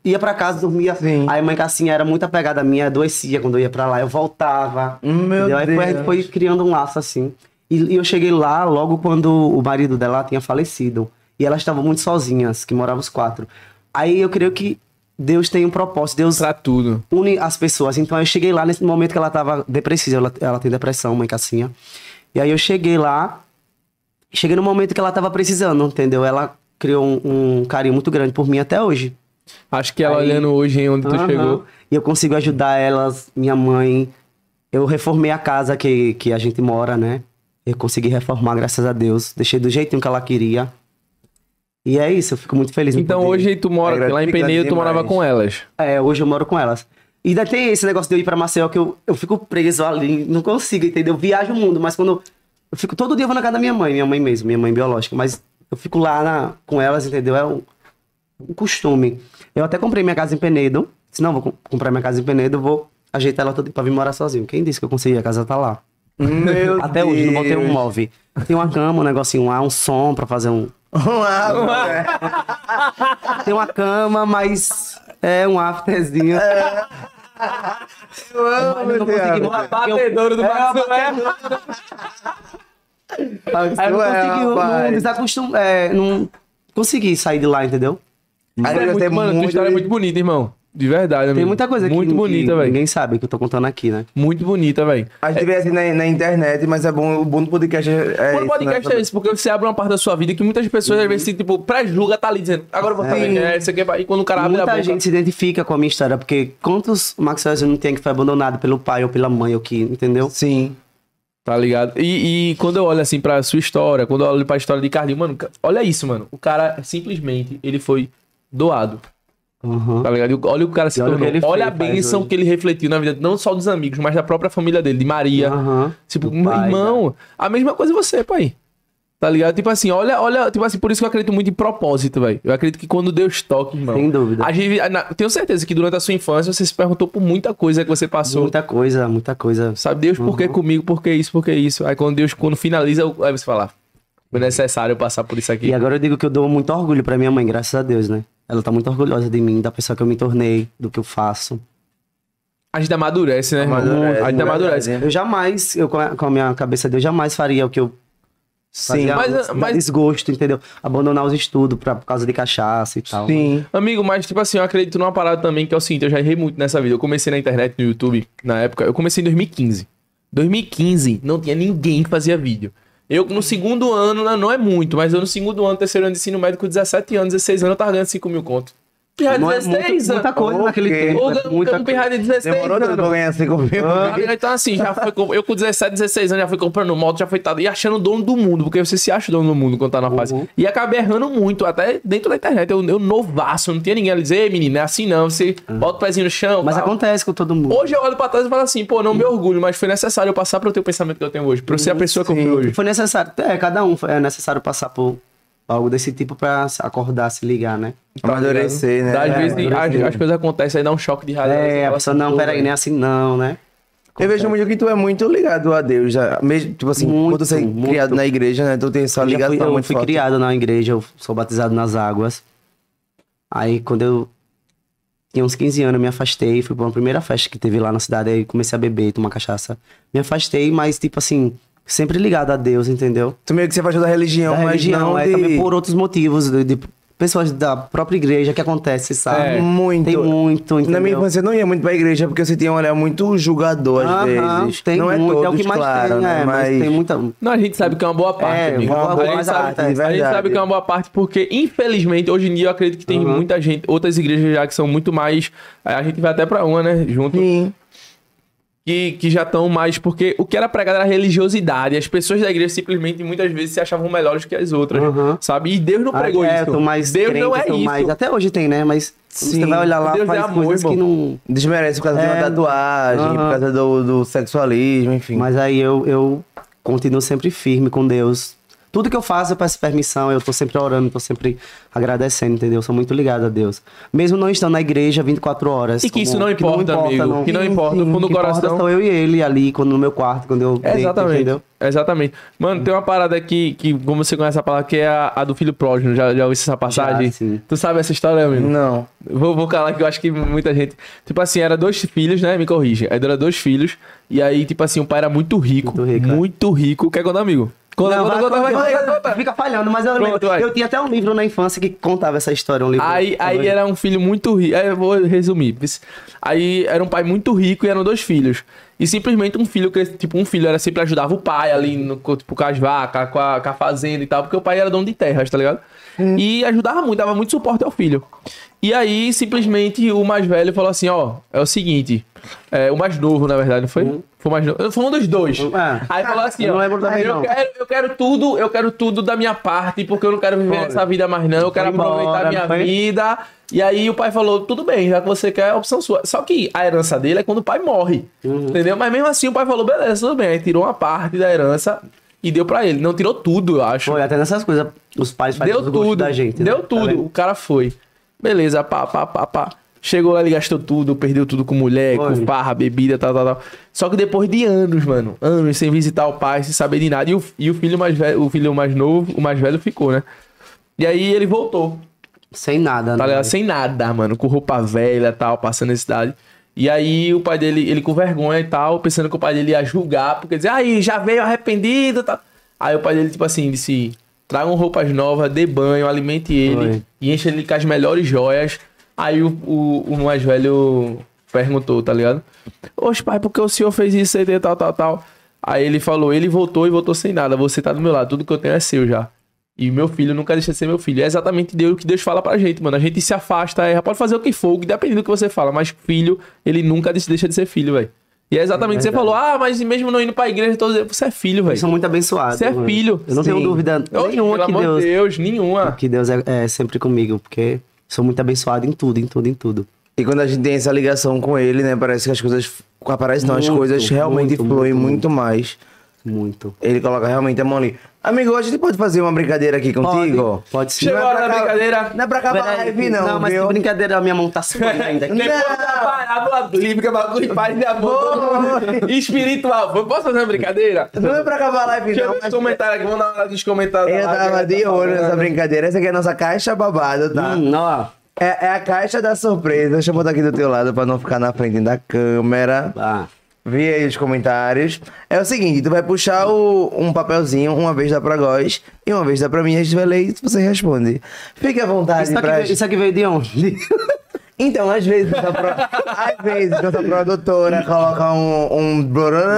S3: ia pra casa, dormia.
S2: Sim.
S3: Aí mãe Cassinha era muito apegada a mim, adoecia quando eu ia pra lá, eu voltava.
S2: Meu
S3: entendeu? Aí foi, a gente
S2: Deus.
S3: foi criando um laço assim. E, e eu cheguei lá logo quando o marido dela tinha falecido. E elas estavam muito sozinhas, que moravam os quatro. Aí eu creio que Deus tem um propósito, Deus
S1: Pra tudo.
S3: une as pessoas. Então eu cheguei lá nesse momento que ela tava depressiva, ela, ela tem depressão, mãe Cassinha. E aí eu cheguei lá, cheguei no momento que ela tava precisando, entendeu? Ela criou um, um carinho muito grande por mim até hoje.
S1: Acho que ela
S3: Aí-
S1: olhando hoje em onde tu
S3: Aham.
S1: chegou.
S3: E eu consigo ajudar elas, minha mãe. Eu reformei a casa que, que a gente mora, né? Eu consegui reformar, graças a Deus. Deixei do jeitinho que ela queria. E é isso, eu fico muito feliz. em
S1: Então
S3: poder-
S1: hoje tu mora,
S2: É
S1: lá em Penedo tu
S2: gratificante
S1: morava
S2: demais.
S1: com elas.
S3: É, hoje eu moro com elas. E ainda tem esse negócio de eu ir pra Maceió que eu, eu fico preso ali, não consigo, entendeu? Eu viajo o mundo, mas quando. Eu fico todo dia eu vou na casa da minha mãe, minha mãe mesmo, minha mãe biológica, mas eu fico lá na- com elas, entendeu? É um, um costume. Eu até comprei minha casa em Penedo. Se não, vou com- comprar minha casa em Penedo, vou ajeitar ela toda pra vir morar sozinho. Quem disse que eu consegui? A casa tá lá.
S2: Meu
S3: até hoje, não botei um
S2: Deus.
S3: móvel. Tem uma cama, um negocinho lá, um som pra fazer um.
S2: Um água, né?
S3: Tem uma cama, mas é um afterzinho.
S2: Eu amo,
S3: Eu não
S2: Thiago.
S3: consegui morar porque eu-
S1: do Barcelona.
S3: Aí É, eu não
S2: Ué,
S3: consegui, eu não,
S2: rapaz.
S3: desacostum, é, não consegui sair de lá, entendeu?
S2: Aí eu
S1: É
S2: já
S1: muito,
S2: tenho
S1: mano, tua história é muito bonita, irmão. De verdade, amigo.
S3: Tem muita coisa
S1: Hum. Muito
S3: que,
S1: bonita,
S3: que
S1: velho.
S3: ninguém sabe que eu tô contando aqui, né?
S1: Muito bonita, velho.
S2: A gente vê assim na, na internet, mas é bom, o bom do podcast é, é
S1: O podcast
S3: né?
S1: é isso, porque você abre uma parte da sua vida que muitas pessoas, às vezes,
S3: Uhum.
S1: se, tipo, pré-julga, tá ali dizendo, agora eu vou
S2: É.
S1: saber. É, isso aqui é... E quando o cara abre a boca...
S3: Muita gente se identifica com a minha história, porque quantos Maxwell não tem que foi abandonado pelo pai ou pela mãe ou que, entendeu?
S2: Sim.
S1: Tá ligado? E, e quando eu olho assim pra sua história, quando eu olho pra história de Carlinhos, mano, ca- olha isso, mano. O cara simplesmente ele foi doado.
S3: Uhum.
S1: Tá ligado? E o- Olha o cara se
S3: E olha o que
S1: tornou.
S3: ele
S1: Olha a
S3: fez, faz
S1: bênção
S3: hoje.
S1: que ele refletiu na vida, não só dos amigos, mas da própria família dele, de Maria.
S3: Aham.
S1: Tipo,
S3: Do
S1: meu
S3: pai, né?
S1: irmão, a mesma coisa você, pai. Tá ligado? Tipo assim, olha, olha, tipo assim, por isso que eu acredito muito em propósito, velho. Eu acredito que quando Deus toca, irmão.
S3: Sem dúvida.
S1: A gente, na- tenho certeza que durante a sua infância você se perguntou por muita coisa que você passou.
S3: Muita Uhum. coisa, muita coisa.
S1: Sabe, Deus, por que comigo? Por que isso? Por que isso? Aí quando Deus, quando finaliza, eu- aí você fala, foi necessário eu passar por isso aqui.
S3: E agora eu digo que eu dou muito orgulho pra minha mãe, graças a Deus, né? Ela tá muito orgulhosa de mim, da pessoa que eu me tornei, do que eu faço.
S1: A gente amadurece, né? irmão?
S2: Amadurece,
S1: a gente
S2: é
S1: amadurece.
S2: verdade,
S3: Eu jamais, eu com a, com a minha cabeça de eu jamais faria o que eu
S2: Sim.
S1: mas-
S3: mas,
S1: mas-
S3: desgosto, entendeu? Abandonar os estudos pra, por causa de cachaça e tal.
S2: Sim.
S1: Amigo, mas tipo assim, eu acredito numa parada também que é o seguinte, eu já errei muito nessa vida. Eu comecei na internet, no YouTube, na época, eu comecei em 2015. 2015 não tinha ninguém que fazia vídeo. Eu no segundo ano, não- não é muito, mas eu no segundo ano, terceiro ano de ensino médio, com 17 anos, 16 anos, eu tava ganhando 5 mil conto. Pirra de
S3: Não é
S1: 16 anos.
S3: muita, muita coisa
S2: Ok.
S3: naquele tempo.
S1: Ou
S3: é
S1: ganhando
S3: muita
S1: um pirra de 16
S2: Demorou
S1: anos.
S2: tanto pra ganhar 5 mil.
S1: Tá ligado? Então, assim, já foi, com- eu com 17, 16 anos já fui comprando moto, já fui tado, e achando dono do mundo, porque você se acha dono do mundo quando tá na fase.
S3: Uhum.
S1: E acabei errando muito, até dentro da internet. Eu, eu novaço, não tinha ninguém a dizer, Ei, menino, é assim não, você bota o pezinho no chão.
S3: Uhum. Mas Uhum.
S1: tal."
S3: acontece com todo mundo.
S1: Hoje eu olho pra trás e falo assim, pô, não me orgulho, mas foi necessário eu passar pro teu pensamento que eu tenho hoje, pra eu
S3: Uhum.
S1: ser a pessoa que eu fui hoje.
S3: Foi necessário. É, cada um foi- é necessário passar por algo desse tipo pra se acordar, se ligar, né?
S2: Amadurecer, né?
S1: Tá Às
S2: É,
S1: vezes as,
S2: amadurecer.
S1: as coisas acontecem, aí dá um choque de realidade. você
S3: É, a
S1: fala
S3: pessoa,
S1: assim,
S3: não,
S1: pô,
S3: peraí, não é assim não, né?
S2: Eu vejo muito que tu é muito ligado a Deus. Já, mesmo, tipo assim,
S3: Muito,
S2: quando você é
S3: muito.
S2: criado na igreja, né? Tu tem essa
S3: Eu já
S2: ligação
S3: fui, eu
S2: muito
S3: fui
S2: forte.
S3: criado na igreja, eu sou batizado nas águas. Aí quando eu tinha uns 15 anos, eu me afastei, fui pra uma primeira festa que teve lá na cidade, aí comecei a beber, tomar cachaça. Me afastei, mas tipo assim, sempre ligado a Deus, entendeu?
S2: Tu meio que se afastou da religião,
S3: Da
S2: mas
S3: religião,
S2: não
S3: é
S2: de...
S3: também por outros motivos, de, de pessoas da própria igreja que acontece, sabe?
S1: É.
S2: Muito.
S3: Tem muito, um, entendeu?
S2: Na minha infância eu não ia muito pra igreja porque você tinha um olhar muito julgador às
S3: Aham,
S2: vezes.
S3: tem
S2: não é
S3: muito,
S2: todos,
S3: é o que mais
S2: claro,
S3: tem,
S2: né?
S3: é, mas... tem muita...
S1: Não, a gente sabe que é uma boa parte.
S3: É,
S1: amigo.
S3: uma
S1: a,
S3: boa
S1: gente sabe,
S3: parte,
S1: a gente
S2: verdade.
S1: sabe que é uma boa parte, porque, infelizmente, hoje em dia eu acredito que tem
S3: Uhum.
S1: muita gente, outras igrejas já que são muito mais. eh, A gente vai até pra uma, né? Junto.
S2: Sim.
S1: Que, que já estão mais. Porque o que era pregado era religiosidade. e As pessoas da igreja simplesmente muitas vezes se achavam melhores que as outras.
S3: Uhum.
S1: Sabe? E Deus não pregou
S3: Ah, é,
S1: isso.
S3: tô mais
S1: Deus
S3: crente,
S1: não é
S3: tô
S1: isso.
S3: mais- Até hoje tem, né? Mas
S2: Sim,
S3: você vai olhar lá,
S1: Deus é
S3: faz
S1: amor,
S3: coisas que
S1: irmão.
S3: não...
S2: Desmerece por causa de
S3: É.
S2: uma tatuagem,
S3: Aham.
S2: por causa do, do sexualismo, enfim.
S3: Mas aí eu, eu continuo sempre firme com Deus. Tudo que eu faço, eu peço permissão, eu tô sempre orando, tô sempre agradecendo, entendeu? Sou muito ligado a Deus. Mesmo não estando na igreja 24 horas.
S1: E que isso não importa, amigo, que não importa, no fundo do
S3: O que importa
S1: coração.
S3: sou eu e ele ali, quando no meu quarto, quando eu deito,
S1: Exatamente.
S3: entendeu?
S1: Exatamente. Mano, tem uma parada aqui que, como você conhece a palavra, que é a, a do filho próximo. Já, já ouviu essa passagem?
S3: sim.
S1: Tu sabe essa história, amigo?
S2: Não.
S1: Vou, vou calar que eu acho que muita gente. Tipo assim, era dois filhos, né? Me corrija. Aí era dois filhos. E aí, tipo assim, o pai era muito rico.
S3: Muito rico, é.
S1: Muito rico. O que é que é o nome, amigo? Conta,
S3: Não,
S1: conta,
S3: vai,
S1: conta, vai,
S3: conta,
S1: conta, conta.
S3: Fica falhando, mas eu
S1: Pronto,
S3: lembro.
S1: vai.
S3: Eu tinha até um livro na infância que contava essa história, um livro.
S1: Aí, aí era um filho muito rico. Eu vou resumir. Aí era um pai muito rico e eram dois filhos. E simplesmente um filho, cres- tipo, um filho era sempre ajudava o pai ali, no, co- tipo, com as vacas, com a, com a fazenda e tal, porque o pai era dono de terras, tá ligado?
S3: É.
S1: E ajudava muito, dava muito suporte ao filho. E aí, simplesmente, o mais velho falou assim: ó, é o seguinte. é, o mais novo, na verdade, não foi? Foi o mais novo. Foi um dos dois.
S3: Ah.
S1: aí falou assim:
S3: Hum. Eu
S1: ó,
S3: não lembro também,
S1: eu,
S3: não.
S1: Quero, eu quero tudo, eu quero tudo da minha parte, porque eu não quero viver
S3: Foi.
S1: essa vida mais, não. Eu quero
S3: Foi embora,
S1: aproveitar a
S3: não
S1: minha
S3: foi?
S1: vida vida. E aí o pai falou: tudo bem, já que você quer, é a opção sua. Só que a herança dele é quando o pai morre.
S3: Uhum.
S1: Entendeu? Mas mesmo assim o pai falou: beleza, tudo bem. Aí tirou uma parte da herança e deu pra ele. Não tirou tudo, eu acho.
S3: Foi, até nessas coisas. Os pais fazem
S1: deu
S3: os gostos
S1: tudo.
S3: da gente. né?
S1: deu
S3: Tá
S1: tudo.
S3: vendo?
S1: o cara foi. Beleza, pá, pá, pá, pá. Chegou lá, ele gastou tudo, perdeu tudo com mulher,
S3: Foi.
S1: com farra, bebida, tal, tal, tal. Só que depois de anos, mano, anos sem visitar o pai, sem saber de nada. E o, e o filho mais velho, o filho mais novo, o mais velho ficou, né? E aí ele voltou.
S3: Sem nada,
S1: Tá
S3: né?
S1: ligado? Sem nada, mano. Com roupa velha e tal, passando necessidade. E aí o pai dele, ele com vergonha e tal, pensando que o pai dele ia julgar, porque dizia, aí, já veio arrependido e tal. Aí o pai dele, tipo assim, disse: tragam roupas novas, dê banho, alimente ele
S3: Foi.
S1: e enche ele com as melhores joias. Aí o, o, o mais velho perguntou, tá ligado? Oxe, pai, por que o senhor fez isso aí, tal, tal, tal? Aí ele falou, ele voltou e voltou sem nada. Você tá do meu lado, tudo que eu tenho é seu já. E meu filho nunca deixa de ser meu filho. É exatamente Deus, o que Deus fala pra gente, mano. A gente se afasta, erra, pode fazer o que for, dependendo do que você fala. Mas filho, ele nunca des- deixa de ser filho, velho. E é exatamente o que você falou. Ah, mas mesmo não indo pra igreja, todo... você é filho,
S3: Eles são
S1: velho.
S3: muito abençoados.
S1: Você é
S3: um mano.
S1: filho.
S3: Eu não
S1: Sim.
S3: tenho dúvida
S1: Oxe,
S3: nenhuma
S1: pelo
S3: que
S1: amor de
S3: Deus,
S1: Deus, nenhuma.
S3: que Deus é, é sempre comigo, porque sou muito abençoado em tudo, em tudo, em tudo.
S2: E quando a gente tem essa ligação com ele, né? Parece que as coisas. Aparece não, as
S3: Muito,
S2: coisas realmente
S3: muito, muito,
S2: fluem muito,
S3: muito.
S2: mais.
S3: Muito.
S2: Ele coloca realmente a mão ali. Amigo, a gente pode fazer uma brincadeira aqui contigo?
S3: Pode, pode sim.
S1: Chegou a
S2: Não é
S1: hora
S2: pra
S1: da
S2: ca-
S1: brincadeira.
S2: Não é pra acabar a
S3: Peraí.
S2: live, não.
S3: mas
S2: viu? é
S3: que brincadeira, a minha mão tá suando ainda.
S1: Depois da parábola bíblica, bagulho, paz de amor espiritual. Posso fazer uma brincadeira?
S2: Não é pra acabar a live,
S1: Deixa eu
S2: não.
S1: ver os
S2: mas-
S1: comentários aqui, vamos dar uma olhada nos comentários.
S2: Eu
S1: da live,
S2: tava
S1: né,
S2: de
S1: tá
S2: olho
S1: falando.
S2: nessa brincadeira. Essa aqui é a nossa caixa babada, tá?
S3: Hum, ó.
S2: É, é a caixa da surpresa. Deixa eu botar aqui do teu lado pra não ficar na frente da câmera.
S3: Ah,
S2: Vê aí os comentários. É o seguinte, tu vai puxar o- um papelzinho, uma vez dá pra Góis e uma vez dá pra mim, a gente vai ler e você responde. Fique à vontade
S3: isso, aqui,
S2: pra...
S3: veio- isso aqui veio de onde?
S2: Então, às vezes, nossa pro... às vezes nossa produtora coloca um... um...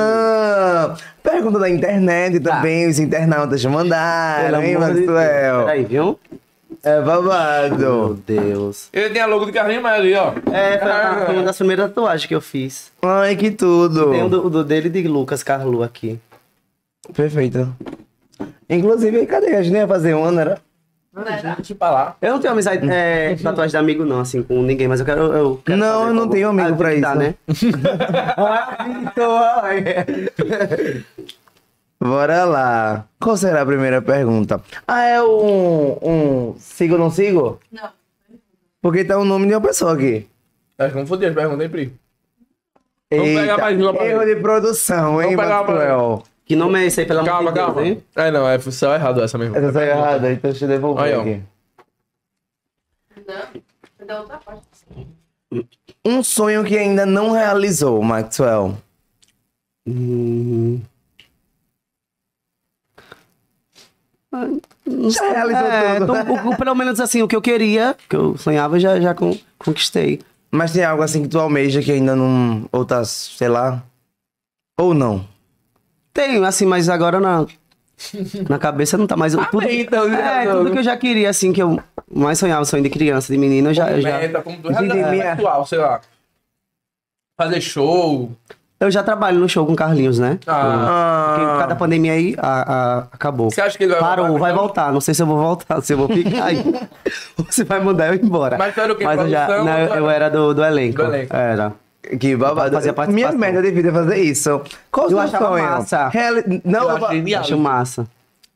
S2: brorã. Pergunta da internet também, os internautas mandaram, hein,
S3: Tá. amor de Deus.
S2: Maxwell?
S3: Peraí, viu?
S2: É
S3: Meu
S2: babado.
S3: Deus.
S1: Ele tem a logo de Carlinhos Maia ali, ó.
S3: É, foi uma, foi uma das primeiras tatuagens que eu fiz.
S2: Ai, que tudo.
S3: Tem o do, o do dele e de Lucas Carlu aqui.
S2: Perfeito. Inclusive, cadê? A gente não ia fazer uma, né? não era?
S1: Deixa eu falar.
S3: Eu não tenho amizade, é, tatuagem de amigo, não, assim, com ninguém, mas eu quero. eu quero
S2: Não,
S3: fazer
S2: eu não
S3: com-
S2: tenho amigo
S3: Ah, tem
S2: pra
S3: que
S2: isso.
S3: dar, né?
S2: Bora lá. Qual será a primeira pergunta? Ah, é um. um sigo ou não sigo?
S4: Não.
S2: Porque tá o nome de uma pessoa aqui.
S1: Acho que não fodeu, perguntei, Pri. Vamos pegar
S2: Eita,
S1: mais uma pra
S2: erro
S1: ver.
S2: de produção, hein,
S1: Vamos pegar uma pra
S2: Manuel?
S3: Que nome é esse aí, pelo amor
S1: Calma,
S3: de Deus,
S1: calma.
S3: hein?
S1: É, não, é função errado essa mesmo.
S2: Essa saiu errada, então deixa eu devolver
S1: Aí, ó.
S2: aqui.
S4: Não. Da outra parte.
S2: Um sonho que ainda não realizou, Maxwell.
S3: Hum.
S2: Já realizou
S3: É,
S2: tudo.
S3: então, o- o- pelo menos assim, o que eu queria, que eu sonhava, já, já con- conquistei.
S2: Mas tem algo assim que tu almeja que ainda não. Ou tá, sei lá. Ou não.
S3: Tenho, assim, mas agora na, na cabeça não tá mais. o- Tudo,
S1: bem, então,
S3: é,
S1: já-
S3: tudo que eu já queria, assim, que eu mais sonhava, sonho de criança, de menino, eu já. eu já-
S1: Meta, como tu
S2: Gente,
S1: é,
S2: minha-
S1: sexual, sei lá. Fazer show.
S3: Eu já trabalho no show com o Carlinhos, né?
S1: Ah.
S3: Porque por causa da pandemia aí, a- a- acabou.
S1: Você é então. acha que ele vai
S3: Parou,
S1: voltar?
S3: vai voltar. Não sei se eu vou voltar, se eu vou ficar aí. Ou se vai mandar eu ir embora.
S1: Mas tu era o quê?
S3: Mas eu já.
S1: Produção
S3: não,
S1: ou
S3: eu,
S1: tu era-
S3: eu era do, do elenco.
S1: Do elenco.
S3: Era.
S2: Que babado.
S3: Fazer a participação.
S2: Minha meta de vida é fazer isso. Qual o
S3: Eu
S2: seu
S3: achava
S2: sonho?
S3: massa.
S2: Reali- Não,
S1: Eu
S2: eu
S1: achei minha-
S3: Acho massa.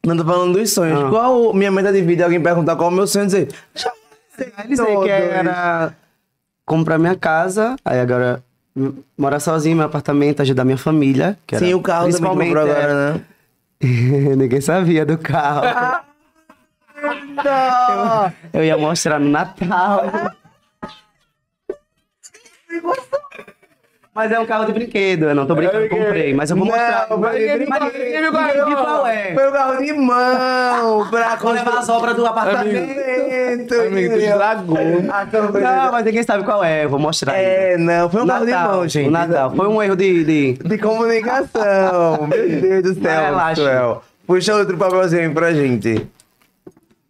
S2: não tô falando dos sonhos.
S3: Ah.
S2: Qual o- minha meta de vida? Alguém perguntar qual o meu sonho e dizer. Já sei
S3: Aí Eles aí que era comprar minha casa, aí agora m- morar sozinho, meu apartamento, ajudar minha família. Que era
S2: Sim, o carro também
S3: principalmente,
S2: comprou agora, né?
S3: é. Ninguém sabia do carro.
S2: Não!
S3: Eu ia mostrar no Natal. Mas é um carro de brinquedo, eu não tô brincando, comprei, mas eu vou mostrar.
S2: É, Não, mas ninguém me
S3: Mas
S2: falou,
S3: ninguém me falou qual é.
S2: Foi o carro de mão pra
S3: Vou levar as obras do
S2: apartamento.
S1: Amigo, tu estragou.
S2: A campanha.
S3: Não, mas ninguém sabe qual é, eu vou mostrar.
S2: É,
S3: ainda.
S2: não, foi um carro de mão, gente.
S3: O Natal, foi um erro de... de-
S2: De comunicação. Meu Deus do
S3: Vai,
S2: céu,
S3: relaxa.
S2: Maxwell. Puxa outro papelzinho pra gente.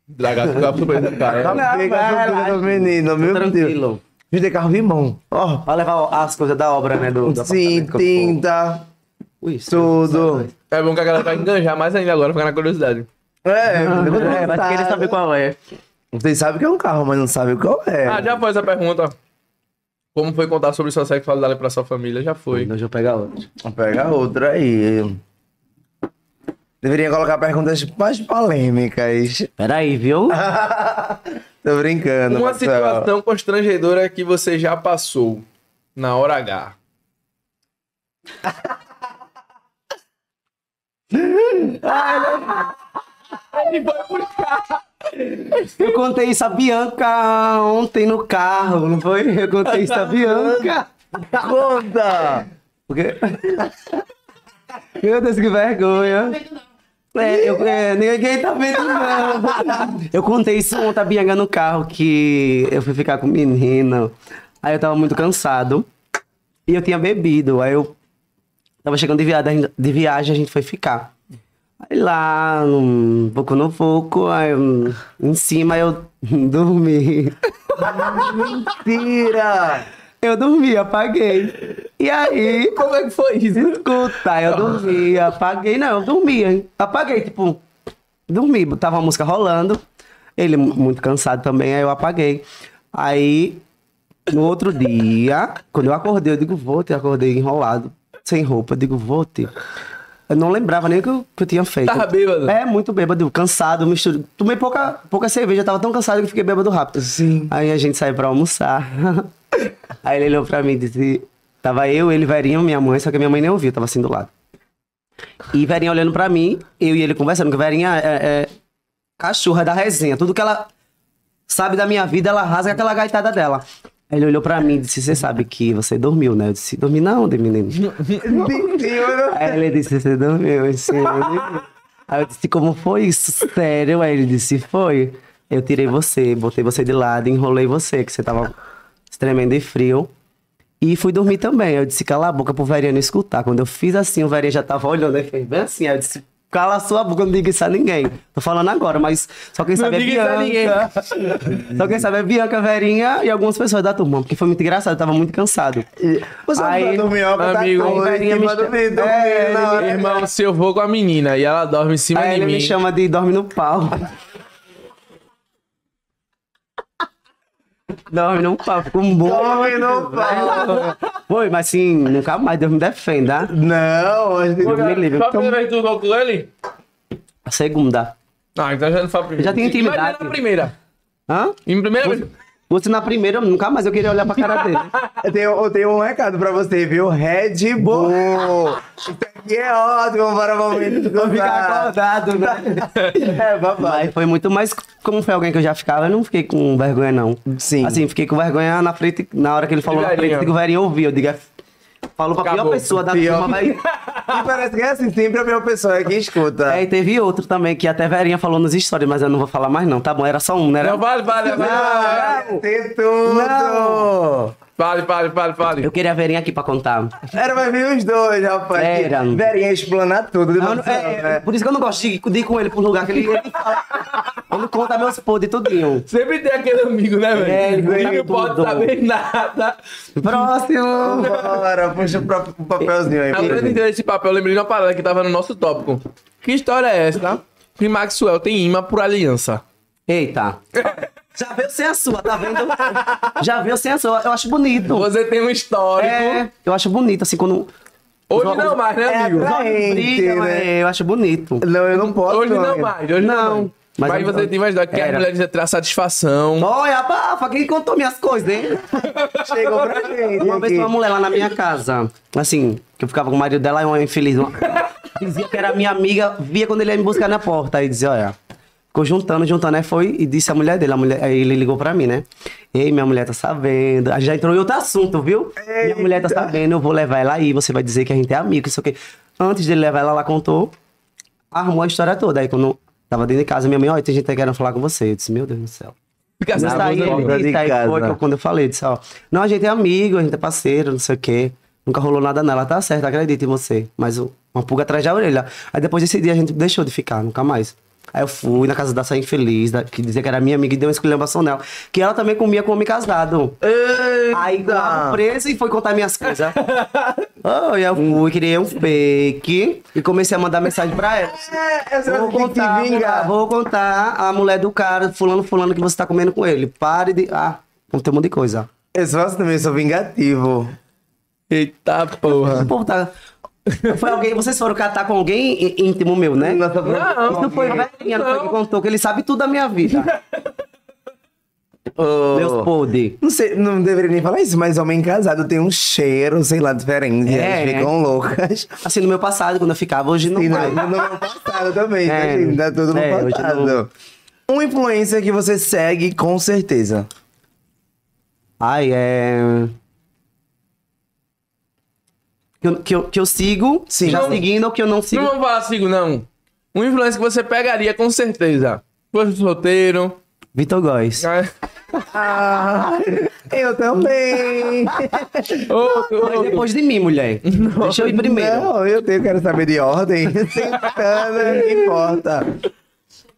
S1: Dragado, tu é super do cara.
S2: Tá pega
S3: vai,
S2: a
S3: relaxa.
S2: surpresa do menino, meu Deus.
S3: Tranquilo. Tá
S2: Gente, é carro de mão. Ó,
S3: Vai levar as coisas da obra, né, do, do
S2: sim,
S3: apartamento que eu
S2: tinta,
S3: vou. Ui, isso.
S2: tudo.
S1: É bom que a galera vai enganjar mais ainda agora, ficar na curiosidade.
S2: É,
S3: É, mas queria
S2: Tá.
S3: saber qual é.
S2: Vocês sabem que é um carro, mas não sabem qual é.
S1: Ah, já foi essa pergunta. Como foi contar sobre sua sexualidade pra sua família? Já foi.
S3: Hoje eu pegar outro.
S2: Pega outra aí. Deveria colocar perguntas mais polêmicas.
S3: Peraí, viu?
S2: Tô brincando.
S1: Uma
S2: pessoal.
S1: situação constrangedora que você já passou na hora H. Ele foi buscar.
S3: Eu contei isso a Bianca ontem no carro, não foi? Eu contei isso a Bianca.
S2: Conta!
S3: Porque... Meu Deus, que vergonha. É, eu- é, ninguém tá vendo, não. Eu contei isso ontem a Bianca no carro, que eu fui ficar com o menino. Aí eu tava muito cansado. E eu tinha bebido. Aí eu tava chegando de viagem, de viagem a gente foi ficar. Aí lá, um pouco no pouco, aí hum, em cima eu dormi.
S2: Mentira!
S3: Eu dormi, apaguei. E aí, como é que foi isso? Escuta, eu dormi, apaguei. Não, eu dormi, hein? Apaguei, tipo, dormi. Tava a música rolando. Ele mu- muito cansado também, aí eu apaguei. Aí, no outro dia, quando eu acordei, eu digo, vou ter. Acordei enrolado, sem roupa. Eu digo, vou ter. Eu não lembrava nem o que eu, que eu tinha feito.
S1: Tava bêbado?
S3: É, muito bêbado, cansado, misturado. Tomei pouca, pouca cerveja, tava tão cansado que fiquei bêbado rápido.
S2: Sim.
S3: Aí a gente saiu pra almoçar. Aí ele olhou pra mim e disse: Tava eu, ele, Verinho, minha mãe, só que minha mãe nem ouviu, tava assim do lado. E Verinha olhando pra mim, eu e ele conversando, que Verinha é, é cachorra da resenha. Tudo que ela sabe da minha vida, ela rasga aquela gaitada dela. Aí Ele olhou pra mim e disse: Você sabe que você dormiu, né? Eu disse: Dormi não, menino.
S2: Mentira!
S3: Aí ele disse, você dormiu esse ano?" Aí eu disse, como foi isso? Sério? Aí ele disse, foi. Eu tirei você, botei você de lado, enrolei você, que você tava tremendo e frio. E fui dormir também. Eu disse, cala a boca pro Verinha não escutar. Quando eu fiz assim, o Verinha já tava olhando e fez bem assim. Aí eu disse, cala a sua boca, não diga isso a ninguém. Tô falando agora, mas só quem sabe é
S1: diga isso a
S3: Bianca. Só quem sabe é Bianca, Verinha e algumas pessoas da turma. Porque foi muito engraçado, eu tava muito cansado.
S2: Você
S3: Aí-
S2: não dormiu,
S1: Amigo,
S2: tá com
S3: Verinha
S2: em cima
S3: me
S2: do
S3: chama-
S2: medo.
S3: É,
S2: na hora.
S1: Irmão, se eu vou com a menina e ela dorme em cima
S3: Aí
S1: de
S3: É, ele
S1: mim.
S3: me chama de dorme no pau. dorme no pau, fico um bom.
S2: Dorme no pau.
S3: Foi, mas assim, nunca mais, Deus me defenda.
S2: Não, hoje
S3: Deus me então- livre.
S1: Só a primeira vez que tu colocou ele?
S3: A segunda.
S1: Ah, então já não foi a primeira.
S3: Já tem intimidade.
S1: Imagina na primeira.
S3: Hã?
S1: Em primeira vez.
S3: Você na primeira, nunca mais eu queria olhar pra cara dele.
S2: eu tenho, eu tenho um recado pra você, viu? Red Bull. Isso aqui é ótimo para o momento de
S3: Vou ficar
S2: gozar.
S3: acordado, né?
S2: É, babado.
S3: Mas foi muito mais. Como foi alguém que eu já ficava, eu não fiquei com vergonha, não.
S2: Sim.
S3: Assim, fiquei com vergonha na frente, na hora que ele falou na
S1: Deverinha.
S3: frente, que o velhinho ouviu. Eu digo, é- falou pra
S1: Acabou.
S3: pior pessoa da
S2: Pior.
S3: turma, vai.
S2: E parece que é assim, sempre a mesma pessoa é quem escuta.
S3: É, e teve outro também que até Verinha falou nos stories, mas eu não vou falar mais não, tá bom? Era só um, né? Era...
S1: Não, vale, vale, vale.
S2: Ah, tem tudo!
S3: Não.
S1: Vale, vale, vale, vale.
S3: Eu queria a Verinha aqui pra contar.
S2: Era pra vir os dois, rapaz.
S3: Era.
S2: Verinha explanar tudo. de
S3: Não, não-
S2: emoção,
S3: é, é,
S2: né?
S3: Por isso que eu não gosto de, de ir com ele pro lugar que ele, ele fala. Ele conta meus podres tudinho.
S1: Sempre tem aquele amigo, né, velho?
S3: É, ele
S1: que não
S3: veio
S1: pode
S3: tudo.
S1: saber nada.
S3: Próximo!
S2: Bora, puxa o pró- o papelzinho aí.
S1: Agora eu
S2: pra
S1: entendi esse papel, eu lembrei de uma parada que tava no nosso tópico. Que história é essa que Maxwell tem imã por aliança?
S3: Eita. Já veio sem a sua, tá vendo? Já veio sem a sua. Eu acho bonito.
S1: Você tem um histórico.
S3: É, eu acho bonito, assim, quando...
S1: Hoje não mais, né,
S2: É
S1: amigo?
S2: atrás. Gente,
S3: Brilha,
S2: né?
S3: é, eu acho bonito.
S2: gente. Não, eu não posso.
S1: Hoje não
S2: amiga.
S1: mais, hoje não.
S3: Não,
S1: mais. Mas,
S3: mas eu-
S1: você tem mais dó, que as
S3: Era.
S1: mulheres traz satisfação.
S3: Olha, abafa, quem contou minhas coisas, hein?
S2: Chegou pra gente.
S3: Uma vez
S2: aqui.
S3: uma mulher lá na minha casa, assim, que eu ficava com o marido é dela e uma infeliz. Uma... Dizia que era minha amiga, via quando ele ia me buscar na porta. Aí dizia, olha, Ficou juntando, juntando, aí foi e disse a mulher dele. A mulher, aí ele ligou pra mim, né? Ei, minha mulher tá sabendo. A gente já entrou em outro assunto, viu? Minha mulher tá sabendo, eu vou levar ela aí, você vai dizer que a gente é amigo, isso aqui. Antes dele levar ela, ela contou, armou a história toda. Aí quando tava dentro de casa, minha mãe, olha, tem gente que querendo falar com você. Eu disse, meu Deus do céu.
S1: Fica
S3: Mas
S1: assim,
S3: tá aí
S1: né?
S3: ele
S2: volta de
S3: disse, aí
S2: casa.
S3: foi que eu- quando eu falei, disse, ó, não, a gente é amigo, a gente é parceiro, não sei o quê. Nunca rolou nada nela, tá certo, acredito em você. Mas o- uma pulga atrás da orelha. Aí depois desse dia a gente deixou de ficar, nunca mais. Aí eu fui na casa dessa infeliz, da, que dizia que era minha amiga, e dei uma esculhambação nela. Que ela também comia com homem casado.
S2: Eita!
S3: Aí tava preso e foi contar minhas coisas. oh, eu fui, criei um fake e comecei a mandar mensagem pra ela.
S2: É, essa
S3: Vou
S2: tem que
S3: contar, né,
S2: vingar.
S3: vou contar a mulher do cara, fulano, fulano, que você tá comendo com ele. Pare de. Ah, vamos ter um monte de coisa.
S2: Esse negócio também, eu sou vingativo.
S1: Eita
S3: O
S1: porra.
S3: povo tá. Foi alguém, vocês foram catar com alguém í- íntimo meu, né?
S2: Nossa,
S3: Isso não foi a velhinha não foi que contou, que ele sabe tudo da minha vida.
S2: Ô,
S3: Meus podres.
S2: Não sei, não deveria nem falar isso, mas homem casado tem um cheiro, sei lá, diferente.
S3: É.
S2: Elas ficam loucas.
S3: Assim, no meu passado, quando eu ficava, hoje não
S2: E no,
S3: mais.
S2: no meu passado também,
S3: É.
S2: tá, gente? Tá tudo no
S3: É, hoje
S2: passado. Um influencer que você segue com certeza.
S3: Ai, é. Que eu, que eu, que eu sigo,
S2: Sim.
S3: já
S2: Não.
S3: seguindo, ou que eu não sigo.
S1: Não vou falar assim, não. Um influencer que você pegaria com certeza. Foi um solteiro.
S3: Vitor Góes.
S2: Ah, eu também.
S1: Ô,
S3: Mas
S1: ô, ô.
S3: depois de mim, mulher. Deixa eu ir primeiro.
S2: Não, eu tenho, quero saber de ordem. Sentana, não importa.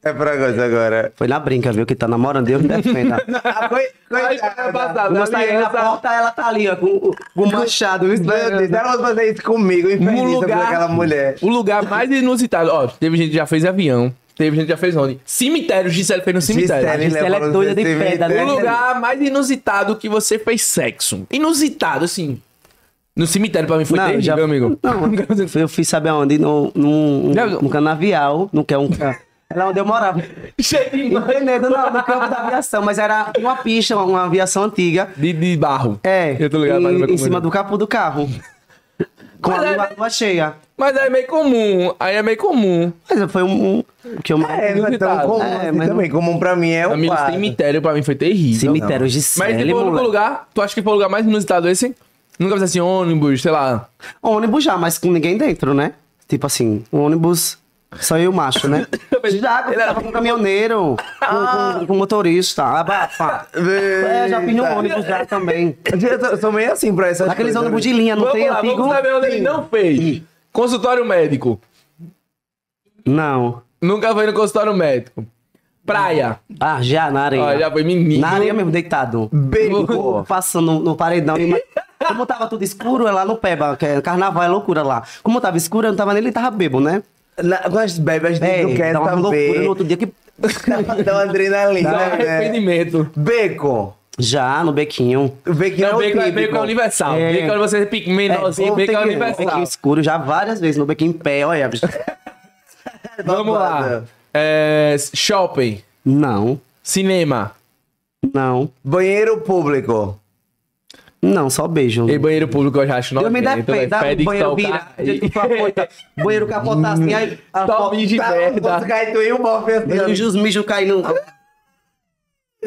S2: É pra coisa agora.
S3: Foi na brinca, viu? Que tá namorando, Deus me defenda.
S2: Ah, coi-
S1: Aí,
S2: coitada.
S1: passada,
S3: Quando eu saí na
S1: aliança.
S3: porta, ela tá ali, ó, com, com o machado. Isso,
S2: Meu Deus, ela vai fazer isso comigo,
S1: Um
S2: infeliz
S1: lugar,
S2: aquela mulher.
S1: O lugar mais inusitado. Ó, teve gente que já fez avião. Teve gente que já fez onde? Cemitério. Gisele fez no cemitério.
S2: Gisele
S3: Gisele é
S2: levou no
S3: doida de
S2: cemitério.
S3: pedra, né?
S1: O Um lugar mais inusitado que você fez sexo. Inusitado, assim. No cemitério pra mim foi terrível,
S3: já-
S1: meu amigo.
S3: Não, eu fiz saber aonde? No, num,
S1: Já-
S3: num canavial, não quer um... É lá onde eu morava.
S1: Cheio de
S3: Em Penedo, não, no campo da aviação, mas era uma pista, uma aviação antiga.
S1: De, de barro.
S3: É,
S1: Eu tô ligado, mas não vai
S3: em, em
S1: comer.
S3: cima do capô do carro. Com a
S1: Mas é-
S3: lua, lua cheia.
S1: Mas aí é meio comum. Aí é meio comum.
S3: Mas foi um... um que eu...
S2: É, não é tão
S1: Inusitado.
S2: comum
S3: É,
S2: assim
S3: mas não-
S2: também. Comum pra mim é o
S1: Amigo,
S2: fato.
S1: cemitério pra mim foi terrível.
S3: Cemitério de
S1: Mas tipo, outro lugar, tu acha que foi o lugar mais inusitado esse? Nunca fez assim, ônibus, sei lá.
S3: Um ônibus já, mas com ninguém dentro, né? Tipo assim, um ônibus, só eu e o macho, né? já,
S1: Ele era- Ah!
S3: tava com um caminhoneiro, com, com- com motorista, abafa. É, já fiz no
S2: Eita.
S3: ônibus já também.
S2: Eu tô- sou meio assim pra essas
S3: Aqueles
S2: coisas.
S3: ônibus de linha, não
S1: é. vamos
S3: tem
S1: lá,
S3: antigo?
S1: vamos saber onde ele não fez. Consultório médico.
S3: Não.
S1: Nunca foi no consultório médico. Praia.
S3: Ah, já, na areia.
S1: Olha, foi menino.
S3: Na areia mesmo, deitado.
S2: Beijo.
S3: Passando no, no paredão. e- Como tava tudo escuro, é lá no Peba, que é carnaval é loucura lá. Como tava escuro, eu não tava nem ele tava bebo, né?
S2: Na, com as bebas de não
S3: É,
S2: quer
S3: tava loucura no
S2: saber.
S3: outro dia que.
S2: Dá uma adrenalina,
S3: é.
S1: Dá um
S2: né?
S1: arrependimento.
S2: Beco.
S3: Já, no bequinho.
S2: Bequinho é
S1: Não,
S2: o
S1: bacon é bacon
S2: típico.
S1: é universal.
S3: É.
S1: Bacon é você pique menorzinho,
S3: pô,
S1: bacon
S3: tem
S1: é
S3: que-
S1: universal.
S3: bequinho escuro já várias vezes, no bequinho em pé, olha. bicho.
S1: Vamos lá.
S2: Babada.
S1: É, shopping,
S3: não,
S1: cinema
S3: não,
S2: Banheiro público.
S3: não, só beijo.
S1: e é banheiro público, eu já acho então
S3: Eu me
S1: nojento,
S3: defendo,
S1: velho.
S3: dá
S1: Pede que
S3: um
S1: tá
S3: banheiro
S1: toca-
S3: vira, de tu fala, pô, tá, banheiro capotar assim, aí... a
S1: Só
S3: foto-
S1: mijo de
S2: Tá,
S1: merda.
S2: Os Caetu e o Bofe
S3: Eu
S2: assim.
S3: mijo os mijos caindo. Não
S2: ó.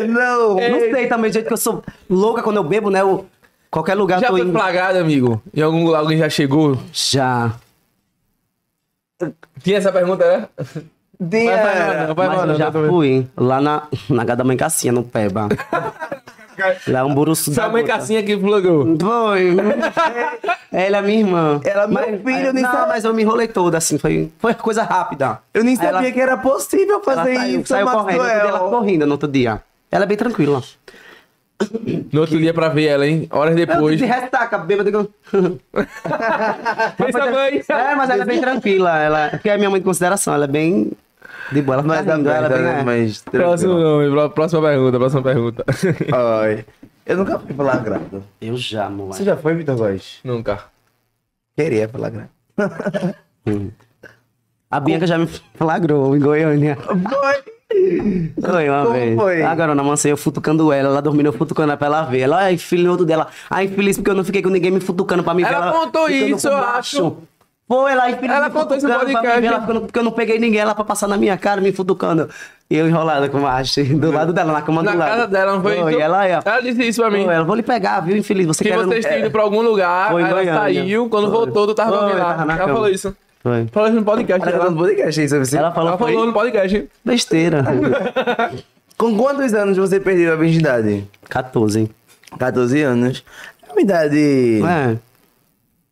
S2: Não.
S1: É.
S3: sei também, do jeito que eu sou louca quando eu bebo, né? Eu, qualquer lugar
S1: Já
S3: eu tô
S1: foi
S3: indo.
S1: flagrado, amigo? Em algum lugar alguém já chegou?
S3: Já.
S1: Tinha essa pergunta, né?
S2: Dinheiro.
S1: Vai, vai, vai, vai.
S3: é. Mas
S1: não,
S3: eu já
S1: não, não.
S3: fui lá na, na casa da mãe Cassinha, no Peba. lá é um buruçu
S1: Sua
S3: da
S1: mãe
S3: gota.
S1: Cassinha que flagou.
S3: Foi. Ela é minha irmã.
S2: Ela é meu filho, eu nem
S3: não,
S2: sabia.
S3: mas eu me enrolei toda, assim. Foi, foi coisa rápida.
S2: Eu nem
S3: Aí
S2: sabia
S3: ela-
S2: que era possível
S3: ela
S2: fazer
S3: saiu,
S2: isso,
S3: saiu correndo. Outro dia ela
S2: Maxwell.
S3: correndo no outro dia. Ela é bem tranquila.
S1: No outro dia pra ver ela, hein? Horas
S3: Depois...
S1: depois.
S3: De restaca, bêbada. que eu-
S1: Essa mãe.
S3: É, mas ela é bem tranquila. Ela... Porque é minha mãe de consideração. Ela é bem de boa. Ela fica
S2: Mas dá
S3: rindo, ela é
S2: merda,
S3: bem...
S2: né? Mas
S1: Próximo
S2: tranquilo.
S1: nome, pró- próxima pergunta, próxima pergunta.
S2: Ai. Eu nunca fui flagrado.
S3: Eu já, moleque.
S2: Você já foi, Vitor Góes?
S1: Nunca.
S2: Queria flagrado.
S3: Hum. A Bianca já me flagrou em Goiânia.
S2: Foi.
S3: Foi uma
S2: Como
S3: vez.
S2: foi?
S3: A garota mansei, eu futucando ela, ela dormindo, eu futucando ela pra ela ver. Ela, ai, filho outro dela. Ai, infeliz, porque eu não fiquei com ninguém me futucando pra me ver.
S1: Ela contou
S3: ficando
S1: isso,
S3: com
S1: eu
S3: macho.
S1: acho.
S3: Foi, ela, infeliz,
S1: Ela
S3: me
S1: contou isso no
S3: futucando pra me
S1: podcast.
S3: ver, ela ficando- porque eu não peguei ninguém, ela pra passar na minha cara, me futucando. E eu enrolada com o macho, do lado dela, na cama
S1: Na
S3: do lado.
S1: casa dela, não foi?
S3: Oi,
S1: Então,
S3: ela, aí, ó.
S1: ela disse isso pra mim.
S3: Oi, ela, vou lhe pegar, viu, infeliz. Você
S1: que
S3: quer um- é.
S1: vocês tinham ido pra algum lugar,
S3: Foi em
S1: aí ela
S3: Goiânia.
S1: saiu, quando
S3: Foi.
S1: voltou, tu tava
S3: Foi,
S1: dormindo lá.
S3: tava na
S1: Ela
S3: cama.
S1: falou isso.
S3: Foi.
S1: Falou isso no podcast.
S2: Ela tá
S1: Ela,
S2: no podcast, hein, Sabici?
S3: Ela falou,
S1: ela
S3: foi
S1: falou no podcast.
S3: besteira.
S2: Com quantos anos você perdeu a virgindade?
S3: 14, hein?
S2: 14 anos. É uma idade.
S3: É.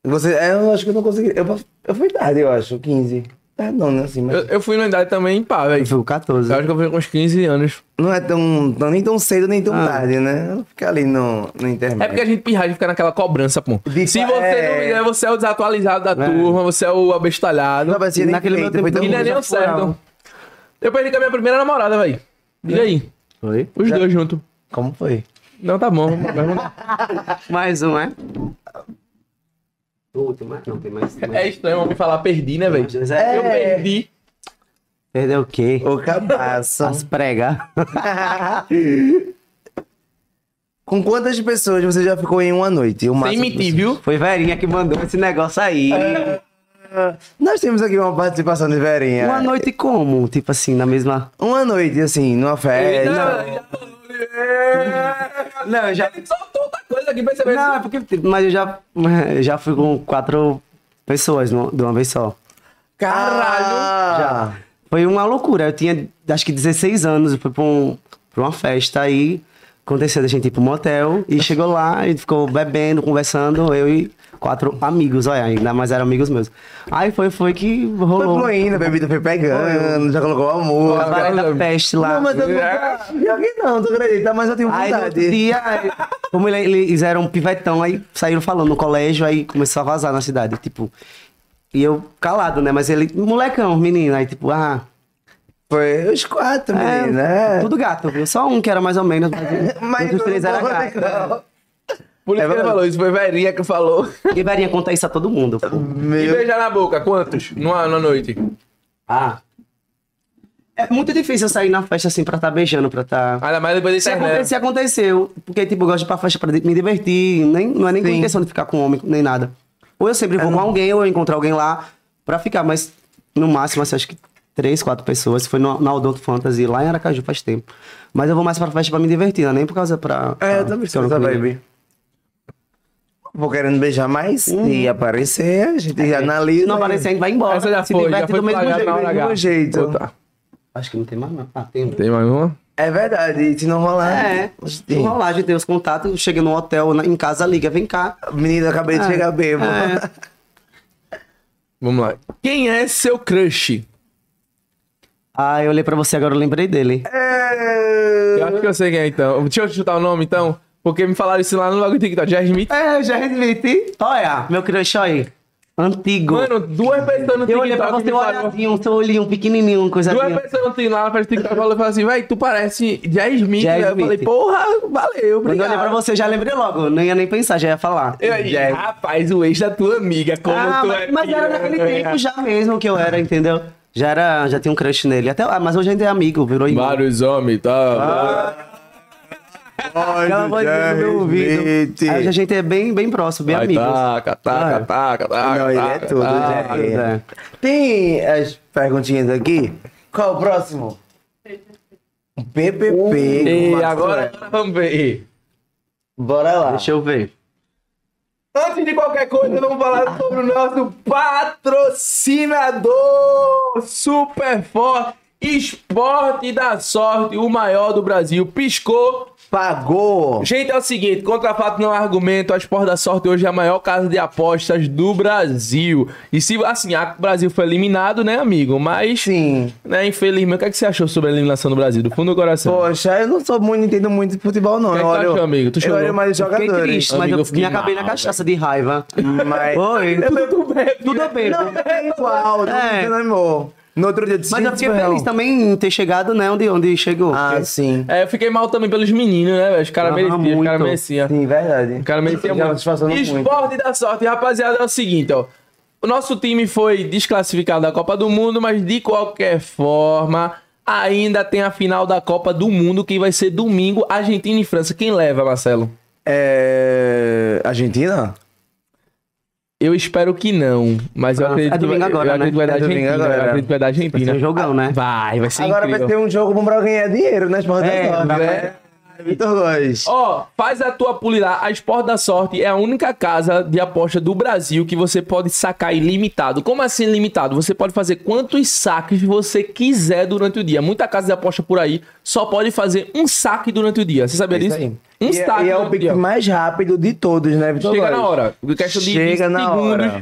S2: Você, é, eu acho que eu não consegui. Eu, eu fui tarde, eu acho, 15. Tá não, né? Assim, mas
S1: Eu, eu fui na idade também, pá, velho.
S3: Eu fico 14.
S1: Eu acho que eu fui com uns 15 anos.
S2: não é tão, tão- nem tão cedo, nem tão
S3: Ah.
S2: tarde, né? Ela fica ali no, no intermédio.
S1: É porque a gente pirra, a gente fica naquela cobrança, pô.
S2: De-
S1: Se você
S2: é.
S1: não me der, você é o desatualizado da turma, você é o abestalhado.
S2: Não parecia nem
S3: Naquele meu
S2: feito, foi
S3: tempo
S1: E
S3: então,
S2: tão-
S1: não é nem o certo. Eu perdi com a minha primeira namorada, velho. E
S2: É.
S1: aí?
S3: Foi?
S1: Os dois juntos.
S2: Como foi?
S1: Não, tá bom. mas vamos-
S3: Mais um, é? Último, é? Não, tem mais. mais-
S1: É estranho homem falar perdi, né, velho?
S3: mais dois,
S1: Eu
S3: é.
S1: perdi.
S3: Perdeu o quê?
S2: Ô, cabaço.
S3: As pregas.
S2: Com quantas pessoas você já ficou em uma noite? O
S1: Sem
S2: máximo de
S1: mentir,
S2: pessoas.
S1: viu?
S3: Foi Verinha que mandou esse negócio aí.
S2: Nós temos aqui uma participação de Verinha.
S3: Uma noite como? Tipo assim, na mesma.
S2: Uma noite, assim, numa festa.
S3: Não, eu já.
S1: Ele soltou outra coisa aqui, percebeu?
S3: Não, é porque. tipo, Mas eu já. Eu já fui com quatro pessoas no- de uma vez só.
S1: Caralho.
S2: Ah,
S3: Foi uma loucura. Eu tinha acho que 16 anos. Eu fui pra, um, pra uma festa aí. Aconteceu da gente ir pro motel. E chegou lá, a gente ficou bebendo, conversando. Eu e quatro amigos, olha, ainda mais eram amigos meus. Aí foi, foi que
S2: Foi
S3: rolou.
S2: fluindo, a bebida foi pegando, já colocou a
S3: a
S2: música.
S3: galera da festa lá.
S2: Não, mas eu não. Pior que não, tu acredita, mas eu tenho
S3: Aí no outro
S2: vontade.
S3: dia, aí, como ele- eles eram um pivetão, aí saíram falando no colégio, aí começou a vazar na cidade, tipo. E eu calado, né? Mas ele, molecão, menino, aí tipo, ah.
S2: Foi os quatro,
S3: é,
S2: menina. é.
S3: Tudo gato, viu? Só um que era mais ou menos, mas, mas os três eram gato.
S2: né?
S3: né?
S1: Por isso
S2: É
S1: que ele
S2: verdade.
S1: falou, isso foi velhinha que falou.
S3: E Verinha conta isso a todo mundo, pô.
S1: E
S2: Meu
S1: beijar na boca, quantos? Numa, numa noite.
S3: Ah. É muito difícil eu sair na festa assim pra estar beijando, pra tá estar.
S1: Ainda mais depois da
S3: Se
S1: internet.
S3: acontecer, aconteceu. Porque, tipo, eu gosto de ir pra festa pra me divertir. Nem, não é nem com questão de ficar com homem, nem nada. Ou eu
S1: É
S3: sempre vou com alguém, ou eu encontro alguém lá pra ficar. Mas, no máximo, assim, acho que três, quatro pessoas. Foi no, na Odonto Fantasy, lá em Aracaju, faz tempo. Mas eu vou mais pra festa pra me divertir, não é nem por causa pra...
S2: É,
S3: pra-
S2: eu também
S3: que Ah, eu assim.
S2: sou
S3: não
S2: essa
S3: queria.
S2: vibe. Vou querendo beijar mais e aparecer, a gente analisa.
S3: Se Hum. É. não aparecer, a gente vai embora.
S1: Essa já
S3: Se
S1: foi, já
S3: diverte
S1: foi
S3: do mesmo
S1: plagada
S3: jeito.
S1: na hora
S2: do
S1: H.
S2: mesmo jeito.
S1: Outra.
S3: Acho que não tem mais não. Ah, tem.
S1: Tem mais uma?
S2: É verdade, se não rolar.
S3: É,
S2: Sim.
S3: enrolagem, tem os contatos, chega no hotel, na- em casa, liga, vem cá.
S2: Menina, acabei
S3: Ah.
S2: de chegar bêbado.
S3: É.
S1: Vamos lá. Quem é seu crush?
S3: Ah, eu olhei pra você agora, eu lembrei dele.
S2: É.
S1: Eu acho que eu sei quem é, então. Deixa eu chutar o nome, então. Porque me falaram isso lá no logo do TikTok. Jair Smith.
S3: É, eu já admiti. Olha, meu crush aí. Antigo.
S1: Mano, duas pessoas no
S3: eu olhei pra
S1: TikTok
S3: você
S1: me
S3: um
S1: falaram.
S3: olhadinho, seu olhinho pequenininho, coisa
S1: assim,
S3: assim,
S1: Duas
S3: linda.
S1: pessoas no TikTok lá no TikTok falou falou assim, véi, tu parece Jair Smith.
S3: Jair
S1: velho. Eu falei,
S3: Smith.
S1: porra, valeu,
S3: Quando eu
S1: obrigado.
S3: olhei pra você, eu já lembrei logo. Não ia nem pensar, já ia falar.
S1: E aí,
S2: Jair.
S1: rapaz, o ex da tua amiga, como
S3: ah,
S1: tu é
S3: mas, mas era
S1: piranha.
S3: naquele tempo já mesmo que eu era, entendeu? Já era, já tinha um crush nele. Até, ah, mas hoje ainda é amigo, virou irmão.
S1: Vários homens,
S3: Ah,
S1: tá?
S3: Aquela
S2: Olha,
S3: vozinha no meu ouvido. Aí a gente é bem, bem próximo, bem
S1: Vai, tá.
S3: amigo. Ah.
S1: taca, taca, taca, taca.
S2: Não, ele é
S1: taca,
S2: tudo,
S1: taca.
S2: né?
S3: é.
S2: É. Tem as perguntinhas aqui. Qual o próximo? PPP.
S1: E
S2: Marcelo.
S1: agora agora vamos ver.
S2: Bora lá.
S3: Deixa eu ver.
S1: Antes de qualquer coisa, vamos falar sobre o nosso patrocinador super forte, Esporte da Sorte, o maior do Brasil. Piscou,
S2: Pagou.
S1: Gente, é o seguinte, contra fato não há argumento, a Sport da Sorte hoje é a maior casa de apostas do Brasil. E se, assim, a- o Brasil foi eliminado, né, amigo? Mas,
S2: Sim.
S1: né, infelizmente, o que, é que você achou sobre a eliminação do Brasil? Do fundo do coração.
S2: Poxa, eu não sou muito, entendo muito de futebol, não.
S1: que
S2: eu
S1: que tu
S2: olho,
S1: achou, amigo? Tu
S2: eu
S1: chorou?
S2: olho mais os
S3: Fiquei
S2: jogadores.
S3: triste, mas
S1: Amigo,
S3: eu,
S1: eu fiquei
S3: me acabei
S1: mal,
S3: na cachaça de raiva.
S2: Mas.
S3: Oi, tudo,
S1: Tudo bem,
S3: tudo bem.
S2: Não, é igual, não
S3: É.
S2: é. amor. No outro dia de
S3: Mas eu fiquei feliz também em ter chegado, né? Onde, onde chegou.
S2: Ah,
S3: Porque-
S2: sim.
S1: É, eu fiquei mal também pelos meninos, né, velho? Os caras
S3: Ah,
S1: mereciam, os caras
S3: muito.
S1: mereciam.
S2: Sim, verdade.
S1: O cara merecia
S2: Já
S1: muito.
S2: se passou no muito.
S1: Esporte da sorte, rapaziada, é o seguinte, ó. O nosso time foi desclassificado da Copa do Mundo, mas de qualquer forma, ainda tem a final da Copa do Mundo, que vai ser domingo, Argentina e França. Quem leva, Marcelo?
S2: É... Argentina?
S1: Eu espero que não, mas eu
S3: Ah,
S1: acredito
S3: é
S1: que vai-
S3: domingo agora,
S1: eu acredito que vai
S3: né?
S1: da
S2: É domingo
S1: Argentina.
S2: agora.
S1: Eu acredito que vai da
S3: Vai ser um
S1: Argentina.
S3: jogão, né?
S1: Vai, vai ser
S2: Agora vai ter
S1: é incrível.
S2: um jogo bom pra ganhar dinheiro né? nas portas
S3: É,
S2: horas,
S3: vai-
S2: né? Vitor Góes.
S1: Ó, faz a tua pulilar. A Sport da Sorte é a única casa de aposta do Brasil que você pode sacar ilimitado. Como assim ilimitado? Você pode fazer quantos saques você quiser durante o dia. Muita casa de aposta por aí só pode fazer um saque durante o dia. Você sabia disso? Um
S2: É e,
S1: saque
S2: e é o
S1: durante
S2: pique
S1: dia.
S2: mais rápido de todos, né, Vitor
S1: Chega
S2: Góes?
S1: na hora. Questão de
S2: Chega
S1: 20
S2: na
S1: segundos.
S2: hora.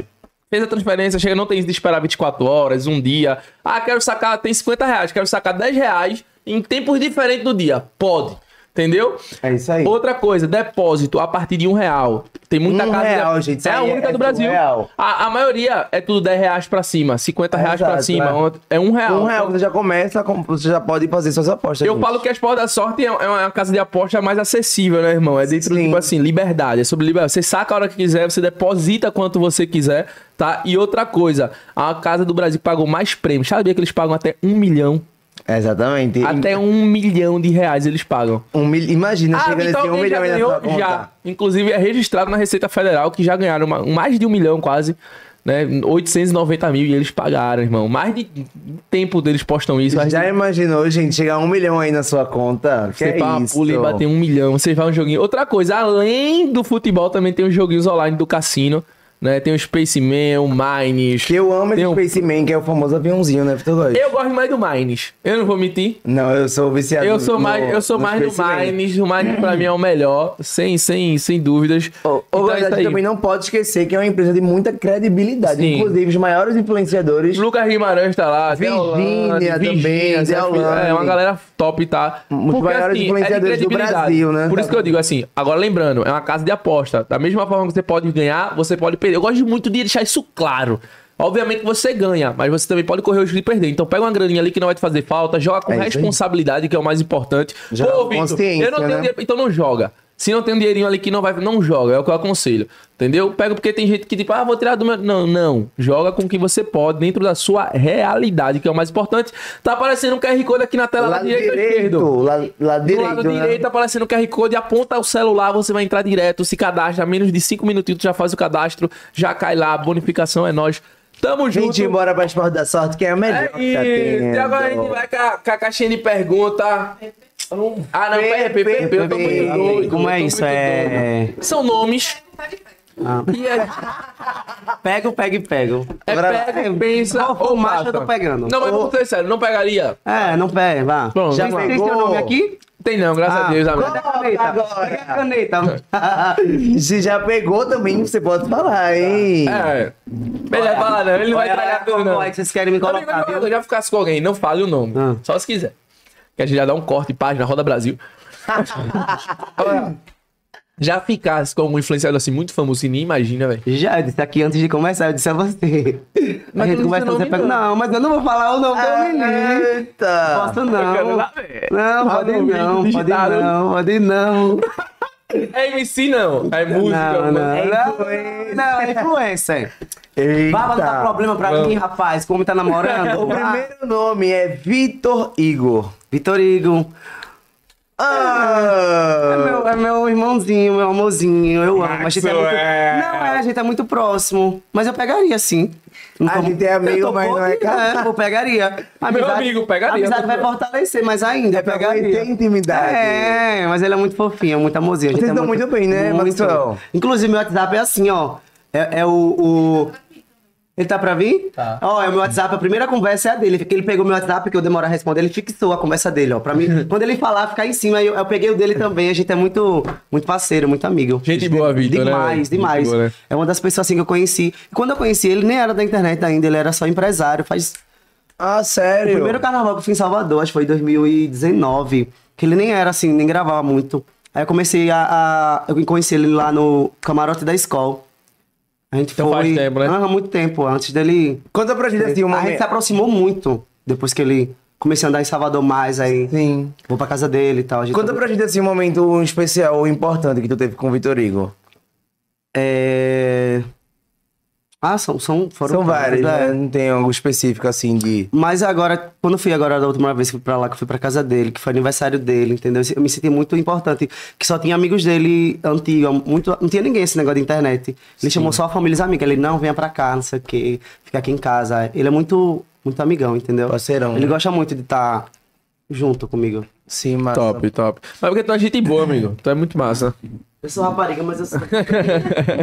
S1: Fez a transferência, chega, não tem de esperar 24 horas, um dia. Ah, quero sacar, tem 50 reais, quero sacar 10 reais em tempos diferentes do dia. Pode. Entendeu?
S2: É isso aí.
S1: Outra coisa, depósito a partir de um real. Tem muita
S2: Um
S1: casa.
S2: real, gente, isso
S1: É a
S2: aí
S1: única
S2: é
S1: do
S2: um
S1: Brasil.
S2: real.
S1: A, a maioria é tudo 10 reais pra cima, 50 reais pra
S2: Exato,
S1: cima.
S2: é.
S1: Ont- É um real.
S2: Um real, você já começa, com- você já pode fazer suas apostas.
S1: Eu
S2: gente.
S1: falo que a Sport da Sorte é é uma casa de aposta mais acessível, né, irmão? É dentro,
S2: Sim.
S1: tipo assim, liberdade. É sobre liberdade. Você saca a hora que quiser, você deposita quanto você quiser, tá? E outra coisa, a casa do Brasil que pagou mais prêmios. Sabia que eles pagam até um milhão?
S2: Exatamente.
S1: Até um milhão de reais eles pagam.
S2: Um mil... Imagina,
S1: Ah,
S2: chega nesse
S1: então
S2: um
S1: alguém já
S2: milhão aí na sua
S1: ganhou?
S2: conta.
S1: Já. Inclusive é registrado na Receita Federal que já ganharam uma- mais de um milhão quase, né? 890 mil e eles pagaram, irmão. Mais de tempo deles postam isso. mais
S2: Já imaginou, gente, chegar um milhão aí na sua conta? Que
S1: Você
S2: é
S1: pá,
S2: isso?
S1: pula e bater um milhão. Você vai um joguinho. Outra coisa, além do futebol, também tem os joguinhos online do cassino, né? Tem o Space Man, o Mines.
S2: Que eu amo esse
S1: Tem um-
S2: Space Man, que é o famoso aviãozinho, né, Vitor Góes?
S1: Eu gosto mais do Mines. Eu não vou mentir.
S2: Não, eu sou viciado
S1: Eu sou
S2: no-
S1: mais, eu sou
S2: no
S1: mais do
S2: Space Man.
S1: Mines. O Mines pra mim é o melhor, sem, sem, sem dúvidas.
S2: Ô, ô,
S1: Então é
S2: Góes, a
S1: isso
S2: gente
S1: aí.
S2: também não pode esquecer que é uma empresa de muita credibilidade.
S1: Sim.
S2: Inclusive, os maiores influenciadores
S1: Lucas Guimarães tá lá,
S2: Virgínia também, Zé
S1: Zé
S2: Holanda.
S1: É uma galera top, tá?
S2: Um dos maiores
S1: de
S2: influenciadores do
S1: credibilidade.
S2: Brasil, né?
S1: Por isso que eu digo assim, agora lembrando, é uma casa de aposta. Da mesma forma que você pode ganhar, você pode perder. Eu gosto muito de deixar isso claro. Obviamente que você ganha, mas você também pode correr o risco de perder. Então pega uma graninha ali que não vai te fazer falta, joga com
S2: É isso aí.
S1: responsabilidade, que é o mais importante.
S2: Joga com
S1: Vitor,
S2: consciência,
S1: eu não tenho
S2: né?
S1: dinheiro, então não joga. Se não tem um dinheirinho ali que não vai, não joga, é o que eu aconselho. Entendeu? Pega porque tem gente que tipo, ah, vou tirar do meu. Não, não. Joga com o que você pode dentro da sua realidade, que é o mais importante. Tá aparecendo um QR Code aqui na tela
S2: Lado
S1: direita ou
S2: direito,
S1: esquerdo?
S2: lado, lado
S1: Do
S2: direito,
S1: lado
S2: né?
S1: direito tá aparecendo o QR Code, aponta o celular, você vai entrar direto, se cadastra, menos de 5 minutinhos tu já faz o cadastro, já cai lá, a bonificação é nós. Tamo junto.
S2: Gente, embora pra Esporte da Sorte, que é a melhor
S1: É
S2: que tá
S1: isso. E agora a gente vai com a, com a caixinha de pergunta. Ah, não, PRP, PRP, eu tô muito doido.
S3: Como é
S1: eu tô
S3: isso?
S1: muito
S3: É.
S1: doido. São nomes. E é,
S3: Pego, pego e pego.
S1: é
S2: Agora-
S1: pega, pensa
S3: Qual foi o
S1: ou
S3: macho que eu tô
S1: mata.
S3: pegando?
S1: Não, mas
S3: Ou-
S1: vou ser sério, não pegaria?
S3: É, não pega, vá.
S1: Pronto,
S3: já
S1: vamos lá.
S3: tem seu nome aqui?
S1: Tem não, graças
S2: Ah,
S1: a Deus, amigo.
S3: Cadê a caneta?
S2: agora.
S3: Cadê a caneta?
S2: Se já pegou também, você pode falar, hein?
S1: É. Ele vai falar, não, ele não vai
S3: Olha,
S1: tragar tudo,
S3: olha,
S1: não.
S3: olha que vocês querem me
S1: Amigo,
S3: colocar,
S1: eu
S3: viu?
S1: já ficasse com alguém, não fale o nome.
S3: Ah.
S1: Só se quiser. Que a gente já dá um corte, página, roda Brasil. Olha, já ficasse com um influenciador assim muito famoso, você nem imagina, velho.
S3: Já, eu disse aqui antes de começar, eu disse a você.
S1: Mas
S3: a
S1: tu
S3: gente
S1: não Ah,
S3: conversa,
S1: disse o
S3: você
S1: nome,
S3: pega.
S1: não.
S3: Não, mas eu não vou falar o
S1: É,
S3: nome do menino.
S2: Eita!
S3: Posso não.
S1: ah. quero lá ver.
S3: Não,
S1: Tá
S3: pode
S1: no vídeo
S3: não, pode
S1: digitado.
S3: não, pode não.
S1: É MC não, é música.
S3: Não, não,
S1: mano.
S3: não,
S2: influencer.
S3: não, é influencer.
S2: Eita.
S3: Vai dar problema pra
S1: Vamos.
S3: mim, rapaz, como tá namorando.
S2: O primeiro nome é Vitor Igor.
S3: Vitor Igor.
S1: é
S3: É
S2: Ah!
S3: meu, é meu irmãozinho, meu amorzinho, eu amo. A gente é muito...
S1: Maxwell.
S3: Não, é, a gente é muito próximo. Mas eu pegaria, sim. Não
S2: A
S3: tô-
S2: gente é amigo,
S3: Eu tô
S2: mas não é
S3: podre,
S2: casado.
S3: né? Eu pegaria.
S1: amigo, pegaria,
S3: A amizade
S1: tô-
S3: vai fortalecer, mas ainda, eu
S2: É pra
S3: pegaria.
S2: conhecer a intimidade.
S3: É, mas ele é muito fofinho, muito amorzinho. A gente
S2: Vocês
S3: é
S2: dão muito bem, né, Maxwell?
S3: Inclusive, meu WhatsApp é assim, ó. É, é o... o- Ele tá pra vir?
S1: Tá.
S3: Ó, é o meu WhatsApp, a primeira conversa é a dele. Ele pegou meu WhatsApp, que eu demoro a responder, ele fixou a conversa dele, ó. Pra mim, quando ele falar, ficar em cima, eu, eu peguei o dele também. A gente é muito, muito parceiro, muito amigo.
S1: Gente boa, Vitor, né,
S3: Demais,
S1: velho? Gente
S3: demais.
S1: boa, né?
S3: É uma das pessoas assim que eu conheci. E quando eu conheci ele, nem era da internet ainda, ele era só empresário. Faz
S2: Ah,
S3: o
S2: sério?
S3: primeiro carnaval que eu fui em Salvador, acho que foi em 2019, que ele nem era assim, nem gravava muito. Aí eu comecei a. a eu conheci ele lá no camarote da escola. A gente
S1: Então
S3: foi.
S1: faz tempo, né?
S3: Ah, muito tempo, antes dele.
S2: Conta pra gente assim, um
S3: a gente
S2: momento.
S3: se aproximou muito depois que ele comecei a andar em Salvador mais, aí
S2: Sim.
S3: vou pra casa dele e tal. a gente
S2: Conta pra gente assim, um momento especial ou importante que tu teve com o Vitor Igor.
S3: É... Ah, são, são foram
S2: São vários,
S3: é.
S2: né? Não tem algo específico assim de.
S3: Mas agora, quando eu fui agora da última vez que fui pra lá, que eu fui pra casa dele, que foi aniversário dele, entendeu? Eu me senti muito importante. Que só tinha amigos dele antigos, muito, não tinha ninguém esse negócio de internet. Ele chamou só a família e os amigos. Ele, não, venha pra cá, não sei o quê, fica aqui em casa. Ele é muito, muito amigão, entendeu?
S2: Parceirão,
S3: Ele
S2: né?
S3: gosta muito de estar junto comigo.
S2: Sim, massa.
S1: Top, top. Mas porque tu é gente boa, amigo. Tu é muito massa.
S3: Eu sou rapariga, mas eu sou.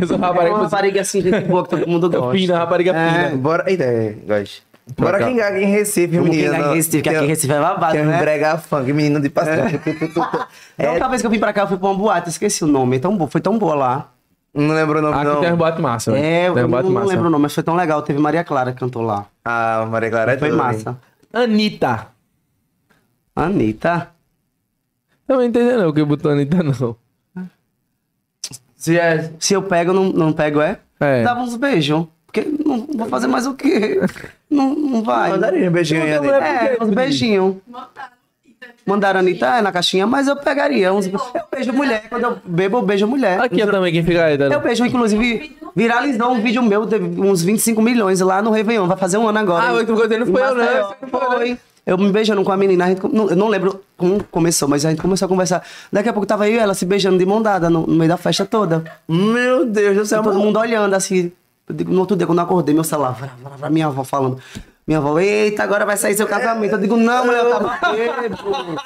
S1: eu sou um
S3: é
S1: rapariga.
S3: uma rapariga assim, gente boa que todo mundo gosta.
S1: Pina, rapariga
S2: É,
S1: pina.
S2: bora. Eita, é, gosto. Bora
S1: cá.
S2: quem gaga em Recife,
S3: Vamos
S2: menino.
S3: quem gaga em Recife, que aqui em Recife é babado,
S2: Tem um
S3: né?
S2: brega funk, menino de pastel.
S3: Da
S2: É,
S3: outra vez que eu vim pra cá, eu fui pra uma boate, esqueci o nome. É tão bo- foi tão boa lá.
S2: não lembro o nome,
S1: Aqui
S2: não.
S1: tem um boate massa, velho.
S3: É, eu
S1: tem um
S3: não
S1: boate massa.
S3: lembro o nome, mas foi tão legal. Teve Maria Clara que cantou lá.
S2: Ah, Maria Clara é
S3: Foi
S2: tudo, hein?
S3: massa.
S1: Anitta.
S3: Anitta?
S1: Eu não entendi não o que botou Anitta, não.
S2: Você já-
S3: Se é- eu pego, não, não pego, é?
S1: É.
S3: Dava uns beijos. Porque não vou fazer mais o quê? Não, não vai.
S2: Ah, Mandaria um beijinho aí,
S1: Não, não,
S2: Anitta.
S1: é-
S3: É, uns beijinhos. Mandaram Anitta é, na caixinha, mas eu pegaria uns. Eu beijo mulher. Quando eu bebo, eu beijo mulher.
S1: Aqui é também quem fica aí, tá?
S3: Eu beijo, inclusive, viralizou um vídeo meu, teve uns 25 milhões lá no Réveillon. Vai fazer um ano agora.
S1: Ah, mas tu contei, não
S3: Em
S1: foi eu, não.
S3: Maceió.
S1: Você não foi, não.
S3: Foi. Eu me beijando com a menina, a gente, com- não, eu não lembro como começou, mas a gente começou a conversar. Daqui a pouco tava eu e ela se beijando de mão dada no, no meio da festa toda.
S2: Meu Deus do céu,
S3: todo
S2: mano.
S3: mundo olhando assim. Eu digo, No outro dia, quando eu acordei, meu celular, vrá, vrá, vrá, minha avó falando. Minha avó, eita, agora vai sair seu casamento. Eu digo, não, mulher, eu tava bêbado.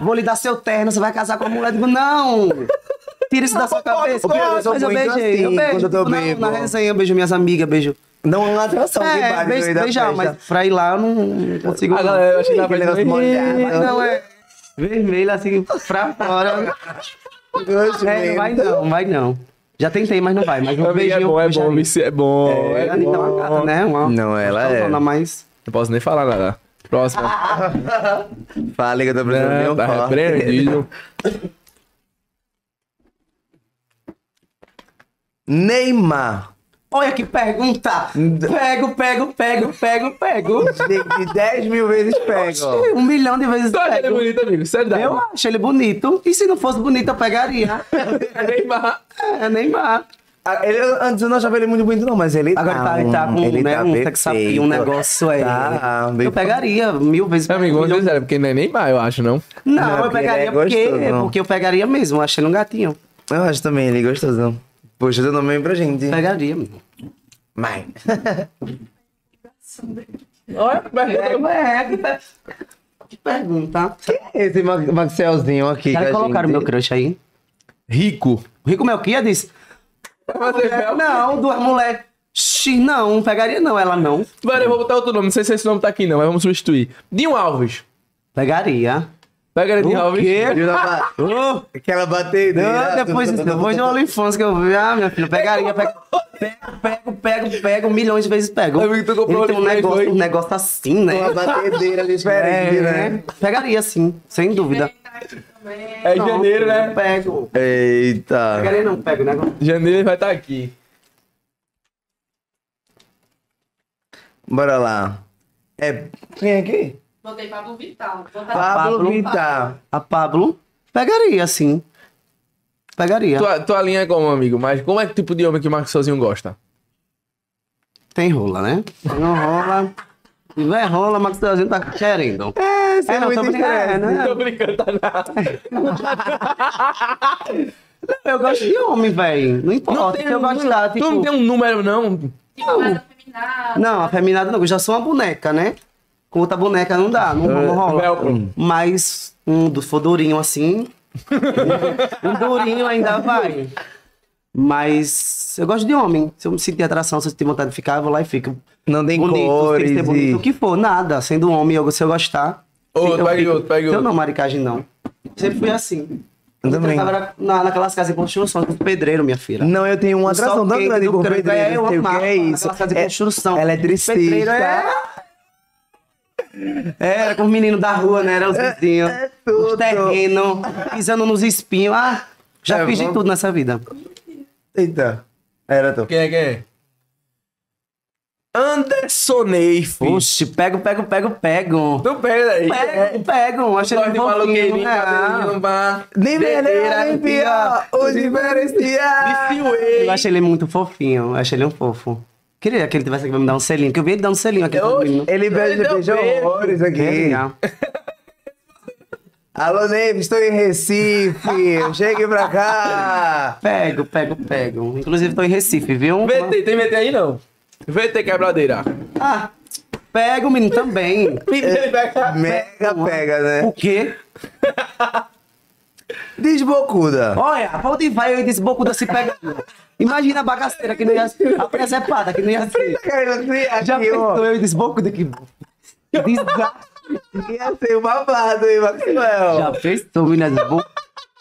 S3: Vou lhe dar seu terno, você vai casar com a mulher. Eu digo, não. Tira isso da sua cabeça.
S2: Ô, Pedro, eu sou
S3: Mas eu
S2: muito
S3: beijei,
S2: assim,
S3: eu
S2: quando
S3: beijo.
S2: eu tô
S3: Não, na
S2: bêbado.
S3: resenha, eu beijo minhas amigas, beijo.
S2: Não é uma atração de
S3: É,
S2: baile no
S3: beijo,
S2: meio da
S3: beijar,
S2: festa.
S3: mas pra ir lá eu não consigo.
S1: A
S3: não.
S1: galera, eu achei que tava
S2: Aquele negócio
S1: fazendo...
S2: molhado.
S3: Não, é vermelho assim, pra fora.
S2: Gosto
S3: É, não vai
S2: mesmo.
S3: não, vai não. Já tentei, mas não vai. Mas um
S1: Amigo, É
S3: beijinho
S1: bom, é
S3: eu
S1: bom,
S3: beijaria.
S1: isso é bom.
S3: É,
S1: É
S3: Anitta é uma
S1: bom.
S3: gata, né? Uma,
S2: Não, ela
S3: uma
S2: é.
S3: gostosona, Mas
S1: Não posso nem falar nada. Próxima.
S2: Fala, que eu tô precisando
S3: É,
S2: de um
S1: tá
S2: copo.
S1: repreendido.
S2: Neymar.
S3: Olha que pergunta! Pego, pego, pego, pego, pego.
S2: De, de 10 mil vezes pega. ó.
S3: Um milhão de vezes
S1: Tu acha ele é
S3: pego.
S1: bonito, amigo? Sério, dá.
S3: Eu acho ele bonito. E se não fosse bonito, eu pegaria.
S1: Neymar.
S3: É, Neymar.
S2: Ah, Ele, antes eu não achava ele muito bonito, não, mas ele
S3: Agora
S2: tá.
S3: tá, ele tá com
S2: ele
S3: né,
S2: tá
S3: um
S2: perfeito.
S3: sexapio, um negócio aí.
S2: Tá, bem-
S3: eu pegaria mil vezes.
S1: Amigo,
S3: um
S1: vamos
S3: milhão-
S1: ser sério, porque não é Neymar, eu acho, não.
S3: Não,
S2: Não,
S3: eu
S2: porque ele
S3: pegaria
S2: é
S3: porque,
S2: gostoso, não.
S3: porque eu pegaria mesmo, achei ele um gatinho.
S2: Eu acho também ele gostosão. Poxa, deu nome aí pra gente.
S3: Pegaria. mesmo.
S2: Mãe.
S1: Olha,
S3: é, que, per- que pergunta.
S2: Esse Ma- Maxelzinho aqui.
S3: Será
S2: que
S3: que
S2: a
S3: colocaram
S2: gente-
S3: meu crush aí?
S1: Rico.
S3: O Rico Melquia disse:
S1: Fazer fel.
S3: Não, duas mulheres. Xi, não, pegaria não, ela não.
S1: Mano, eu vou botar outro nome. Não sei se esse nome tá aqui, não, mas vamos substituir. Dinho Alves.
S3: Pegaria.
S1: Pega Dinho Alves.
S2: Viu na ba-
S3: Oh,
S2: Aquela batida.
S3: não, depois, depois de uma infância que eu vi, ah, minha filha, pegaria, pego, pego, pego, pego, pego, milhões de vezes pego.
S1: Amigo, tu comprou
S3: Ele tem um
S1: Olimpíada, foi?
S3: negócio, um negócio assim, né?
S2: Uma batedeira ali diferente,
S3: É,
S2: né?
S3: Pegaria sim, sem dúvida.
S1: É janeiro,
S3: Não
S1: né?
S3: pego.
S2: Eita.
S3: Pegaria não, pego, né?
S1: Janeiro ele vai estar aqui.
S2: Bora lá. É. Quem é aqui?
S4: Botei Pablo Vittar.
S2: Pablo
S3: Tá, Pablo
S2: Vittar.
S3: A Pablo, pegaria sim. Pegaria.
S1: Tua, tua linha é como, amigo? Mas como é que tipo de homem que o Marcos Sozinho gosta?
S3: Tem rola, né? Tem uma rola. Se tiver rola, Max Teozinho tá querendo. É,
S2: é muito
S3: é,
S2: diferente.
S3: né?
S1: Tô brincando, tá nada.
S3: Eu gosto de homem, velho. Não importa.
S1: Não tem
S3: eu
S1: um-
S3: gosto de lá, tipo...
S1: Tu não tem um número, não?
S4: Tipo, mais afeminado.
S3: Não, afeminado não. Eu já sou uma boneca, né? Com outra boneca não dá, não, não rola.
S1: Velcro.
S3: Mas um do for durinho assim. um durinho ainda vai. Mas eu gosto de homem. Se eu me sentir atração, se eu sentir vontade de ficar, eu vou lá e fico.
S2: Não tem
S3: bonito,
S2: cores.
S3: tem que ser bonito,
S2: e-
S3: o que for, nada. Sendo homem, eu, se eu gostar.
S1: Ô,
S3: se- eu
S1: pega
S3: fico-
S1: outro, pega
S3: Eu
S1: outro.
S3: não, maricagem não. Sempre fui assim.
S2: Eu também.
S3: Eu tava na, naquelas casas de construção, do pedreiro, minha filha.
S2: Não, eu tenho uma
S3: O
S2: atração
S3: sol
S2: tão
S3: quente
S2: grande
S3: do
S2: por
S3: Craig,
S2: pedreiro.
S3: é uma
S2: sei o que
S3: mapa,
S2: é isso?
S3: aquela casa de
S2: É-
S3: construção. Pedreiro,
S2: Eletricista.
S3: é. Era com os meninos da rua, né? Era os vizinhos.
S2: é tudo.
S3: os terrenos, pisando nos espinhos. Ah, já
S2: É,
S3: fiz de
S2: vamos-
S3: tudo nessa vida.
S2: Eita. Era tu.
S1: Quem é, quem é? Anderson Neif.
S3: Oxe, pego, pego, pego, pego.
S1: Não pega Então, aí.
S3: Pego, pego. Achei
S1: É. Gosta
S3: ele
S1: de
S3: fofinho.
S1: maluqueirinho,
S3: né?
S1: cabelinho, pá.
S2: Nem melhor,
S3: Verdadeira
S2: nem pior. O diferencial.
S1: Bifiuei.
S3: Eu achei ele muito fofinho. Eu achei ele um fofo. Queria que ele tivesse aqui pra me dar um selinho, que eu vi ele dar um selinho aqui pro menino.
S2: Ele beija,
S1: deu
S2: beijou
S1: beijo.
S2: horrores
S3: É
S2: aqui.
S3: legal.
S2: Alô, Neve, estou em Recife. Chegue pra cá.
S3: Pego, pego, pego. Inclusive, tô em Recife, viu?
S1: VT, tem VT aí não? VT quebradeira.
S3: Ah, pego, menino, também. É.
S2: Mega pega,
S3: O
S2: né?
S3: quê?
S2: Desbocuda.
S3: Olha, pra onde vai eu e desse bocuda se pegando? Imagina a bagaceira que não ia ser, a presepada que não ia ser. Já pensou eu e desse bocuda que... Desastre.
S2: Ia ser um babado, hein, Maxwell?
S3: Já fez menina de boca?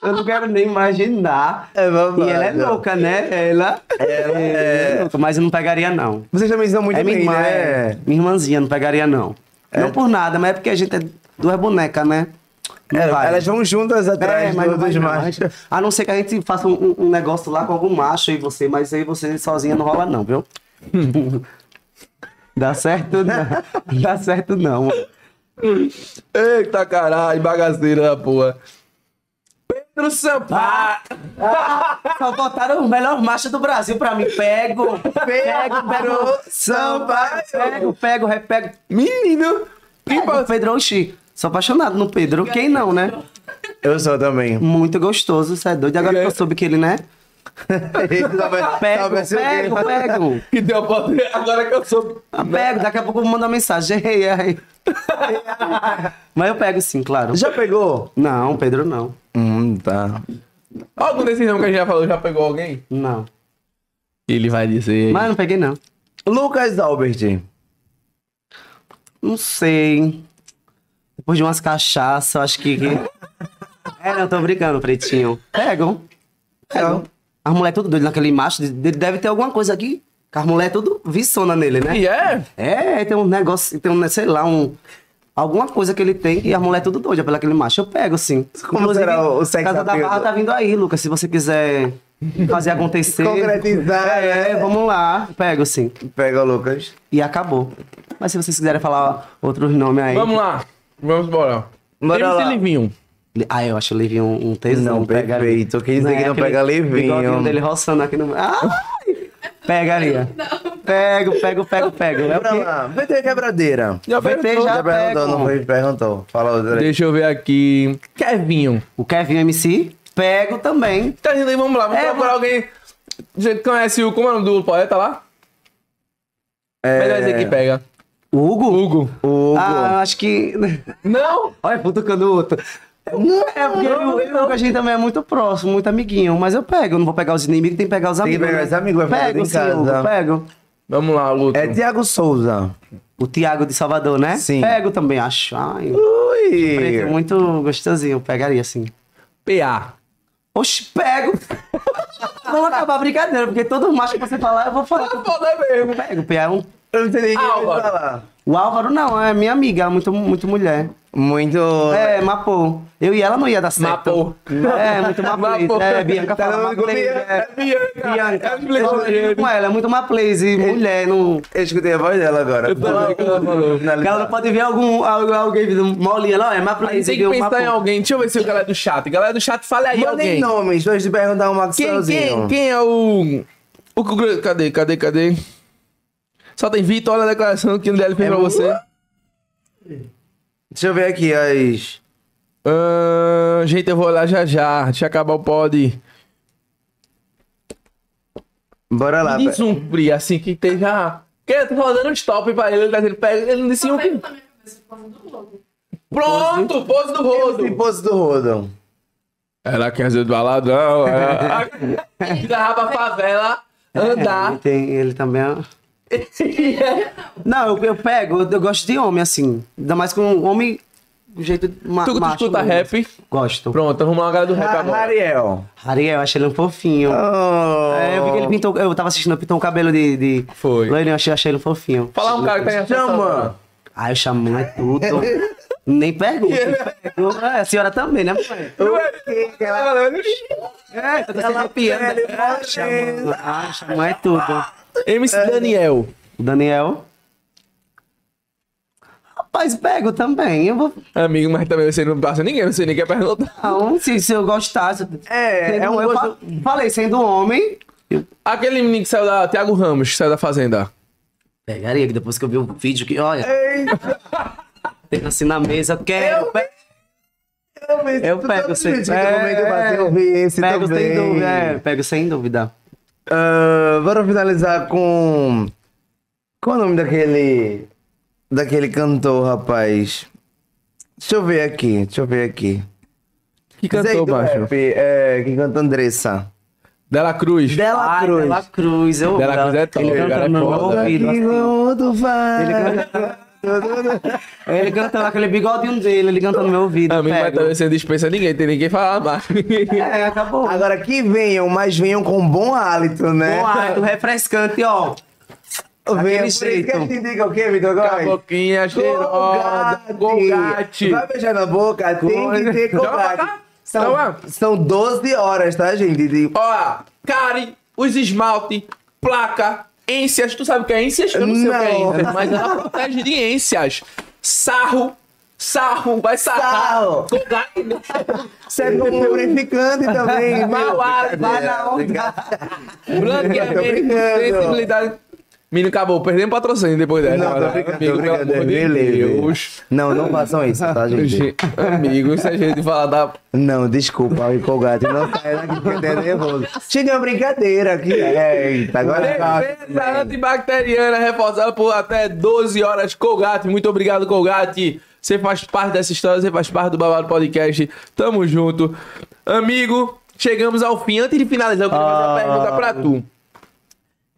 S3: Eu não quero nem imaginar.
S2: É babado.
S3: E ela é louca, né? Ela,
S2: Ela é-
S3: louca, mas eu não pegaria, não.
S2: Vocês também são muito
S3: é minha
S2: bem,
S3: irmã,
S2: né?
S3: é. minha irmãzinha, não pegaria, não. Não por nada, mas é porque a gente é duas bonecas, né? Não
S2: Ela- é
S3: vai.
S2: Elas vão juntas atrás
S3: É, mas
S2: do-
S3: não vai,
S2: dos
S3: não.
S2: machos.
S3: A não ser que a gente faça um, um negócio lá com algum macho e você, mas aí você sozinha não rola não, viu? Dá certo não. Dá certo não.
S1: Eita caralho, bagaceira da porra. Pedro Sampaio.
S3: Ah, Só botaram o melhor macho do Brasil pra mim. Pego, pego, pego.
S2: Sampaio.
S3: Pego, pego, repego.
S1: Menino. Que
S3: Pego,
S1: pa-
S3: Pedro, oxi. Sou apaixonado no Pedro. Quem não, né?
S2: Eu sou também.
S3: Muito gostoso, você é doido. Agora que eu soube que ele, né? Pego, pego, pego.
S1: Que deu a poder. Agora que eu sou.
S3: Ah, Pego, daqui a pouco eu vou mandar mensagem. Errei, errei. Mas eu pego sim, claro.
S2: Já pegou?
S3: Não, Pedro, não.
S2: Hum, tá.
S1: Algum desses nomes que a gente já falou já pegou alguém?
S3: Não.
S1: Ele vai dizer.
S3: Mas não peguei, não.
S2: Lucas Albert.
S3: Não sei. Depois de umas cachaças, eu acho que. é, não, tô brincando, pretinho. Pegam. Pegam. As mulheres tudo doido naquele macho. de- de- Deve ter alguma coisa aqui. Que as mulheres tudo viçona nele, né?
S1: E é?
S3: É, tem um negócio, tem um, sei lá, um. Alguma coisa que ele tem e as mulheres tudo doida pela aquele macho. Eu pego, sim.
S2: Como será o- o sex
S3: Casa da
S2: appeal
S3: Barra
S2: do-
S3: tá vindo aí, Lucas. Se você quiser fazer acontecer.
S2: Concretizar,
S3: É,
S2: né?
S3: vamos lá. Pego, sim.
S2: Pega, Lucas.
S3: E acabou. Mas se vocês quiserem falar outros nomes aí.
S1: Vamos lá. Vamos embora.
S2: Bora
S1: MC
S2: lá.
S1: Livinho.
S3: Ah, eu acho o Livinho um, um tesão.
S2: Não,
S3: pega ali. é
S2: perfeito. Quem dizer que não
S3: aquele
S2: pega Livinho?
S3: bigodinho dele roçando aqui no... Ai! Pegaria. Pego, pego, pego, pego. É o
S2: Bora
S3: quê?
S2: lá. VT Quebradeira.
S1: Já
S3: Vai
S1: perguntou.
S3: ter já.
S2: Já perguntou,
S3: pego.
S2: não foi? Perguntou. Fala outra aí.
S1: Deixa eu ver aqui. Kevinho.
S3: O Kevin MC, pego também.
S1: Tá indo aí, vamos lá. Vamos
S3: É,
S1: procurar alguém. Gente, conhece o. Como é o nome do poeta lá?
S2: É.
S1: Melhor dizer que pega.
S3: O Hugo?
S1: Hugo.
S2: O Hugo.
S3: Ah, acho que...
S1: Não!
S3: Olha, futucando o outro. Não, é porque eu, eu, e o Hugo, a gente também é muito próximo, muito amiguinho. Mas eu pego, eu não vou pegar os inimigos, tem que pegar os
S2: que
S3: amigos.
S2: pegar
S3: né?
S2: os amigos, vai fazer
S3: Pego,
S2: em
S3: sim,
S2: casa.
S3: Hugo, pego.
S1: Vamos lá, outro.
S2: É Tiago Souza.
S3: O Tiago de Salvador, né?
S2: Sim.
S3: Pego também, acho. Ai, um preto,
S2: Ui!
S3: muito gostosinho, pegaria sim.
S1: PA.
S3: Oxe, pego! Vamos acabar a brincadeira, porque todo macho que você falar, eu vou falar. que eu
S1: Foda mesmo.
S3: Pego, pego. Tá É um-
S2: Eu não sei nem o que eu ia
S1: Álvaro.
S2: falar.
S3: O Álvaro não, é minha amiga, muito, muito mulher.
S2: Muito.
S3: É, Mapô. Eu e ela não ia dar certo.
S1: Mapô.
S3: É, muito Mapô. É, Bianca
S2: Tá
S3: fala
S2: dando
S3: Maplês,
S2: comigo?
S3: é. Bianca.
S1: Bianca.
S3: Eu fico com ela, é muito Maplês e mulher. Não...
S2: Eu escutei a voz dela agora.
S1: Eu também, quando ela falou.
S3: Ela não pode ver algum, algum- alguém vindo molinha lá, ó, é
S1: Aí
S3: Maplês.
S1: tem que
S3: viu,
S1: pensar em
S3: Mapô.
S1: alguém. Deixa eu ver se o galera do chat. Galera do chat, fala aí
S2: Mandem
S1: alguém.
S2: nomes, hoje de perguntar um
S1: Quem, quem,
S2: Maxwellzinho.
S1: quem é o... o... que- Cadê, cadê, cadê? Só tem Vitor, olha a declaração que o DL fez pra você.
S2: Deixa eu ver aqui as.
S1: Ah, gente, eu vou olhar já já. Deixa eu acabar o pod.
S2: Bora lá.
S1: Diz um pri, assim, que esteja... Porque eu tô rodando um stop pra ele, ele tá dizendo, pega, ele não disse um...
S4: Pego também por causa por causa do logo.
S1: Pronto, pose do
S2: Tem
S1: rodo.
S2: Poço do Rodo.
S1: Ela quer ser do baladão. é. ela- Tirava pra favela,
S3: É, Ele,
S1: andar.
S3: tem, ele também. é- Não, eu, eu pego, eu, eu gosto de homem, assim. Ainda mais com homem. do jeito ma
S1: Tu, tu
S3: macho
S1: escuta
S3: mesmo.
S1: rap?
S3: Gosto.
S1: Pronto, vamos lá,
S3: Então
S1: galera do rap
S3: tá
S2: Ah,
S1: agora.
S2: Ariel.
S3: Ariel, achei ele um fofinho.
S2: Oh.
S3: É, eu vi que ele pintou. Eu tava assistindo, pintou o cabelo de. de...
S1: Foi.
S3: Loirinho, eu achei, achei ele um fofinho.
S1: Falar um cara que tá em ascensão agora.
S2: Chama.
S3: Ai, o Xamã é tudo. Nem pergunto. É, a senhora também, né, mãe? É, eu tô se arrepiando. Ai, Xamã. Ai, Xamã é tudo.
S1: MC
S2: É.
S1: Daniel.
S3: O Daniel. Rapaz, pego também. Eu vou.
S1: Amigo, mas também você não passa ninguém, você nem quer perguntar.
S3: Não, se, se eu gostasse.
S2: É,
S3: Sendo-
S2: é um
S3: eu
S2: gosto-
S3: fa- Falei, sendo homem.
S1: Aquele menino que saiu da. Thiago Ramos, que saiu da Fazenda.
S3: Pegaria, que depois que eu vi o vídeo que, olha, tem assim na mesa, quero. pe- Eu pego sem É,
S2: dúvida. Eu vi esse
S3: pego sem
S2: também.
S3: dúvida. É, pego sem dúvida.
S2: Ah, bora finalizar com. Qual é o nome daquele. Daquele cantor, rapaz? Deixa eu ver aqui, deixa eu ver aqui.
S1: Que
S2: Zé
S1: cantou,
S2: do
S1: baixo?
S2: Rap, é, que canta Andressa.
S1: Dela Cruz.
S2: Dela
S3: Ai,
S2: Cruz.
S3: Dela Cruz, eu
S1: Dela Cruz é top,
S3: Ele
S1: cara,
S3: canta
S1: é
S3: no meu
S1: foda.
S3: ouvido,
S2: Que
S3: assim.
S2: mundo vai.
S3: Ele canta- Ele canta aquele bigodinho dele, ele canta no meu ouvido.
S1: A mim
S3: eu
S1: não vai
S3: pego.
S1: estar sem dispensa ninguém, tem ninguém falar mais.
S3: É, acabou.
S2: Agora que venham, mas venham com bom hálito, né?
S3: Um ato refrescante, ó.
S2: Venham,
S3: Aquele
S2: por isso que a
S3: jeito.
S2: gente diga o quê, Vitor Góes?
S1: Boquinha cheirosa,
S2: Colgate.
S1: Colgate.
S2: Vai beijar na boca, tem que ter
S1: Joga pra
S2: colgate.
S1: cá.
S2: São,
S1: Joga.
S2: são 12 horas, tá, gente? De-
S1: Ó, Karen, os esmalte, placa, ênsias. Tu sabe o que é ênsias? Eu não sei o que é
S2: Não.
S1: ênsias, mas ela protege de ênsias. Sarro, sarro, vai sarrar.
S2: Sarro.
S1: Colgate, né?
S2: Serve como é lubrificante também. viu?
S1: Mau hálito.
S2: Vai na onda. Tô
S1: Blanqueamento,
S2: brincando.
S1: sensibilidade. Menino, acabou, perdendo patrocínio depois dessa.
S2: Não, tô
S1: né?
S2: brincando,
S1: Amigo, pelo
S2: tô brincando.
S1: amor
S2: é
S1: de
S2: beleza.
S1: Deus.
S2: Não, não façam isso, tá, gente?
S1: Gente, Amigo, isso é jeito de falar da
S2: Não, desculpa, o empolgado não sai daqui porque eu tô nervoso. Gente, é uma brincadeira aqui. Eita, agora é
S1: Defesa antibacteriana reforçada por até 12 horas. Colgate, muito obrigado, Colgate. Você faz parte dessa história, você faz parte do Babado Podcast. Tamo junto. Amigo, chegamos ao fim. Antes de finalizar, eu queria fazer uma pergunta pra tu.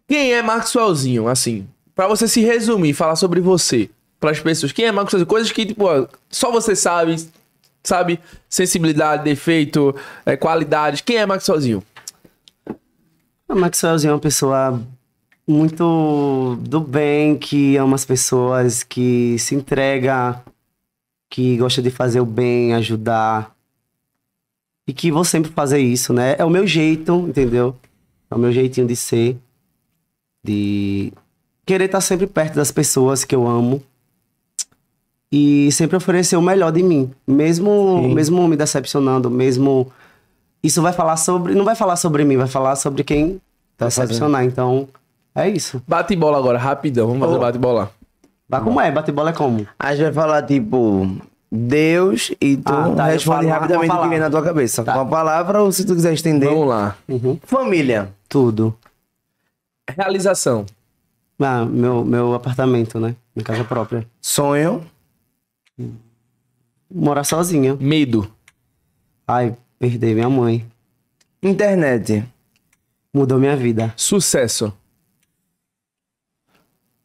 S1: Quem é Maxwellzinho, assim? Pra você se resumir, falar sobre você. Pras pessoas. Quem é Maxwellzinho? Coisas que, tipo, ó, só você sabe, sabe? Sensibilidade, defeito, eh, qualidades. Quem é Maxwellzinho?
S3: O Maxwellzinho é uma pessoa muito do bem, que ama as pessoas, que se entrega, que gosta de fazer o bem, ajudar. E que vou sempre fazer isso, né? É o meu jeito, entendeu? É o meu jeitinho de ser, de querer estar sempre perto das pessoas que eu amo. E sempre oferecer o melhor de mim, mesmo, mesmo me decepcionando, mesmo isso vai falar sobre. Não vai falar sobre mim, vai falar sobre quem decepcionar. Então, é isso.
S1: Bate bola agora, rapidão. Vamos fazer
S3: Ô.
S1: bate bola.
S3: Vá como é, bate bola é como?
S2: A gente vai falar, tipo, Deus e tu
S3: Ah, tá, eu
S2: responde
S3: falo Tá.
S2: rapidamente
S3: uma
S2: o que vem na tua cabeça. Com a palavra ou se tu quiser estender.
S1: Vamos lá.
S3: Uhum.
S2: Família.
S3: Tudo.
S1: Realização.
S3: Ah, meu, meu apartamento, né? Minha casa própria.
S2: Sonho.
S3: Morar sozinha.
S1: Medo.
S3: Ai, perdi minha mãe.
S2: Internet.
S3: Mudou minha vida.
S1: Sucesso.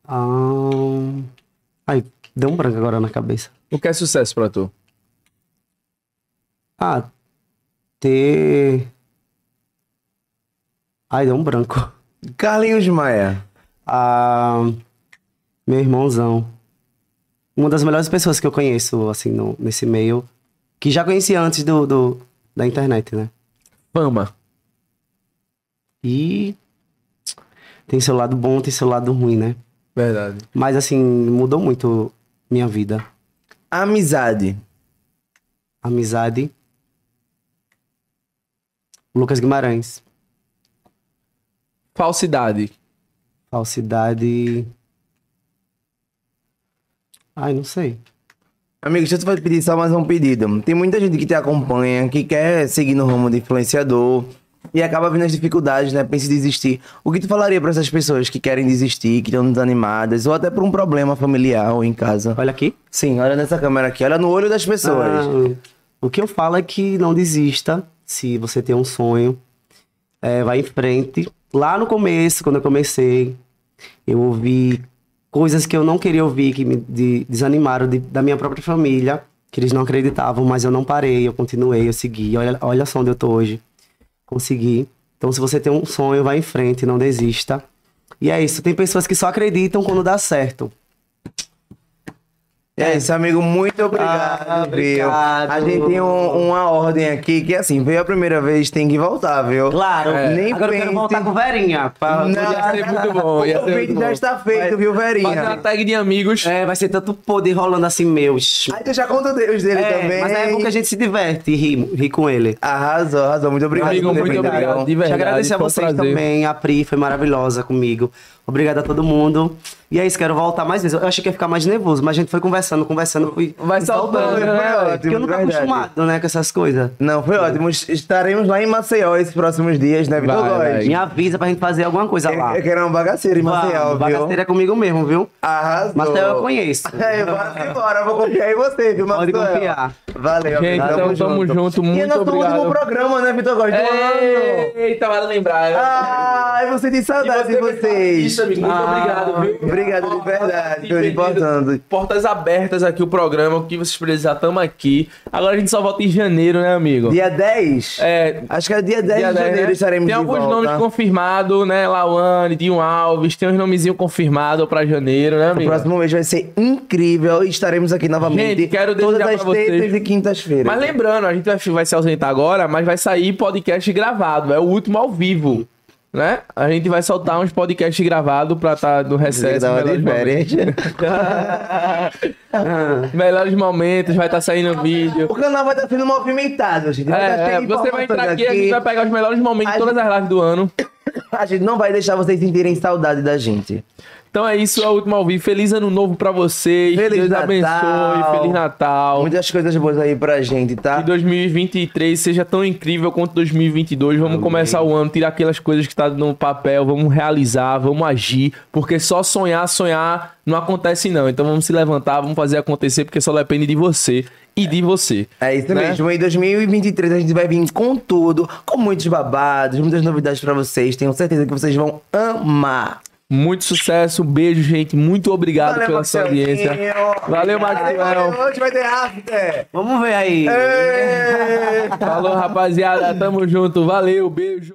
S3: Ah, ai, deu um branco agora na cabeça.
S1: O que é sucesso pra tu?
S3: Ah, ter. Ai, deu um branco.
S2: Carlinhos Maia.
S3: a meu irmãozão. Uma das melhores pessoas que eu conheço, assim, no- nesse meio. Que já conheci antes do, do- da internet, né?
S1: Fama.
S3: E tem seu lado bom, tem seu lado ruim, né?
S1: Verdade.
S3: Mas, assim, mudou muito minha vida.
S2: Amizade.
S3: Amizade. Lucas Guimarães.
S1: Falsidade.
S3: Falsidade. Ai, não sei.
S2: Amigo, deixa eu só te pedir só mais um pedido. Tem muita gente que te acompanha, que quer seguir no rumo de influenciador e acaba vendo as dificuldades, né? Pensa em desistir. O que tu falaria pra essas pessoas que querem desistir, que estão desanimadas, ou até por um problema familiar ou em casa?
S3: Olha aqui.
S2: Sim, olha nessa câmera aqui, olha no olho das pessoas.
S3: Ah, o que eu falo é que não desista se você tem um sonho. É, vai em frente. Lá no começo, quando eu comecei, eu ouvi coisas que eu não queria ouvir, que me de- desanimaram de- da minha própria família, que eles não acreditavam, mas eu não parei, eu continuei, eu segui. Olha, olha só onde eu tô hoje. Consegui. Então, se você tem um sonho, vai em frente, não desista. E é isso. Tem pessoas que só acreditam quando dá certo.
S2: E É isso, amigo. Muito obrigado,
S3: Ah,
S2: viu?
S3: obrigado.
S2: A gente tem um- uma ordem aqui que, assim, veio a primeira vez, tem que voltar, viu? É.
S3: Claro.
S2: Nem
S3: Agora eu
S2: pense.
S3: quero voltar com Verinha. Pra...
S1: Ia ser muito bom, ia
S2: O
S1: ser muito
S2: convite
S1: bom.
S2: já está feito, viu,
S1: Fazer
S2: Verinha?
S1: uma
S3: tá-
S1: tag de amigos.
S3: É, vai ser tanto poder rolando assim, meus.
S2: Aí tu já conta o Deus dele
S3: É,
S2: também.
S3: mas é bom que a gente se diverte e ri, ri com ele.
S2: Arrasou, arrasou. Muito obrigado.
S1: Amigo,
S2: por ter
S1: muito
S2: vindo,
S1: obrigado,
S2: viu?
S1: de verdade,
S3: Te agradecer a
S1: foi um
S3: vocês
S1: prazer.
S3: também. A Pri foi maravilhosa comigo. Obrigado a todo mundo. E é isso, quero voltar mais vezes. Eu achei que ia ficar mais nervoso, mas a gente foi conversando, conversando. Fui
S1: Vai
S3: fui
S1: saltando, né,
S3: é,
S1: ótimo,
S3: Porque eu não tô
S2: verdade.
S3: acostumado, né, com essas coisas.
S2: Não, foi ótimo. Estaremos lá em Maceió esses próximos dias, né, Vitor
S1: Vai, vai.
S2: Góes?
S3: Me avisa pra gente fazer alguma coisa lá.
S2: Eu, eu quero uma bagaceira em Maceió,
S3: Vamos, bagaceira é comigo mesmo, viu?
S2: viu? Arrasou.
S3: Maceió eu conheço.
S2: É, bora embora, eu vou confiar em você, viu,
S3: Pode
S2: Maceió?
S3: confiar.
S2: Valeu,
S1: Gente,
S2: obrigado,
S1: então tamo junto,
S2: E é
S1: muito
S2: nosso
S1: obrigado.
S2: último programa, né, Vitor Góes, do ano.
S1: Eita, vale lembrar. né?
S2: Ai, você tem saudade É. de vocês.
S1: tá Isso, amigo. Muito
S2: Ah,
S1: obrigado, viu?
S2: Obrigado de verdade, foi
S1: pedido.
S2: importante.
S1: Portas abertas aqui, o programa. O que vocês precisarem, tamo aqui. Agora a gente só volta em janeiro, né, amigo?
S2: Dia 10?
S1: É.
S2: Acho que é dia 10
S1: dia
S2: de
S1: 10,
S2: janeiro
S1: né?
S2: estaremos
S1: Tem
S2: de
S1: alguns
S2: volta.
S1: nomes confirmados, né? Lauane, Dinho Alves, tem uns nomezinhos confirmados pra janeiro, né,
S2: O
S1: amigo?
S2: próximo mês vai ser incrível e estaremos aqui novamente.
S1: Gente, quero
S2: todas
S1: desejar
S2: as
S1: pra
S2: terças
S1: vocês-
S2: e quintas-feiras.
S1: Mas lembrando, a gente vai, vai se ausentar agora, mas vai sair podcast gravado. É o último ao vivo. Né? A gente vai soltar uns podcasts gravados pra estar no
S2: Tem que
S1: recesso.
S2: dar uma
S1: melhores momentos.
S2: diferença.
S1: Melhores momentos, vai estar saindo vídeo.
S2: O canal vai estar sendo movimentado, gente. Vai estar
S1: É, é,
S2: cheio de
S1: você vai entrar
S2: informações
S1: aqui, a gente vai pegar os melhores momentos
S2: A
S1: de todas as lives do ano.
S2: A gente não vai deixar vocês sentirem saudade da gente.
S1: Então é isso, é o último ao vivo. Feliz ano novo pra vocês.
S2: Feliz
S1: Deus abençoe,
S2: Natal.
S1: feliz Natal.
S2: Muitas coisas boas aí pra gente,
S1: Que
S2: tá?
S1: 2023 seja tão incrível quanto 2022. Vamos começar o ano, tirar aquelas coisas que tá no papel, vamos realizar, vamos agir, porque só sonhar, sonhar não acontece não. Então vamos se levantar, vamos fazer acontecer, porque só depende de você e de você.
S2: É isso
S1: né?
S2: mesmo. Em 2023 a gente vai vir com tudo, com muitos babados, muitas novidades pra vocês. Tenho certeza que vocês vão amar.
S1: Muito sucesso, beijo, gente. Muito obrigado pela sua
S2: Marcelinho.
S1: audiência. Valeu,
S2: Obrigado.
S1: Maxwell.
S2: Hoje vai ter after.
S3: Vamos ver aí.
S2: Ei!
S1: Falou, rapaziada. Tamo junto. Valeu, beijo.